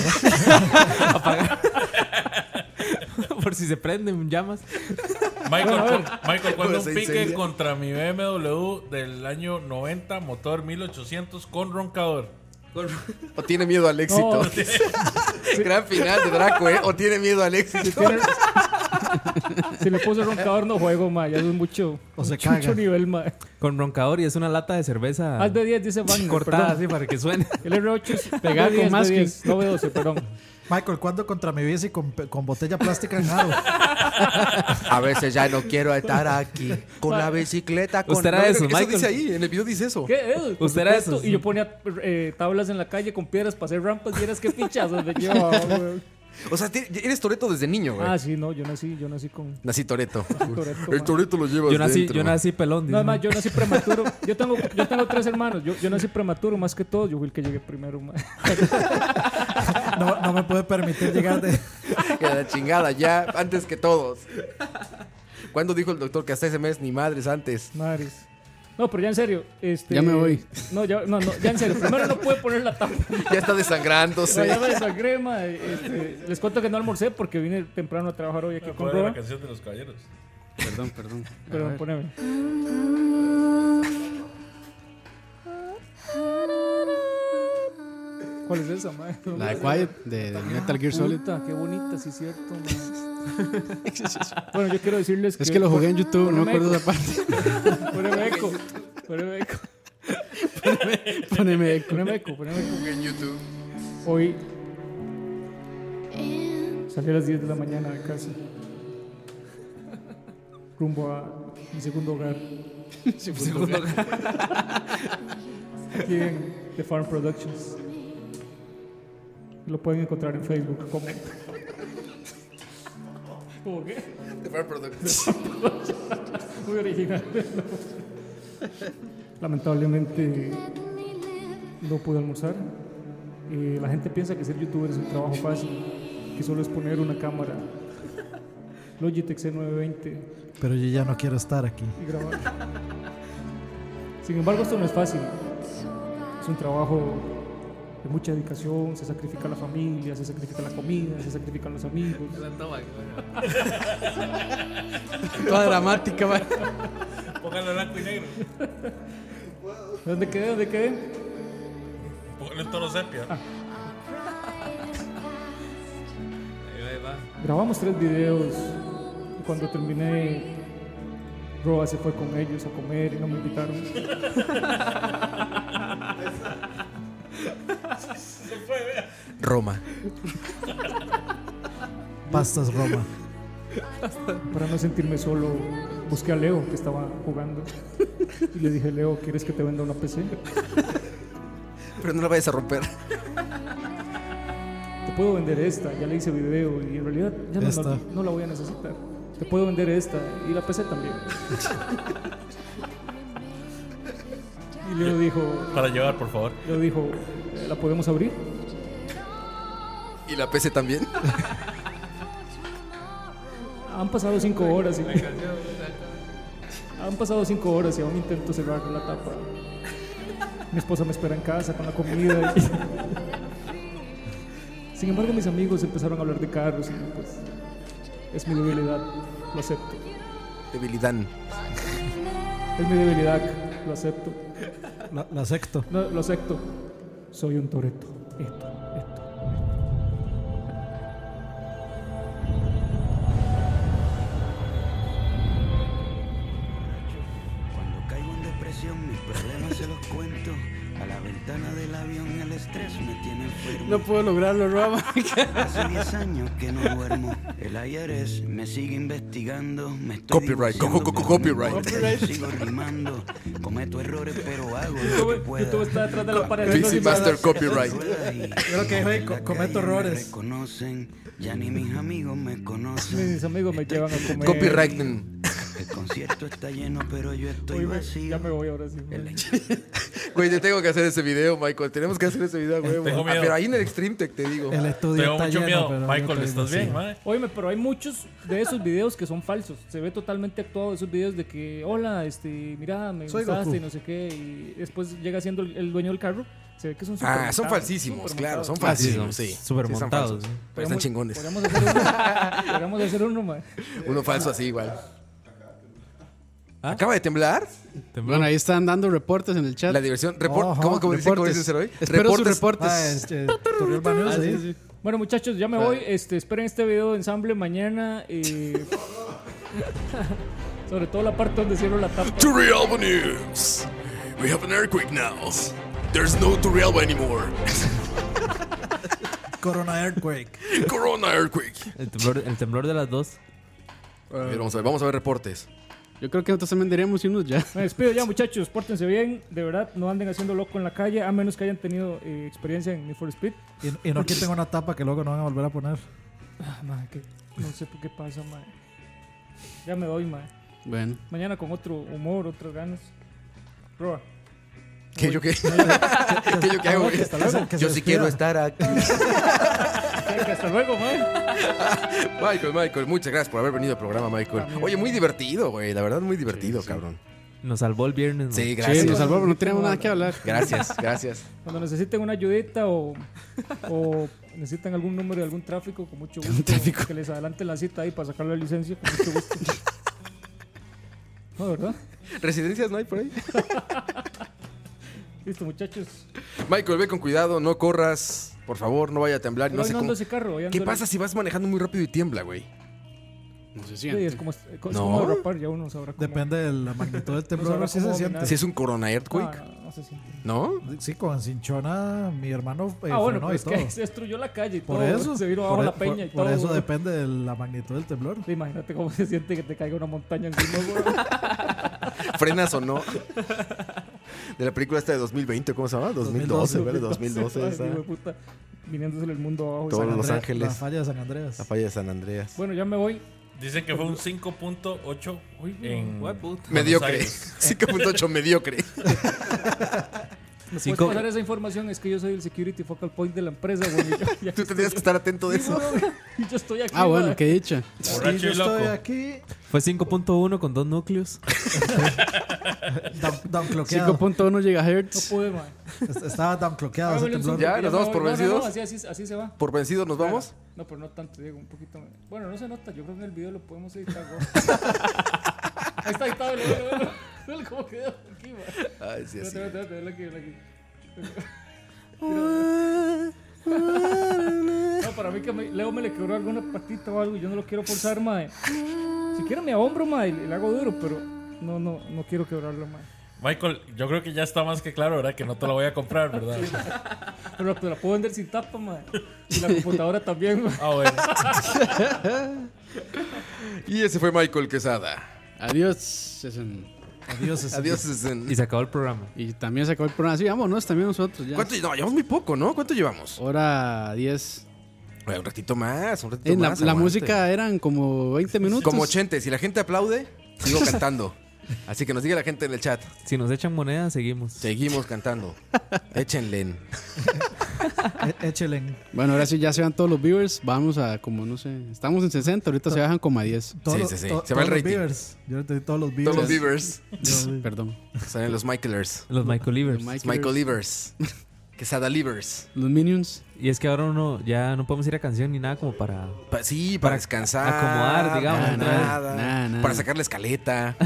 G: Apagar. [LAUGHS] Por si se prenden llamas.
E: Michael, Michael cuando
K: Pues
E: un
K: se
E: pique
K: incendia.
E: contra mi BMW del año 90, motor 1800 con roncador.
K: O tiene miedo al éxito. [LAUGHS]
H: No,
K: Gran final de Draco, ¿eh? O tiene miedo al éxito.
H: tiene- si le puse roncador no juego, ma. Ya es mucho,
F: O se
H: mucho,
F: caga.
H: mucho nivel, ma.
G: Con roncador y es una lata de cerveza
H: Haz B10, dice Wagner.
G: cortada
H: Ah, perdón.
G: así para que suene.
H: El R8 es
D: Pegada con
H: B10,
D: masking.
H: B10, no B12, perdón.
F: Michael, ¿cuándo contra mi bici con, con botella plástica en aro?
K: A veces ya no quiero estar aquí. Con la bicicleta, con
G: Usted era
K: No,
G: eso,
K: eso
G: Michael.
K: dice ahí, en el video dice eso.
H: ¿Qué? Eh, por
G: Usted era
H: supuesto.
G: esos.
H: Y yo ponía eh, tablas en la calle con piedras para hacer rampas. Y eras que pinchazos de llevaba, güey.
K: O sea, ti- eres Toreto desde niño, güey.
H: Ah, sí, no, yo nací, yo nací con.
K: Nací Toreto.
H: Toretto, man.
K: Toreto lo llevas
G: Yo nací, yo nací pelón.
H: No,
G: dice,
H: además, yo nací prematuro. Yo tengo, yo tengo tres hermanos. Yo, yo nací prematuro, más que todo. Yo fui el que llegué primero. ma.
F: No, no me puede permitir llegar
H: [LAUGHS]
F: de.
K: Que la chingada ya, antes que todos. ¿Cuándo dijo el doctor que hasta ese mes ni madres antes?
H: Madres. No, pero ya en serio. Este,
D: Ya me voy.
H: No, ya, no, no, ya en serio. Primero no pude poner
D: [LAUGHS]
H: la tapa.
K: Ya está desangrándose.
H: No, [LAUGHS] ya me desangré, mae. Este, les cuento que no almorcé porque vine temprano a trabajar hoy aquí con
E: ¿Cuál era
H: Roa.
E: la canción de los caballeros?
D: Perdón, perdón.
H: Pero poneme. ¿Cuál es esa, mae? No
D: La de
H: me-
D: Quiet, de, de Metal Gear Solid.
H: Puta, qué bonita, sí, cierto, mae.
D: [LAUGHS]
H: bueno, yo quiero decirles que.
D: Es que lo jugué en YouTube, no me acuerdo
H: de
D: esa parte.
H: Poneme eco. Poneme eco.
D: poneme eco.
H: Poneme eco, poneme eco. en YouTube. Hoy. Salí a las 10 de la mañana de casa. Rumbo a mi segundo [LAUGHS] hogar.
D: Segundo hogar.
H: [LAUGHS] Aquí en The Farm Productions. Lo pueden encontrar en Facebook como [LAUGHS] ¿Cómo qué?
K: The Farm Productions.
H: The Farm Productions. Muy original. Lamentablemente no pude almorzar. Eh, la gente piensa que ser youtuber es un trabajo fácil, que solo es poner una cámara Logitech C920
F: Pero yo ya no quiero estar aquí.
H: y grabar. Sin embargo, esto no es fácil. Es un trabajo de mucha dedicación, se sacrifica la familia, se sacrifica la comida, se sacrifican los amigos.
D: Toda dramática, mae.
E: Póngalo blanco y negro.
H: ¿Dónde quedé? ¿Dónde quedé?
E: Póngalo en toro sepia.
H: Grabamos tres videos y cuando terminé, Roa se fue con ellos a comer y no me invitaron.
E: Se fue, vea.
K: Roma.
F: Pastas Roma.
H: Para no sentirme solo, busqué a Leo que estaba jugando y le dije, Leo, ¿quieres que te venda una PC?
K: Pero no la vayas a romper.
H: Te puedo vender esta, ya le hice video y en realidad ya no,
F: Esta.
H: no, no la voy a necesitar. Te puedo vender esta y la PC también. y Leo dijo,
E: Para llevar, por favor.
H: Leo dijo, ¿la podemos abrir?
K: Y la PC también.
H: Han pasado cinco horas y... Han pasado cinco horas y aún intento cerrar la tapa. Mi esposa me espera en casa con la comida. y- Sin embargo, mis amigos empezaron a hablar de carros y pues es mi debilidad, lo acepto.
K: Debilidad.
H: Es mi debilidad, lo acepto.
F: La, la secto.
H: No, lo acepto. Soy un toreto. Esto, esto.
O: Cuando caigo en depresión, mis problemas se los cuento. A la ventana del avión el estrés me tiene enfermo.
D: No puedo lograrlo, Roa.
O: Hace 10 años que no duermo. El IRS me sigue investigando. Me estoy
K: Copyright.
O: divorciando,
K: co- co- co-
O: pero no
K: copyright.
O: importa,
K: Copyright.
O: Sigo rimando. Cometo errores, pero hago lo
K: YouTube-
O: que pueda.
K: YouTube está detrás de la pared, Pixie no sin Master nada. copyright.
F: Yo lo que dije, co- cometo errores.
O: Reconocen, ya ni mis amigos me conocen.
H: Mis amigos me llevan a comer.
O: El concierto está lleno, pero yo estoy
H: Oye, güey,
O: vacío.
H: ya me voy ahora sí.
K: Güey, te tengo que hacer ese video, Michael. Tenemos que hacer ese video, güey.
E: Tengo
K: Ah,
E: miedo.
K: Pero ahí en el Extreme Tech te digo. Ah,
F: El estudio Tengo está mucho lleno, miedo. pero Michael, yo estoy
E: ¿estás bien, mae?
H: Oye, pero hay muchos de esos videos que son falsos. Se ve totalmente actuado esos videos de que, hola, este, mira, me
F: Soy
H: gustaste
F: Goku.
H: y no sé qué. Y después llega siendo el, el dueño del carro. Se ve que son
K: Ah,
H: supermontados,
K: son falsísimos, claro, son
H: supermontados.
K: falsísimos, sí.
G: Supermontados,
K: Sí, son falsos,
G: sí.
K: Pero están
H: Podríamos-
K: chingones.
H: Podríamos hacer uno, podríamos hacer uno, mae.
K: Uno falso así igual. ¿Acaba de temblar?
D: [LAUGHS] Bueno, ahí están dando reportes en el chat. La
K: diversión. Report- Ajá. ¿cómo- cómo dice- cómo dice Ceroy?
D: Espero
K: Reportes.
D: sus reportes.
K: Ah,
F: este,
D: Ah, sí, sí.
H: Bueno, muchachos, ya me
D: Vale.
H: voy. Este, esperen este video de ensamble mañana. eh, [LAUGHS] sobre todo la parte donde cierro la tapa.
A: To Realba News. We have an earthquake now. There's no To Realba anymore. [LAUGHS]
F: Corona Earthquake.
A: Corona Earthquake.
G: El temblor, el temblor de las dos.
K: A ver, vamos a ver, vamos a ver reportes.
D: Yo creo que nosotros también diremos unos ya.
H: Me despido ya, muchachos. Pórtense bien. De verdad, no anden haciendo loco en la calle, a menos que hayan tenido eh, experiencia en Need for Speed.
F: Y, y no quiten una tapa que luego no van a volver a poner.
H: Ah, madre, que no sé por qué pasa, madre. Ya me doy, madre.
D: Bueno.
H: Mañana con otro humor, otras ganas. Roa.
K: ¿Qué [LAUGHS] yo qué?
H: ¿Qué
K: ¿Qué yo qué hago, güey? Yo sí quiero estar aquí.
H: Hasta luego, madre.
K: Michael, Michael, muchas gracias por haber venido al programa, Michael. Oye, muy divertido, güey. La verdad, muy divertido, cabrón.
G: Nos salvó el viernes.
K: Sí,
G: man.
K: gracias.
D: nos salvó, no tenemos nada que hablar.
K: [LAUGHS] Gracias, gracias.
H: Cuando necesiten una ayudita o, o necesitan algún número de algún tráfico, con mucho gusto. Que les adelante la cita ahí para sacar la licencia, con mucho gusto. No, ¿verdad?
K: ¿Residencias no hay por ahí?
H: Listo, muchachos.
K: Michael, ve con cuidado, no corras. Por favor, no vaya a temblar.
H: Pero
K: No
H: hoy
K: sé
H: no
K: cómo-
H: ando ese carro, hoy ando
K: ¿Qué
H: el-
K: pasa si vas manejando muy rápido y tiembla, güey?
D: No se
H: Sí, es como, es
K: No.
H: como rapar, ya uno sabrá cómo.
F: Depende de la
K: [LAUGHS]
F: magnitud del temblor,
H: sabrá
F: sí se
H: cómo
F: siente.
H: dominar.
K: Si es un corona earthquake.
H: Ah, No, no, no se siente.
K: Ah. ¿No?
F: Sí, con cinchona mi hermano eh,
H: Ah, bueno,
F: frenó
H: pero
F: y
H: es que
F: todo.
H: se [LAUGHS] destruyó la calle y
F: Por
H: todo.
F: eso.
H: Se vino
F: por
H: abajo
F: e-
H: la peña y
F: por- Por
H: todo,
F: eso
H: güey.
F: depende de la magnitud del temblor.
H: Sí, Imagínate cómo se siente que te caiga una montaña
K: [LAUGHS]
H: encima, güey.
K: ¿Frenas o [LAUGHS] no? De la película esta de 2020, ¿cómo se llama? 2012,
H: [LAUGHS]
K: ¿verdad? 2012.
H: Ay,
K: esa.
H: hijo de puta, viniéndosele el mundo abajo.
K: Todos
H: San
K: Los
H: Andrés.
K: Ángeles.
F: La falla de San Andreas.
K: La falla de San Andreas.
H: Bueno, ya me voy.
E: Dicen que fue un 5.8 en. Buenos
K: Mediocre. [LAUGHS]
E: Aires.
K: 5.8 mediocre.
H: ¿Me puedes pasar esa información? Es que yo soy el security focal point de la empresa,
K: [LAUGHS]
H: güey.
K: Tú tendrías que estar atento de eso. [LAUGHS]
H: Y yo estoy aquí.
D: Ah, bueno,
H: güey.
D: qué dicha.
H: Borracho y loco.
F: aquí.
G: Fue 5.1 con dos núcleos.
H: [LAUGHS]
F: Down cloqueado.
D: 5.1 GHz.
H: No pude, man.
K: Ah,
F: Est- Estaba down cloqueado ese
H: Hágale
F: temblor.
H: un zoom, porque
K: nos
H: me
K: damos
H: voy.
K: por
H: No, no,
K: vencidos.
H: no, así, así- así se va.
K: ¿Por vencidos nos
H: Claro.
K: vamos?
H: No, pero no tanto, Diego, un poquito. Bueno, no se nota. Yo creo que en el video lo podemos editar,
K: [LAUGHS]
H: güey. Ahí está editado el video, güey. [LAUGHS] Velo cómo quedó aquí, güey.
K: Ay, sí, así.
H: Espérate, espérate, espérate, velo aquí, velo aquí. No, para mí que me- Leo me le quebró alguna patita o algo y yo no lo quiero forzar, mae. Si quiere me ahombro, mae, y le hago duro, pero no, no, no quiero quebrarlo, mae.
E: Michael, yo creo que ya está más que claro, ¿verdad? Que no te la voy a comprar, ¿verdad?
H: Pero la, la puedo vender sin tapa, mae. Y la computadora también, mae.
E: Ah, bueno.
K: Y ese fue Michael Quesada.
D: Adiós, Cesen.
F: Adiós, Cesen.
K: Adiós, Cesen.
G: [LAUGHS] Y se acabó el programa.
D: Y también se acabó el programa. Sí, vámonos también nosotros ya.
K: ¿Cuánto? No, llevamos muy poco, ¿no? ¿Cuánto llevamos?
D: Hora 10.
K: Oye, Un ratito más, un ratito
D: En la,
K: más.
D: la
K: aguante.
D: música eran como 20 minutos.
K: Como 80. Si la gente aplaude,
D: [LAUGHS]
K: sigo cantando. Así que nos diga la gente en el chat.
G: Si nos echan moneda, seguimos.
O: [LAUGHS]
K: Seguimos cantando. Échenle.
F: E- Échele.
D: Bueno, ahora sí ya se van todos los viewers. Vamos a como, no sé, estamos en 60, ahorita se bajan como
K: [LAUGHS]
D: a 10.
F: Todos
K: Sí,
F: los-
K: sí, sí.
F: to-
K: Se va el
F: todos los
K: rating.
F: beavers. Yo entendí todos los beavers.
K: Todos los beavers.
D: Perdón.
K: Salen los Michaelers.
G: Los Michael Evers.
D: Los
K: Pues, Michael Evers. Quesada Livers.
D: Los Minions.
G: Y es que ahora uno ya no podemos ir a canción ni nada como para.
K: Pa- sí, para, descansar.
G: acomodar, digamos,
K: para
G: nada,
K: nada.
D: nada, nada.
K: Para sacar la escaleta.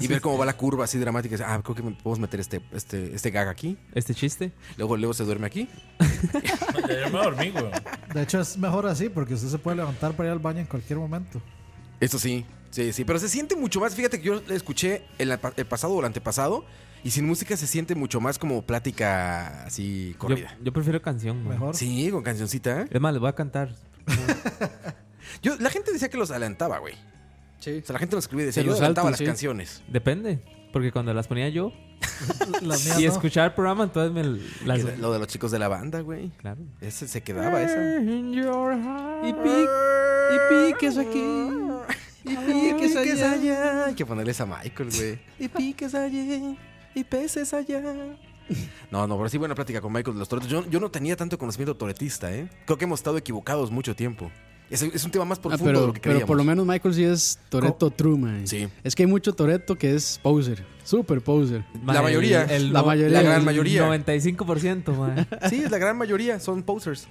K: Y ver cómo va la curva así dramática. Ah, creo que me- podemos meter este, este, este gag aquí.
G: Este chiste.
K: Luego, luego se duerme aquí.
E: Ya yo me dormí, güey.
F: De hecho, es mejor así porque usted se puede levantar para ir al baño en cualquier momento.
K: Eso sí, sí, sí. Pero se siente mucho más. Fíjate que yo le escuché el, apa- el pasado o el antepasado. Y sin música se siente mucho más como plática así
G: Yo,
K: corrida.
G: yo prefiero canción. man.
F: Mejor.
K: Sí, con cancioncita. ¿eh?
G: Es más, les voy a cantar.
K: Yo, la gente decía que los adelantaba, güey.
D: Sí.
K: O sea, la gente nos escribía y decía,
D: Se
K: yo
D: los
K: adelantaba
D: saltan,
K: las
D: sí.
K: canciones.
G: Depende. Porque cuando las ponía yo
F: Las
K: Ah,
F: mías
G: y
F: no.
G: escuchaba el programa, entonces me las.
K: Que era Lo de los chicos de la banda, güey.
G: Claro.
K: Ese se quedaba
G: [LAUGHS]
K: esa.
G: In your heart.
D: Y pic, y piques aquí. Y piques allá.
K: allá. Hay que ponerle esa a Michael, güey. y piques allá. Y peces allá. [LAUGHS] No, no, pero sí buena plática con Michael de los Toretos. Yo, yo no tenía tanto conocimiento toretista, ¿eh? Creo que hemos estado equivocados mucho tiempo. Es, es un tema más
D: Ah,
K: profundo de
D: pero,
K: lo que creíamos.
D: pero por lo menos Michael sí es Toreto True, man.
K: Sí.
D: Es que hay mucho Toreto que es poser. Super poser.
K: La mayoría.
D: La
G: no-
D: mayoría,
K: la gran
G: el
K: mayoría.
G: 95%, man.
K: Sí, es la gran mayoría. Son posers.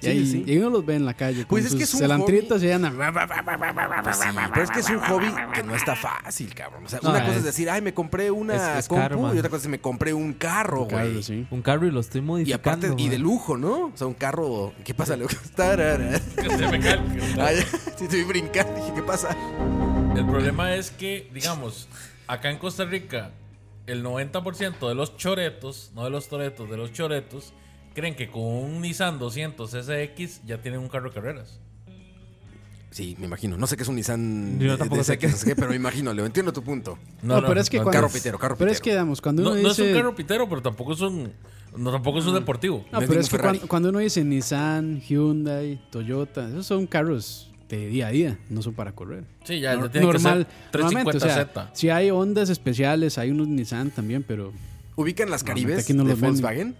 D: Y, ahí- y ahí uno los ve en la calle.
K: Pues
D: con
K: es que
D: sus
K: es un
D: Celantritas y ahí andan.
K: Pues sí, pero es que es un hobby que no está fácil, cabrón. O sea,
G: No,
K: una cosa
G: es-
K: es decir, ay, me compré una
G: es- es
K: compu
G: caro, man.
K: y otra cosa es me compré un carro,
D: Claro,
K: güey.
D: sí.
G: Un carro y lo estoy
K: Y
G: modificando.
K: aparte, y
G: man.
K: de lujo, ¿no? O sea, un carro. ¿Qué pasa, Leo? [LAUGHS] Tarara.
E: Que se me cae
K: [LAUGHS]
E: el-
K: Ay, sí, estoy brincando. Dije, ¿qué pasa?
E: El problema es que, digamos, acá en Costa Rica, el 90% de los choretos, no de los toretos, de los choretos, creen que con un Nissan 200 SX ya tienen un carro de carreras.
K: Sí, me imagino. No sé qué es un Nissan.
G: Yo
K: de-
G: tampoco
K: de-
G: sé
K: qué,
G: qué.
K: sé qué, pero me imagino, Leo. Entiendo tu punto.
D: No, pero es que cuando.
K: Carro pitero, carro
D: Pero es
K: pitero.
D: que, digamos, cuando
E: No,
D: uno
E: no es
D: dice. Mm.
E: un carro pitero, pero tampoco es un, no, tampoco es un deportivo.
D: No,
K: No es
D: Ah, pero
K: ningún
D: es que
K: Ferrari.
D: cuando, cuando uno dice Nissan, Hyundai, Toyota, esos son carros de día a día, no son para correr.
E: Sí, ya,
D: Nor-
E: ya tiene
D: normal,
E: que ser
D: normalmente, o
E: 350Z.
D: sea, si hay ondas especiales, hay unos Nissan también, pero
K: ¿Ubican las
D: Normalmente
K: Caribes
D: aquí no
K: de
D: los venden.
K: Volkswagen?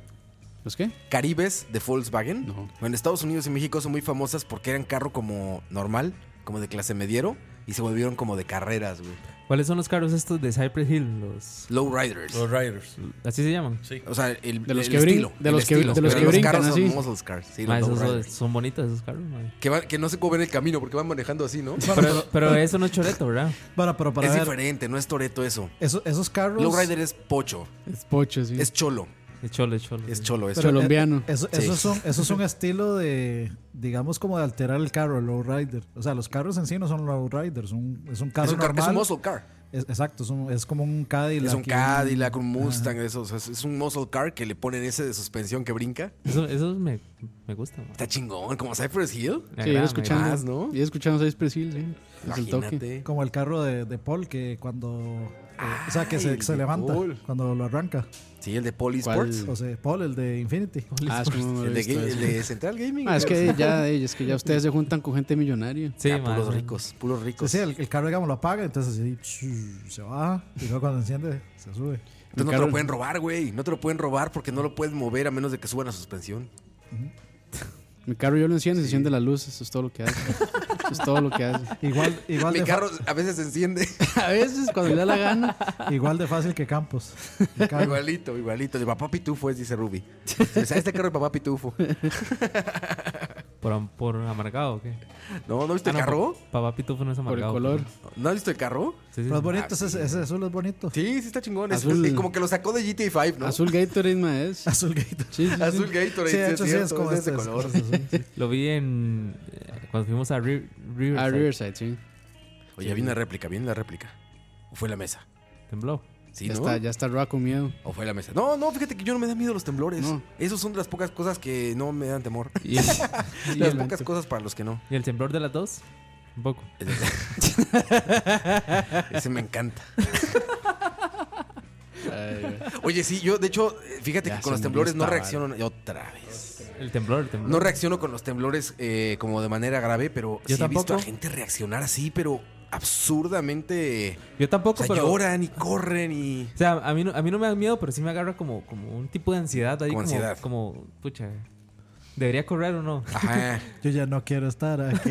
D: ¿los qué?
K: Caribes de Volkswagen.
D: No.
K: En Estados Unidos y México son muy famosas porque eran carro como normal, como de clase mediero. Y se volvieron como de carreras, güey.
G: ¿Cuáles son los carros estos de Cypress Hill? Los
K: Lowriders.
E: Lowriders.
G: ¿Así se llaman?
E: Sí.
K: O sea, el,
G: De los
K: el
G: que brin-
K: estilo,
G: de
K: el
G: los que-
K: estilo.
G: de los
K: Pero
G: que brincan
K: carros
G: así.
K: son muscle cars. Sí,
G: Ma,
K: los
G: esos
K: lowriders.
G: son- son bonitos esos carros, ma.
K: Que, va- que no se cobren el camino porque van manejando así, ¿no?
G: Pero- pero eso no es choreto, ¿verdad?
F: Bueno, pero para
K: es
F: ver-
K: diferente, no es toreto eso.
F: Eso- esos carros-
K: Lowrider es pocho.
D: Es pocho, sí.
K: Es cholo.
G: Es cholo, es cholo.
K: Es cholo,
F: Pero, eh, eso,
K: Sí.
F: eso es un, eso es un estilo de, digamos, como de alterar el carro, el lowrider. O sea, los carros en sí no son lowriders, son, es un carro
K: Es un car-
F: normal.
K: es un muscle car.
F: Es- exacto, es, un- es como un Cadillac.
K: Es un
F: y
K: Cadillac, un
F: Ajá.
K: Mustang, eso, o sea, es un muscle car que le ponen ese de suspensión que brinca.
G: Eso, eso me, me gusta, ma.
K: Está chingón, como Cypress Hill.
G: Sí, yo escuchando-
K: Más, ¿no?
D: Y escuchando seis Presil, sí. Es el toque.
K: Imagínate.
F: Como el carro de, de Paul que cuando... eh, o sea, que
K: Ay,
F: se, se
K: de
F: levanta
K: Paul.
F: cuando lo arranca.
K: Sí, el de Paul Esports.
F: O sea, Paul, el de Infinity.
D: Ah, es
F: [LAUGHS]
D: que no lo he
K: El de,
D: visto
K: Ga- el
D: eso.
K: de Central Gaming.
D: Ah, es que ya, es que ya ustedes se juntan con gente millonaria.
F: Sí,
K: Ah, puros ricos, puros
F: Sí,
K: ricos.
F: sí, el, el carro, digamos, lo apaga, entonces así, shoo, se baja. Y luego cuando enciende, se sube.
K: Entonces no te lo pueden robar, güey. No te lo pueden robar porque no lo pueden mover a menos de que suban a suspensión.
D: Mi carro yo lo enciendo, se enciende la luz, eso es todo lo que hace. Eso es todo lo que hace.
K: [LAUGHS]
D: Ah,
K: Mi carro a veces se enciende.
D: [LAUGHS] a veces cuando le da la gana. [LAUGHS]
F: Igual de fácil
K: [LAUGHS]
F: que Campos.
D: Ah,
K: igualito, igualito. De papá pitufo es, dice Ruby. O sea, este carro de papá pitufo.
G: ¿Por, am- por amargado o qué?
K: No, ¿no
D: Ah,
K: viste el carro?
G: pa- Papá Pitufo no es
K: el
G: amargado.
K: color. ¿No has visto el carro?
G: Sí,
F: Pero es
K: Ah,
F: bonito, ese, ese azul es bonito. [LAUGHS]
K: Sí, sí está chingón. Es-
D: Azul.
K: es como que lo sacó de GTA 5, ¿no?
D: Azul Gatorade, ma, es.
F: Azul Gatorade.
D: Sí, sí, sí.
K: Azul Gatorade,
F: Sí, de
K: sí,
F: hecho,
K: es
F: sí,
K: cierto,
F: es como
K: es de ese
F: este,
K: color.
F: es- es
G: Lo vi en. eh, Cuando fuimos a Ri- Riverside.
D: A [LAUGHS] Ah, Riverside, sí.
K: Oye, viene la réplica, viene la réplica. ¿O fue la mesa?
G: Tembló.
K: Sí,
D: ya
K: ¿no?
D: está, ya está Roa con miedo.
K: ¿O fue la mesa? No, no, fíjate que yo no me da miedo los temblores. Esos son de
D: [LAUGHS]
K: las pocas cosas que no me dan temor.
G: Y- y
K: las
G: el-
K: pocas cosas para los que no.
G: ¿Y el temblor de las dos? Un poco.
K: Ese me
G: [LAUGHS]
K: encanta. Oye, sí, yo de hecho, fíjate
G: Ya
K: que
G: se
K: con los
G: me
K: temblores no
G: gusta,
K: reacciono y otra vez.
G: El temblor, el temblor.
K: No reacciono con los temblores eh, como de manera grave, pero
G: Yo
K: sí he visto a
G: tampoco.
K: gente reaccionar así, pero absurdamente.
G: Yo tampoco,
K: O sea,
G: pero-
K: lloran y corren y.
G: O sea, a mí, no, a mí no me da miedo, pero sí me agarra como, como un tipo de ansiedad ahí.
K: Como
G: Como,
K: ansiedad.
G: Como, pucha, ¿debería correr o no?
K: Ajá.
F: Yo ya no quiero estar
K: [LAUGHS]
F: aquí.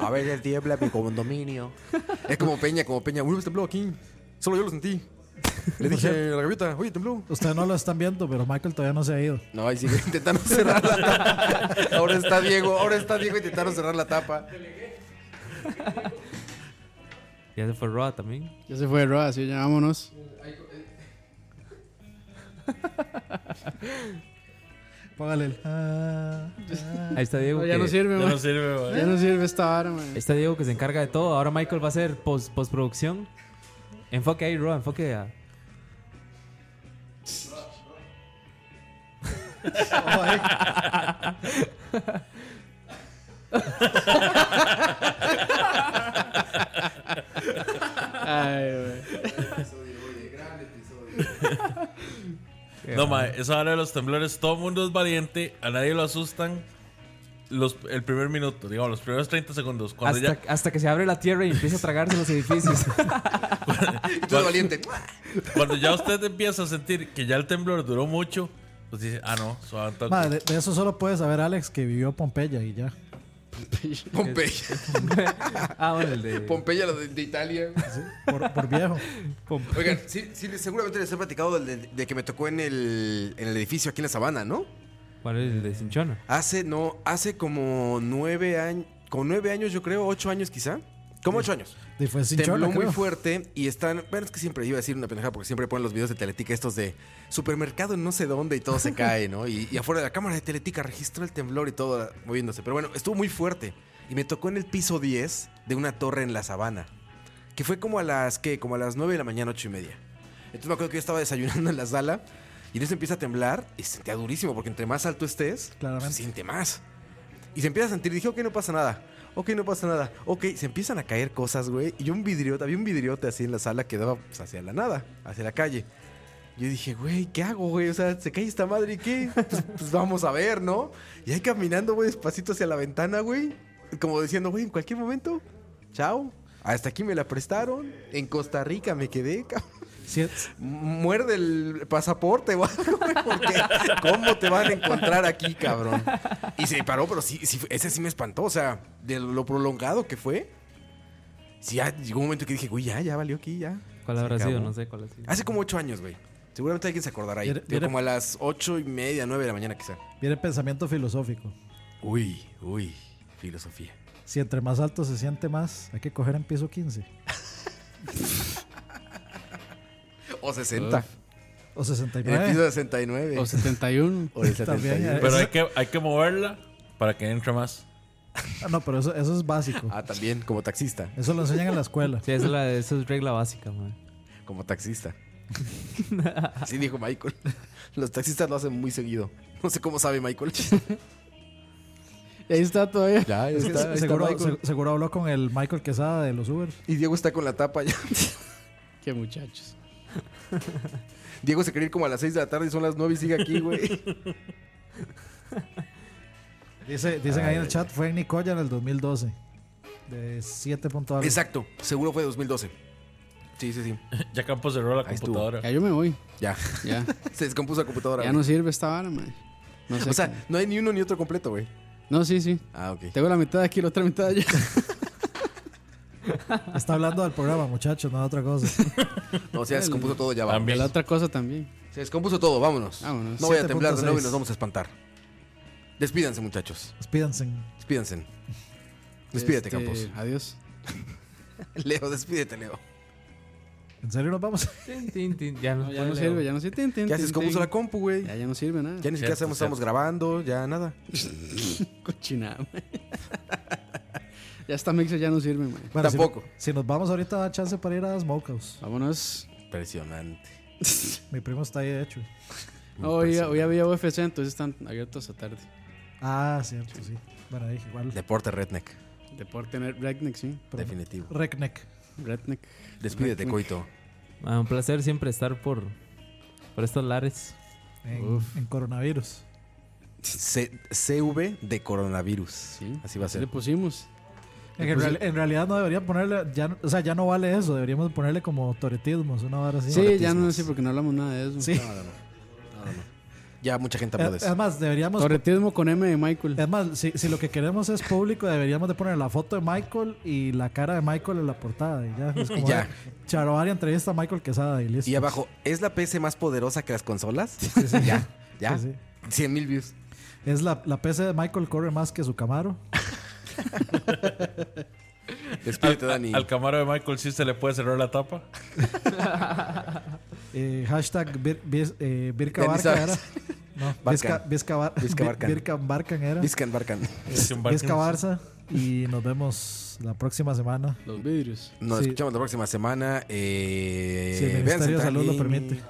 K: A ver, el tiembla mi condominio. [LAUGHS] Es como Peña, como Peña. Uy, me tembló aquí. Solo yo lo sentí. [LAUGHS] Le dije a la gaviota, oye, tembló.
F: Ustedes no lo están viendo, pero Michael todavía no se ha ido.
K: No, ahí sigue [LAUGHS] intentando cerrar la tapa. Ahora está Diego, ahora está Diego intentando cerrar la tapa.
G: Ya se fue Roa también.
D: Ya se fue Roa, así ya vámonos.
F: Póngale el. ah, ah.
G: Ahí está Diego.
D: No, ya no sirve,
G: más
D: ma. Ya no sirve, ma. Ya no sirve esta vara, ma.
G: Está Diego que se encarga de todo. Ahora Michael va a hacer post, postproducción. Enfoque ahí, Roa, enfoque a.
D: Ay,
G: Qué
E: No,
G: mal.
E: ma, esa hora de los temblores, todo el mundo es valiente, a nadie lo asustan. Los, el primer minuto, digamos, los primeros 30 segundos. Cuando
G: Hasta,
E: ya.
G: hasta que se abre la tierra y empieza a tragarse los edificios.
K: Todo valiente.
E: Cuando ya usted empieza a sentir que ya el temblor duró mucho, pues dice, ah, no, suave un toque.
F: Ma, de, de eso solo puede saber Alex que vivió Pompeya y ya.
K: Pompeya.
G: [LAUGHS] ah, bueno, el de.
K: Pompeya, la de, de Italia.
F: Por,
K: [LAUGHS]
F: por viejo.
K: Oigan, sí, sí, seguramente les he platicado del- de, de que me tocó en el, en el edificio aquí en la sabana, ¿no?
G: ¿Cuál es el de Cinchona?
K: Hace, no, hace como nueve años, con nueve años yo creo, ocho años quizá. Como ocho años.
F: Y fue sin
K: Tembló
F: chola,
K: muy
F: creo.
K: fuerte y están. Bueno, es que siempre iba a decir una pendejada porque siempre ponen los videos de Teletica estos de supermercado en no sé dónde y todo se cae, ¿no? Y, y afuera de la cámara de Teletica registró el temblor y todo moviéndose. Pero bueno, estuvo muy fuerte y me tocó en el piso 10 de una torre en la sabana que fue como a las, ¿qué? Como a las 9 de la mañana, ocho y media. Entonces me acuerdo que yo estaba desayunando en la sala y en eso empieza a temblar y se sentía durísimo porque entre más alto estés,
F: Claramente.
K: se siente más. Y se empieza a sentir, dije, ok, no pasa nada. Ok, no pasa nada. Ok, se empiezan a caer cosas, güey. Y yo un vidriote, había un vidriote así en la sala que daba pues, hacia la nada, hacia la calle. Yo dije, güey, ¿qué hago, güey? O sea, se cae esta madre y qué? Pues, pues vamos a ver, ¿no? Y ahí caminando, güey, despacito hacia la ventana, güey. Como diciendo, güey, en cualquier momento, chao. Hasta aquí me la prestaron. En Costa Rica me quedé, [LAUGHS] cabrón. Muerde el pasaporte o algo, güey, porque ¿cómo te van a encontrar aquí, cabrón? Y se paró, pero sí, sí, ese sí me espantó. O sea, de lo prolongado que fue. Sí, ya llegó un momento que dije, güey, ya, ya valió aquí, ya.
G: ¿Cuál
K: Se
G: habrá sido?
K: acabó.
G: No sé cuál ha sido.
K: Hace como ocho años, güey. Seguramente alguien se acordará ahí.
F: Viene-
K: Digo,
F: viene-
K: Como a las ocho y media, nueve de la mañana quizá.
F: Viene el pensamiento filosófico.
K: Uy, uy, filosofía.
F: Si entre más alto se siente más, hay que coger en piso 15.
K: O 60.
F: O 69.
K: En el piso 69.
D: O 71.
K: O el
F: Ah. También,
K: 71.
E: Pero hay que, hay que moverla para que entre más. [LAUGHS]
F: Ah, No, pero eso, eso es básico.
K: Ah, también, como taxista.
F: Eso lo enseñan en la escuela.
G: Sí, esa es, la, esa es regla básica, man.
K: Como taxista. Así dijo Michael. [LAUGHS] Los taxistas lo hacen muy seguido. No sé cómo sabe Michael.
D: [LAUGHS] Ahí está todavía.
K: [LAUGHS] Ya, ahí
F: Es que
K: está, ahí está
F: seguro,
K: Michael.
F: se- seguro habló con el Michael Quesada de los Uber.
K: Y Diego está con la tapa ya. [LAUGHS]
D: Qué muchachos.
K: Diego se quería ir como a las 6 de la tarde y son las 9 y sigue aquí, güey.
F: Dice, dicen ahí en
K: Ay.
F: el chat, fue en Nicoya en el 2012. De 7 punto algo.
K: Exacto, seguro fue 2012. Sí, sí, sí.
E: Ya Campos cerró la
K: Ahí estuvo.
E: computadora.
D: Ya yo me voy.
K: Ya. [LAUGHS]
D: Ya.
K: Se descompuso la computadora.
D: Ya
K: güey.
D: no sirve esta vara, man. No sé
K: o sea,
D: qué-
K: no hay ni uno ni otro completo, güey.
D: No, sí, sí.
K: Ah, ok.
D: Tengo la mitad de aquí y la otra mitad de allá.
F: Está hablando del programa, muchachos, no de otra cosa.
K: [LAUGHS] No, se descompuso todo, ya va.
D: También la otra cosa también.
K: Se descompuso todo, vámonos.
D: Vámonos.
K: No voy a temblar de nuevo y
F: 7.6.
K: nos vamos a espantar. Despídanse, muchachos.
F: Despídanse. [LAUGHS]
K: Despídanse. Despídete,
D: Este,
K: Campos. [LAUGHS]
D: Adiós.
K: Leo, despídete, Leo.
F: ¿En serio nos
K: [LAUGHS]
F: vamos?
G: Tin, tin, tin. Ya no,
D: No, ya no sirve, ya no sirve. Tin, tin,
K: Ya
D: tin,
K: se descompuso
D: tin.
K: la compu, güey.
D: Ya, ya no sirve nada.
K: Ya ni siquiera sabemos, estamos grabando, ya nada.
D: [LAUGHS] Cochinada, man. Ya esta mixa ya no sirve, man.
F: Bueno, si no-
K: Tampoco.
F: Si, nos vamos ahorita, da chance para ir a Smokehouse.
D: Vámonos.
K: Impresionante.
F: Mi primo está ahí, de hecho.
D: Hoy, hoy había UFC, entonces están abiertos hasta tarde.
F: Ah, cierto, sí. Bueno, ahí igual.
K: Deporte Redneck.
D: Deporte en el Redneck, sí.
K: Definitivo.
F: Reckneck.
D: Redneck.
K: Despídete,
D: Redneck.
K: Coito.
G: Ah, un placer siempre estar por, por estos lares.
F: En, en coronavirus.
K: C- CV de coronavirus. Así va a
D: así
K: ser.
D: le pusimos.
K: Pues
F: En, que en Eh, real- en realidad no debería ponerle, ya, no- o sea, ya no vale eso, deberíamos ponerle como toretismos, una hora así.
D: Sí, ya no sé porque no hablamos nada de eso.
F: Sí.
K: No, no, no. No, no. Ya mucha gente habló de
F: Eh, Es
K: eso.
F: más, deberíamos...
D: Torretismo con M de Michael.
F: Es más, si, si lo que queremos es público, deberíamos de poner la foto de Michael y la cara de Michael en la portada. Y ya, es como
K: Ya.
F: Charovaria entrevista a Michael Quesada y listo.
K: Y abajo, ¿es la PC más poderosa que las consolas? [LAUGHS] Ya, ya.
F: ah, Sí, sí.
K: 100 mil views.
F: Es la, la PC de Michael corre más que su Camaro.
K: Despídete,
E: Al-
K: Dani.
E: Al camaro de Michael sí se le puede cerrar la tapa.
F: Eh, hashtag bir, bir- eh, Birka
K: Ya ni
F: Barca
K: sabes.
F: era.
K: [LAUGHS]
F: No,
K: Barcan.
F: Vizca- Vizca Bar-
K: Vizca Barcan.
F: Bir- Birka Barcan era.
K: Vizcan Barcan.
F: Vizca Barça. Y nos vemos la próxima semana.
D: Los vidrios.
K: Nos
F: Sí.
K: escuchamos la próxima semana. Eh,
F: Si el
K: vean
F: Ministerio de
K: Central
F: Salud lo
K: Gaming.
F: permite.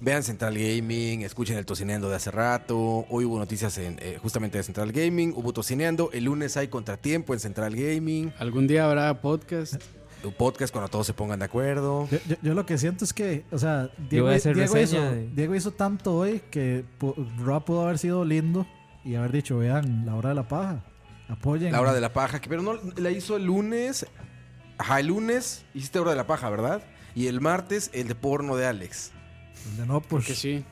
K: Vean Central Gaming, escuchen el Tocineando de hace rato. Hoy hubo noticias en, eh, justamente de Central Gaming, hubo Tocineando. El lunes hay contratiempo en Central Gaming.
D: Algún día habrá podcast.
K: Un podcast cuando todos se pongan de acuerdo.
F: Yo, yo- yo lo que siento es que, o sea, Diego,
G: voy a hacer
F: Diego hizo,
G: reseña de-
F: Diego hizo tanto hoy que pu- Roa pudo haber sido lindo y haber dicho, vean, la hora de la paja. Apoyen.
K: La hora de la paja, que pero no la hizo el lunes. Ajá, el lunes hiciste hora de la paja, ¿verdad? Y el martes el de porno de Alex.
F: El de no, pues.
D: Que sí.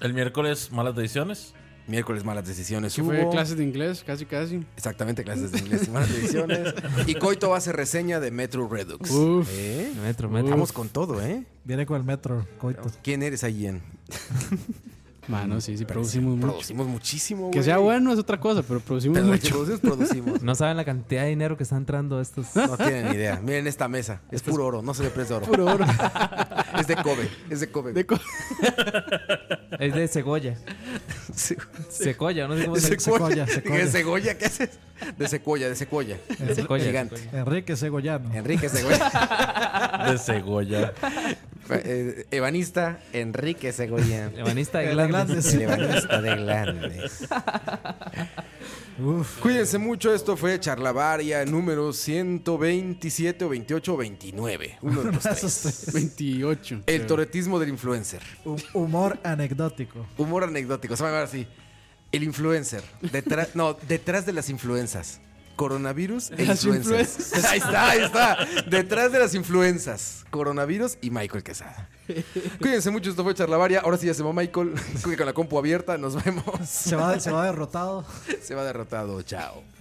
E: El miércoles, malas decisiones.
K: Miércoles malas decisiones.
D: Que fue
K: hubo.
D: clases de inglés, casi, casi.
K: Exactamente, clases de inglés y malas
D: [LAUGHS]
K: decisiones. Y Coito hace reseña de Metro Redux.
D: Uf.
K: ¿Eh?
G: Metro, metro.
K: Vamos con todo, ¿eh?
F: Viene con el metro, coito.
K: ¿Quién eres ahí en?
D: Mano, sí, sí, producimos mucho.
K: Producimos muchísimo, güey.
D: Que sea bueno es otra cosa, pero producimos
K: Pero
D: mucho. [LAUGHS]
K: nosotros producimos.
G: No saben la cantidad de dinero que está entrando a estos.
K: No tienen ni idea. Miren esta
D: [LAUGHS]
K: mesa. Es puro oro. No se le presta oro.
D: Puro oro.
K: [LAUGHS] Es de Kobe. Es de Kobe.
D: De co-
G: Es
D: [LAUGHS]
G: de Segoya.
K: Se-
G: Secoya, no sé cómo se
K: de [LAUGHS] Secuoya.
F: Secuoya, Secuoya.
K: ¿De Segoya? ¿Qué haces? De Secuoya, de Secuoya.
G: Secuoya,
K: Gigante.
G: Secuoya.
F: Enrique Segoyano.
K: Enrique Segoya. [LAUGHS]
E: De Segoya.
K: Eh, Ebanista Enrique Segoya.
G: Ebanista de
F: El
G: Glandes.
F: Glandes.
K: El ebanista de Glandes. Uf. Cuídense mucho, esto fue Charlavaria número 127 o 28 o 29. Uno
F: [LAUGHS]
K: de los tres.
D: 28.
K: El
D: creo.
K: toretismo del influencer.
F: Hu- Humor anecdótico.
K: Humor anecdótico, se va a llamar así. El influencer. Detrás, no, detrás de las influenzas. Coronavirus e
D: Las
K: influencers. ahí está, ahí está. Detrás de las influenzas. Coronavirus y Michael
D: [LAUGHS]
K: Quesada. Cuídense mucho, esto fue Charlavaria. Ahora sí ya se va Michael. Con la compu abierta, nos vemos.
F: Se va, se va derrotado.
K: Se va derrotado. Chao.